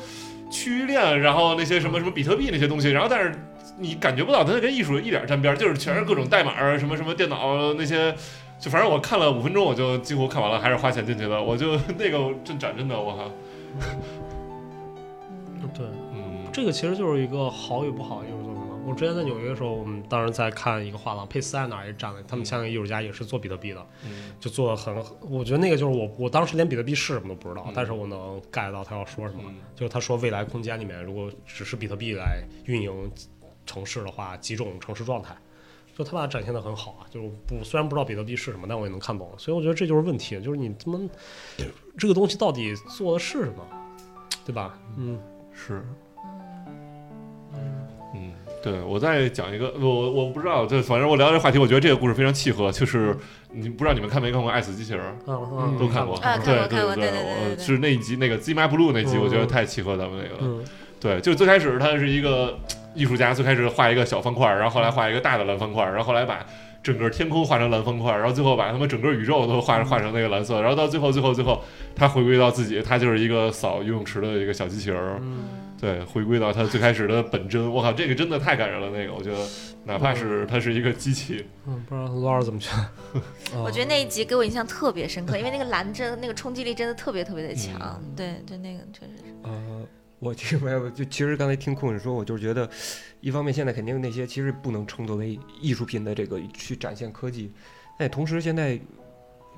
S6: 区域链，然后那些什么什么比特币那些东西，然后但是你感觉不到它跟艺术一点沾边儿，就是全是各种代码儿，什么什么电脑那些。就反正我看了五分钟，我就几乎看完了，还是花钱进去的。我就 那个这展真的，我靠，
S1: 对，
S6: 嗯，
S1: 这个其实就是一个好与不好的艺术作品嘛。我之前在纽约的时候，我们当时在看一个画廊，佩斯在哪儿也展了，他们
S6: 嗯
S1: 香港艺术家也是做比特币的，就做的很，我觉得那个就是我，我当时连比特币是什么都不知道，但是我能 get 到他要说什么，
S6: 嗯
S1: 就是他说未来空间里面如果只是比特币来运营城市的话，几种城市状态。就他把它展现的很好啊，就是我不虽然不知道比特币是什么，但我也能看懂，所以我觉得这就是问题，就是你他妈这个东西到底做的是什么，对吧？嗯，
S6: 是，嗯，对，我再讲一个，我我不知道，对，反正我聊这话题，我觉得这个故事非常契合，就是你不知道你们看没看过《爱死机器人》。
S1: 啊啊，
S6: 嗯都看过，
S2: 啊看
S6: 对
S2: 过看过
S6: 对
S2: 对对对
S6: 我
S2: 对对
S6: 是那一集那个《Zima Blue》那集，
S1: 嗯
S6: 我觉得太契合咱们那个了。
S1: 嗯
S6: 对，就是最开始他是一个艺术家，最开始画一个小方块，然后后来画一个大的蓝方块，然后后来把整个天空画成蓝方块，然后最后把他们整个宇宙都画画成那个蓝色，然后到最后最后最后，他回归到自己，他就是一个扫游泳池的一个小机器人儿，
S1: 嗯，
S6: 对，回归到他最开始的本真。我靠，这个真的太感人了，那个我觉得，哪怕是他是一个机器，
S1: 嗯，不知道罗老师怎么觉得？
S2: 我觉得那一集给我印象特别深刻，因为那个蓝真那个冲击力真的特别特别的强，对，就那个确实是，
S4: 呃，我听白我就其实刚才听库你说，我就是觉得，一方面现在肯定那些其实不能称作为艺术品的这个去展现科技，但同时现在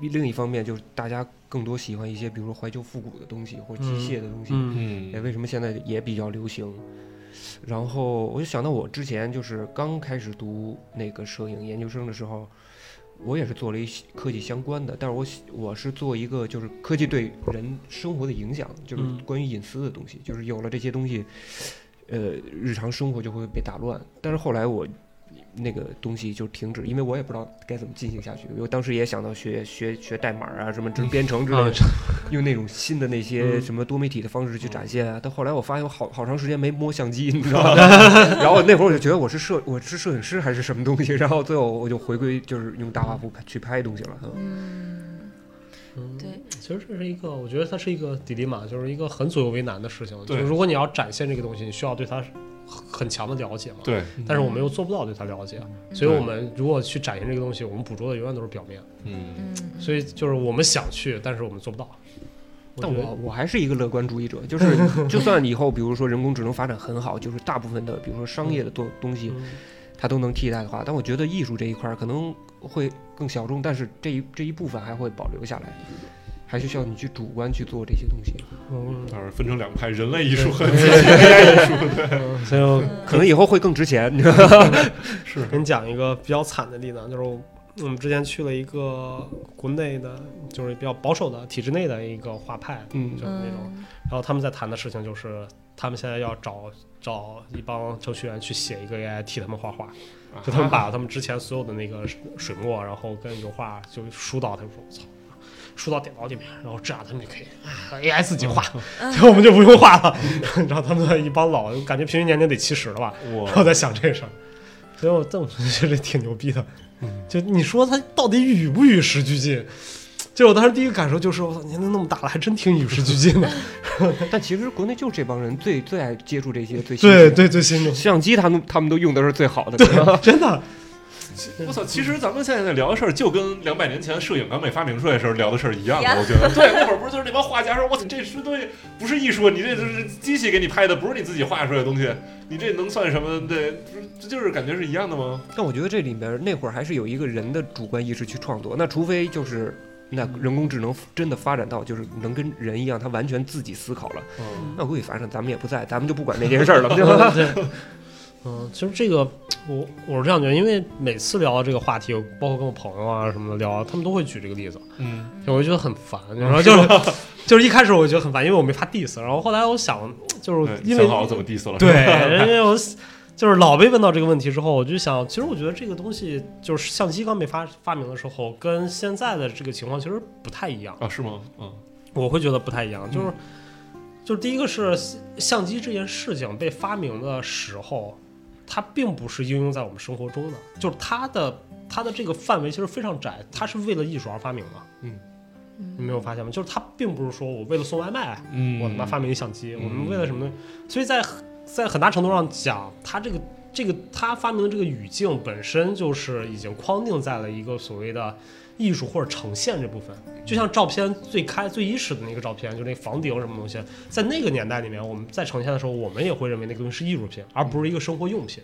S4: 另一方面就是大家更多喜欢一些比如说怀旧复古的东西或者机械的东西，
S1: 嗯
S6: 嗯
S4: 哎，为什么现在也比较流行？然后我就想到我之前就是刚开始读那个摄影研究生的时候，我也是做了一些科技相关的，但是我喜我是做一个就是科技对人生活的影响，就是
S1: 嗯
S4: 关于隐私的东西，就是有了这些东西，呃，日常生活就会被打乱。但是后来我那个东西就停止，因为我也不知道该怎么进行下去。因为当时也想到学学学代码啊，什么这编程之类的，用那种新的那些
S1: 嗯
S4: 什么多媒体的方式去展现啊。但后来我发现我好好长时间没摸相机，你 知道吗？然后那会儿我就觉得我是摄我是摄影师还是什么东西，然后最后我就回归就是用大画幅拍去拍东西了。嗯
S2: 嗯，
S1: 嗯
S2: 对，
S1: 其实这是一个，我觉得它是一个迪利马，就是一个很左右为难的事情。就
S6: 对
S1: 是如果你要展现这个东西，你需要对它很强的了解嘛。。
S6: 对，
S1: 但是我们又做不到对它了解，所以我们如果去展现这个东西，我们捕捉的永远都是表面。
S6: 嗯，
S2: 嗯，
S1: 所以就是我们想去，但是我们做不到。
S4: 但
S1: 觉得
S4: 我我还是一个乐观主义者，就是 就算以后比如说人工智能发展很好，就是大部分的比如说商业的东东西，
S1: 嗯
S4: 它都能替代的话，但我觉得艺术这一块儿可能会更小众，但是这一这一部分还会保留下来，还是需要你去主观去做这些东西。
S1: 嗯
S6: 当然分成两派，人类艺术和
S1: 嗯 所以我
S4: 可能以后会更值钱，你知道吗？
S6: 是
S1: 给你讲一个比较惨的例子，啊，就是我我们之前去了一个国内的，就是比较保守的体制内的一个画派，
S4: 嗯
S1: 就是那种
S2: 嗯，
S1: 然后他们在谈的事情就是，他们现在要找找一帮程序员去写一个 AI 替他们画画，就他们把他们之前所有的那个水墨，然后跟油画就输到他们说，我操，输到电脑里面，然后这样他们就可以哎 AI 自己画，然后我们 就不用画了。 然后他们一帮老，感觉平均年龄得七十了吧，然后
S6: 我
S1: 在想这事儿，所以我但我觉得这挺牛逼的，就你说他到底与不与时俱进？就我当时第一个感受就是，我操，年龄那么大了，还真挺与时俱进 的。
S4: 但其实国内就这帮人最最爱接触这些最新
S1: 对
S4: 的
S1: 对，最新的，
S4: 相机他们他们都用的是最好的，对吧？
S1: 真的，嗯
S6: 我操！其实咱们现在在聊的事儿，就跟两百年前摄影刚被发明出来的时候聊的事儿一样
S2: 一
S6: 的。
S2: 样
S6: 我觉 得，对，那会儿不是就是那帮画家说：“我操，这是东西不是艺术，你这就是机器给你拍的，不是你自己画出来的东西，你这能算什么？对，这就是感觉是一样的吗？
S4: 但我觉得这里面那会儿还是有一个人的主观意识去创作，那除非就是。那人工智能真的发展到就是能跟人一样，它完全自己思考了。
S6: 嗯，
S4: 那我估计反正咱们也不在，咱们就不管那件事儿了，对吧？
S1: 对，嗯，其实这个我我是这样觉得，因为每次聊这个话题，包括跟我朋友啊什么的聊，他们都会举这个例子，
S6: 嗯，
S1: 就我就觉得很烦，然后就是就是一开始我觉得很烦，因为我没法 diss，然后后来我想，就是因
S6: 对，
S1: 为
S6: 想好怎么 diss 了。
S1: 对，人家我就是老被问到这个问题之后，我就想，其实我觉得这个东西就是相机刚被发发明的时候，跟现在的这个情况其实不太一样。
S6: 啊，是吗？嗯，
S1: 我会觉得不太一样，就是、就是第一个是相机这件事情被发明的时候，它并不是应用在我们生活中的，就是它的它的这个范围其实非常窄，它是为了艺术而发明的。
S4: 嗯
S2: 嗯
S1: 你没有发现吗？就是它并不是说我为了送外卖，
S6: 嗯
S1: 我他妈发明一相机，
S6: 嗯
S1: 我们为了什么呢？所以在在很大程度上讲，它这个这个它发明的这个语境本身就是已经框定在了一个所谓的艺术或者呈现这部分。就像照片最开最伊始的那个照片，就那房顶什么东西，在那个年代里面，我们在呈现的时候，我们也会认为那个东西是艺术品，而不是一个生活用品。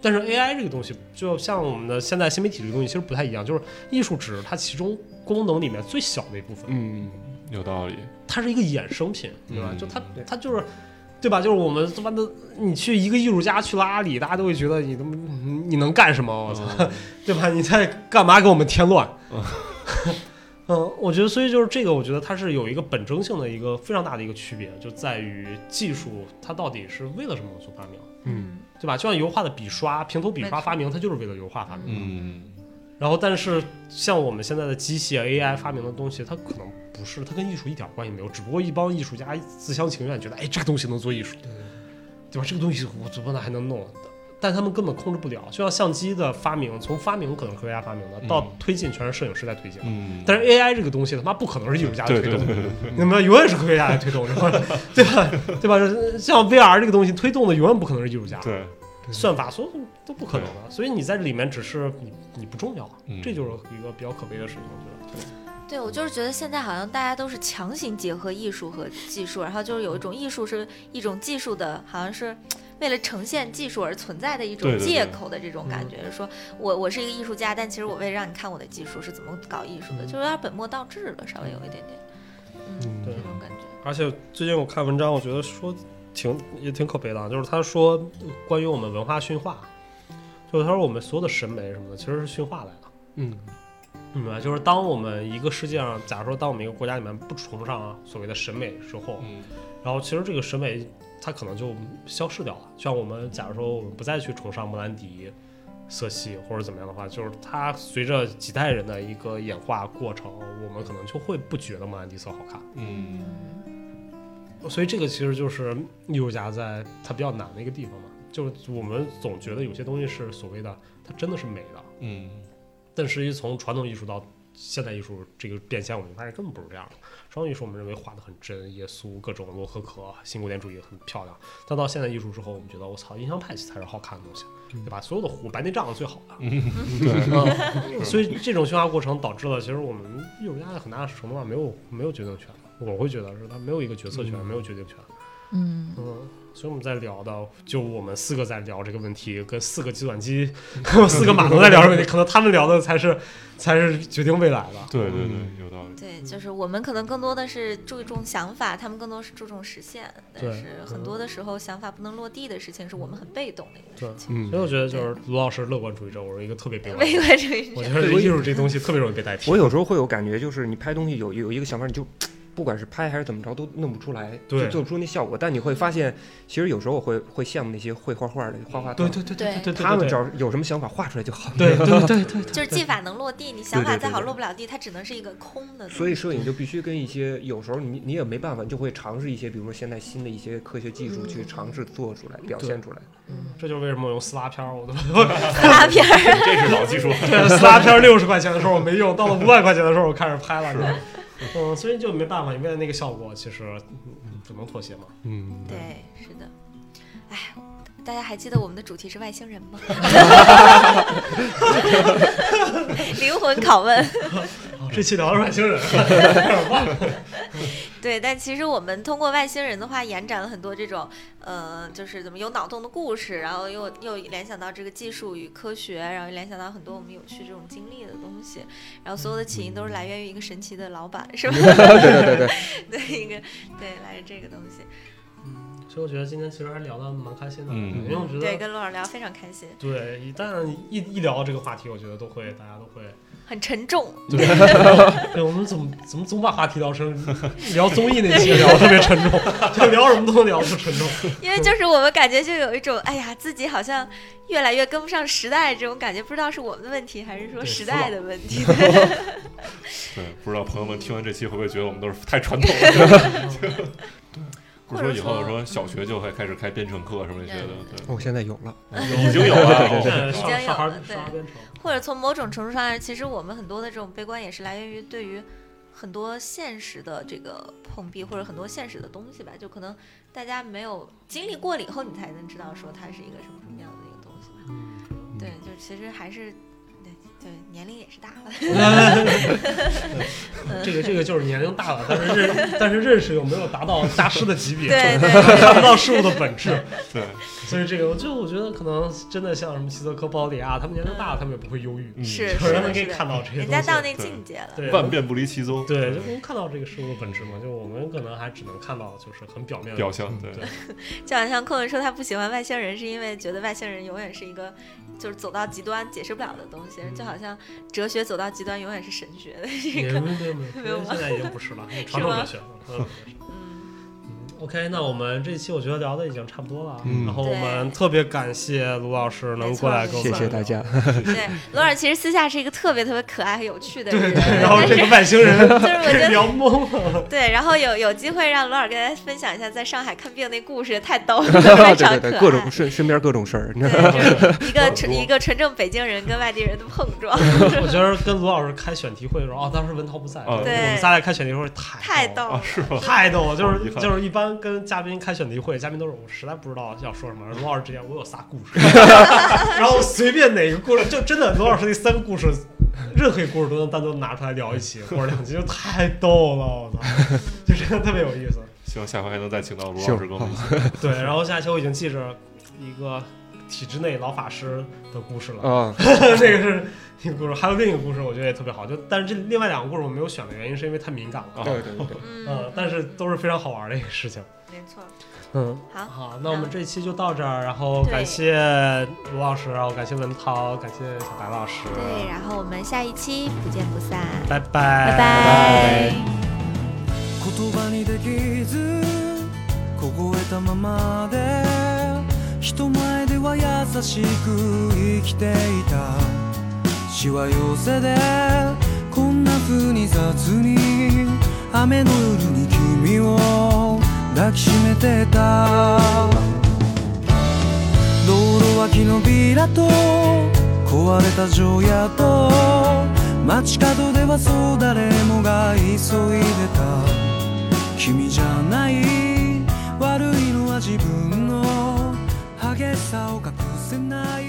S1: 但是 AI 这个东西，就像我们的现在新媒体这个东西，其实不太一样，就是艺术只是它其中功能里面最小的一部分，
S4: 嗯，
S6: 有道理。
S1: 它是一个衍生品，对吧？
S6: 嗯
S1: 就它
S4: 对
S1: 它就是，对吧？就是我们他妈的，你去一个艺术家去了阿里，大家都会觉得你他妈你能干什么？我操，
S6: 嗯
S1: 对吧？你在干嘛给我们添乱
S6: 嗯？
S1: 嗯，我觉得，所以就是这个，我觉得它是有一个本征性的一个非常大的一个区别，就在于技术它到底是为了什么所发明，
S4: 嗯，
S1: 对吧？就像油画的笔刷，平头笔
S2: 没
S1: 刷
S2: 错
S1: 发明，它就是为了油画发明。
S6: 嗯，
S1: 然后，但是像我们现在的机械 AI 发明的东西，它可能不是，它跟艺术一点关系没有，只不过一帮艺术家自相情愿，觉得哎这个东西能做艺术，对吧？这个东西我怎么那还能弄？但他们根本控制不了，就像相机的发明，从发明可能是科学家发明的，
S6: 嗯
S1: 到推进全是摄影师在推进。
S6: 嗯，
S1: 但是 AI 这个东西，他妈不可能是艺术家
S6: 对
S1: 的推
S6: 对
S1: 动
S6: 对，
S1: 你们永远是科学家在推动，是吧？ 对吧？对吧？像 VR 这个东西推动的永远不可能是艺术家，
S6: 对，
S1: 算法所有都不可能的，所以你在这里面只是你你不重要，啊
S6: 嗯
S1: 这就是一个比较可悲的事情，我觉得。
S2: 对，我就是觉得现在好像大家都是强行结合艺术和技术，然后就是有一种艺术是一种技术的，好像是为了呈现技术而存在的一种
S6: 对对
S2: 借
S6: 对
S2: 口的这种感觉。说我我是一个艺术家，但其实我为了让你看我的技术是怎么搞艺术
S1: 嗯
S2: 的，就是有点本末倒置了，稍微有一点点，嗯，
S1: 对
S2: 这种感觉。
S1: 而且最近我看文章，我觉得说挺也挺可悲的啊，就是他说关于我们文化驯化，就是他说我们所有的审美什么的其实是驯化来的。
S4: 嗯，
S1: 明白，就是当我们一个世界上，假如说当我们一个国家里面不崇尚所谓的审美之后，
S6: 嗯
S1: 然后其实这个审美它可能就消逝掉了。像我们假如说我们不再去崇尚莫兰迪、色系或者怎么样的话，就是它随着几代人的一个演化过程，我们可能就会不觉得莫兰迪色好看。
S6: 嗯
S1: 所以这个其实就是艺术家在它比较难的一个地方嘛，就是我们总觉得有些东西是所谓的它真的是美的，
S6: 嗯
S1: 但实际从传统艺术到现代艺术这个变迁，我们发现根本不是这样的。传统艺术我们认为画的很真，耶稣各种罗可可、新古典主义很漂亮，但到现代艺术之后，我们觉得我操，印象派才是好看的东西，对吧？所有的虎白内障是最好的， 嗯所以这种驯化过程导致了，其实我们艺术家在很大的程度上没有没有决定权，我会觉得是他没有一个决策权，没有决定权。
S2: 嗯，
S1: 嗯，所以我们在聊的，就我们四个在聊这个问题，跟四个计算机、 四个码农在聊这个问题，可能他们聊的才是才是决定未来的。
S6: 对对对，
S1: 嗯
S6: 有道理。
S2: 对，
S4: 嗯
S2: 就是我们可能更多的是注重想法，他们更多是注重实现，但
S1: 对
S2: 是很多的时候想法不能落地的事情是我们很被动的一个
S1: 对
S2: 事情。
S4: 嗯
S1: 所以我觉得就是卢老师乐观主义者，我是一个特别悲观的
S2: 悲
S1: 人。
S2: 观主义
S1: 我
S2: 者，
S1: 觉得艺术这东西特别容易被代替
S4: 我。有时候会有感觉，就是你拍东西有有一个想法，你就不管是拍还是怎么着都弄不出来，
S1: 对
S4: 就做不出那效果。但你会发现，其实有时候我会会羡慕那些会画画的画画
S1: 对
S4: 的，
S1: 对对
S2: 对
S1: 对对，
S4: 他们只要是有什么想法画出来就好。
S1: 对对对对对
S2: 就是技法能落地，你想法
S4: 对对
S2: 再好
S4: 对
S2: 落不了地，它只能是一个空的东西。
S4: 所以摄影就必须跟一些有时候你你也没办法，你就会尝试一些，比如说现在新的一些科学技术去尝试做出来、表现出来。
S1: 这就是为什么我用撕拉片儿，我都
S2: 拉片
S4: 嗯
S2: 儿，
S6: 这是老 技术，
S1: 对，撕拉片六十块钱的时候我没用，到了五百块钱的时候我开始拍了。你知道吗嗯，所以就没办法，你为了那个效果，其实嗯只能妥协嘛。
S4: 嗯，
S2: 对，是的。哎，大家还记得我们的主题是外星人 吗？ 灵魂拷问。
S1: 哦这期聊的是外星 人，
S2: 对，但其实我们通过外星人的话，延展了很多这种，呃，就是怎么有脑洞的故事，然后又又联想到这个技术与科学，然后又联想到很多我们有趣这种经历的东西，然后所有的起因都是来源于一个神奇的老板，是吧？
S4: 对对对对，
S2: 对，一个对，来自这个东西，
S1: 所以我觉得今天其实还聊的蛮开心的，
S6: 嗯
S1: 因为我觉
S2: 对，
S1: 得
S2: 跟陆老师聊非常开心，
S1: 对，一旦一一聊这个话题，我觉得都会大家都会，
S2: 很沉重，
S1: 对我们怎么怎么总把话题聊成聊综艺那期聊得特别沉重，就聊什么都聊不沉重。
S2: 因为就是我们感觉就有一种，哎呀，自己好像越来越跟不上时代这种感觉，不知道是我们的问题还是说
S1: 对
S2: 时
S1: 服老
S2: 代的问题。
S6: 对，不知道朋友们听完这期会不会觉得我们都是太传统了？ 不是说以后说小学就会开始开编程课什么那些的，对，
S4: 哦我现在有了。
S6: 已经有了，
S1: 对，上
S2: 已经有
S1: 上
S2: 了
S1: 班
S2: 对
S1: 上班编 程，
S2: 或者从某种程度上来说，其实我们很多的这种悲观也是来源于对于很多现实的这个碰壁，或者很多现实的东西吧。就可能大家没有经历过了以后，你才能知道说它是一个什么什么样的一个东西吧。对，就其实还是对对，年龄也是大了。
S1: 这个这个就是年龄大了，但是认但是认识又没有达到大师的级别，
S2: 对对
S1: 看 不到事物的本质，
S6: 对，
S1: 所以这个我就我觉得可能真的像什么齐泽科、鲍里啊，他们年龄大了，他们也不会忧郁，
S6: 嗯
S2: 是
S1: 就是是他们
S2: 的，
S1: 可以
S2: 是
S1: 看
S2: 的，
S1: 到这些
S2: 人
S1: 东
S2: 家
S1: 西
S2: 到那
S6: 对
S2: 境界了。
S1: 对
S6: 万变不离其宗，
S2: 嗯
S6: 嗯
S1: 对，就能看到这个事物的本质嘛。就我们可能还只能看到就是很表面的
S6: 表
S1: 东西
S6: 象对
S1: 对，
S2: 就好像寇文说他不喜欢外星人，是因为觉得外星人永远是一个就是走到极端解释不了的东西，就好像哲学走到极端永远是神学的这
S1: 也
S2: 个。
S1: 没有没有
S2: 没
S1: 没
S2: 有
S1: 有，
S2: 吗
S1: 现在已经不是 了，传统哲学了。传统哲学
S2: 嗯，
S1: OK，那我们这期我觉得聊的已经差不多了啊，
S6: 嗯
S1: 然后我们特别感谢卢老师能过来跟我们
S4: 谢谢大家。
S2: 对，罗尔其实私下是一个特别特别可爱和有趣的人，
S1: 然后
S2: 但
S1: 这
S2: 是
S1: 个外星人
S2: 就是我
S1: 给
S2: 觉得
S1: 聊懵了，
S2: 对，然后有有机会让罗尔跟大家分享一下在上海看病那故事，太逗了，
S4: 对
S2: 非常可
S4: 对
S2: 爱
S4: 对，。各种身身边各种事儿，你知道 吗
S2: 对，就是一个
S6: 很
S2: 纯
S6: 多
S2: 一个纯正北京人跟外地人的碰撞，
S1: 我觉得跟卢老师开选题会的时候，啊，当时文涛不在，
S6: 啊
S4: 哦
S1: 我
S2: 对
S1: 们仨俩开选题会太
S2: 太
S1: 逗
S2: 逗
S1: 了。
S2: 了，
S6: 是吗？
S1: 太逗了，就
S6: 好遗
S1: 是
S6: 憾
S1: 就是一般跟嘉宾开选题会，嘉宾都是我实在不知道要说什么。罗老师之前我有仨故事， 然后随便哪个故事，就真的罗老师那三个故事，任何一个故事都能单独拿出来聊一期或者两期，就太逗了，我操， 就真的特别有意思。
S6: 希望下回还能再请到卢老师跟我们一起。
S1: 对，然后下期我已经记着一个体制内老法师的故事了，
S4: 啊，
S1: 这个是一个故事，还有另一个故事，我觉得也特别好。就但是这另外两个故事我没有选的原因是因为太敏感了，
S6: 啊
S4: 对对对，
S1: 嗯，但是都是非常好玩的一个事情。
S2: 没错，
S1: 嗯，
S2: 好，
S1: 好，那我们这期就到这儿，然后
S2: 对
S1: 感谢卢老师，然后感谢文涛，感谢小白老师，
S2: 对，然后我们下一期不见不散，
S1: 拜拜，
S2: 拜
S1: 拜
S2: 拜。
S8: 言葉にできず凍えたままで人前では優しく生きていたしわ寄せでこんな風に雑に雨の夜に君を抱きしめてた道路脇のビラと壊れた城屋と街角ではそう誰もが急いでた君じゃない悪いのは自分の激しさを隠せない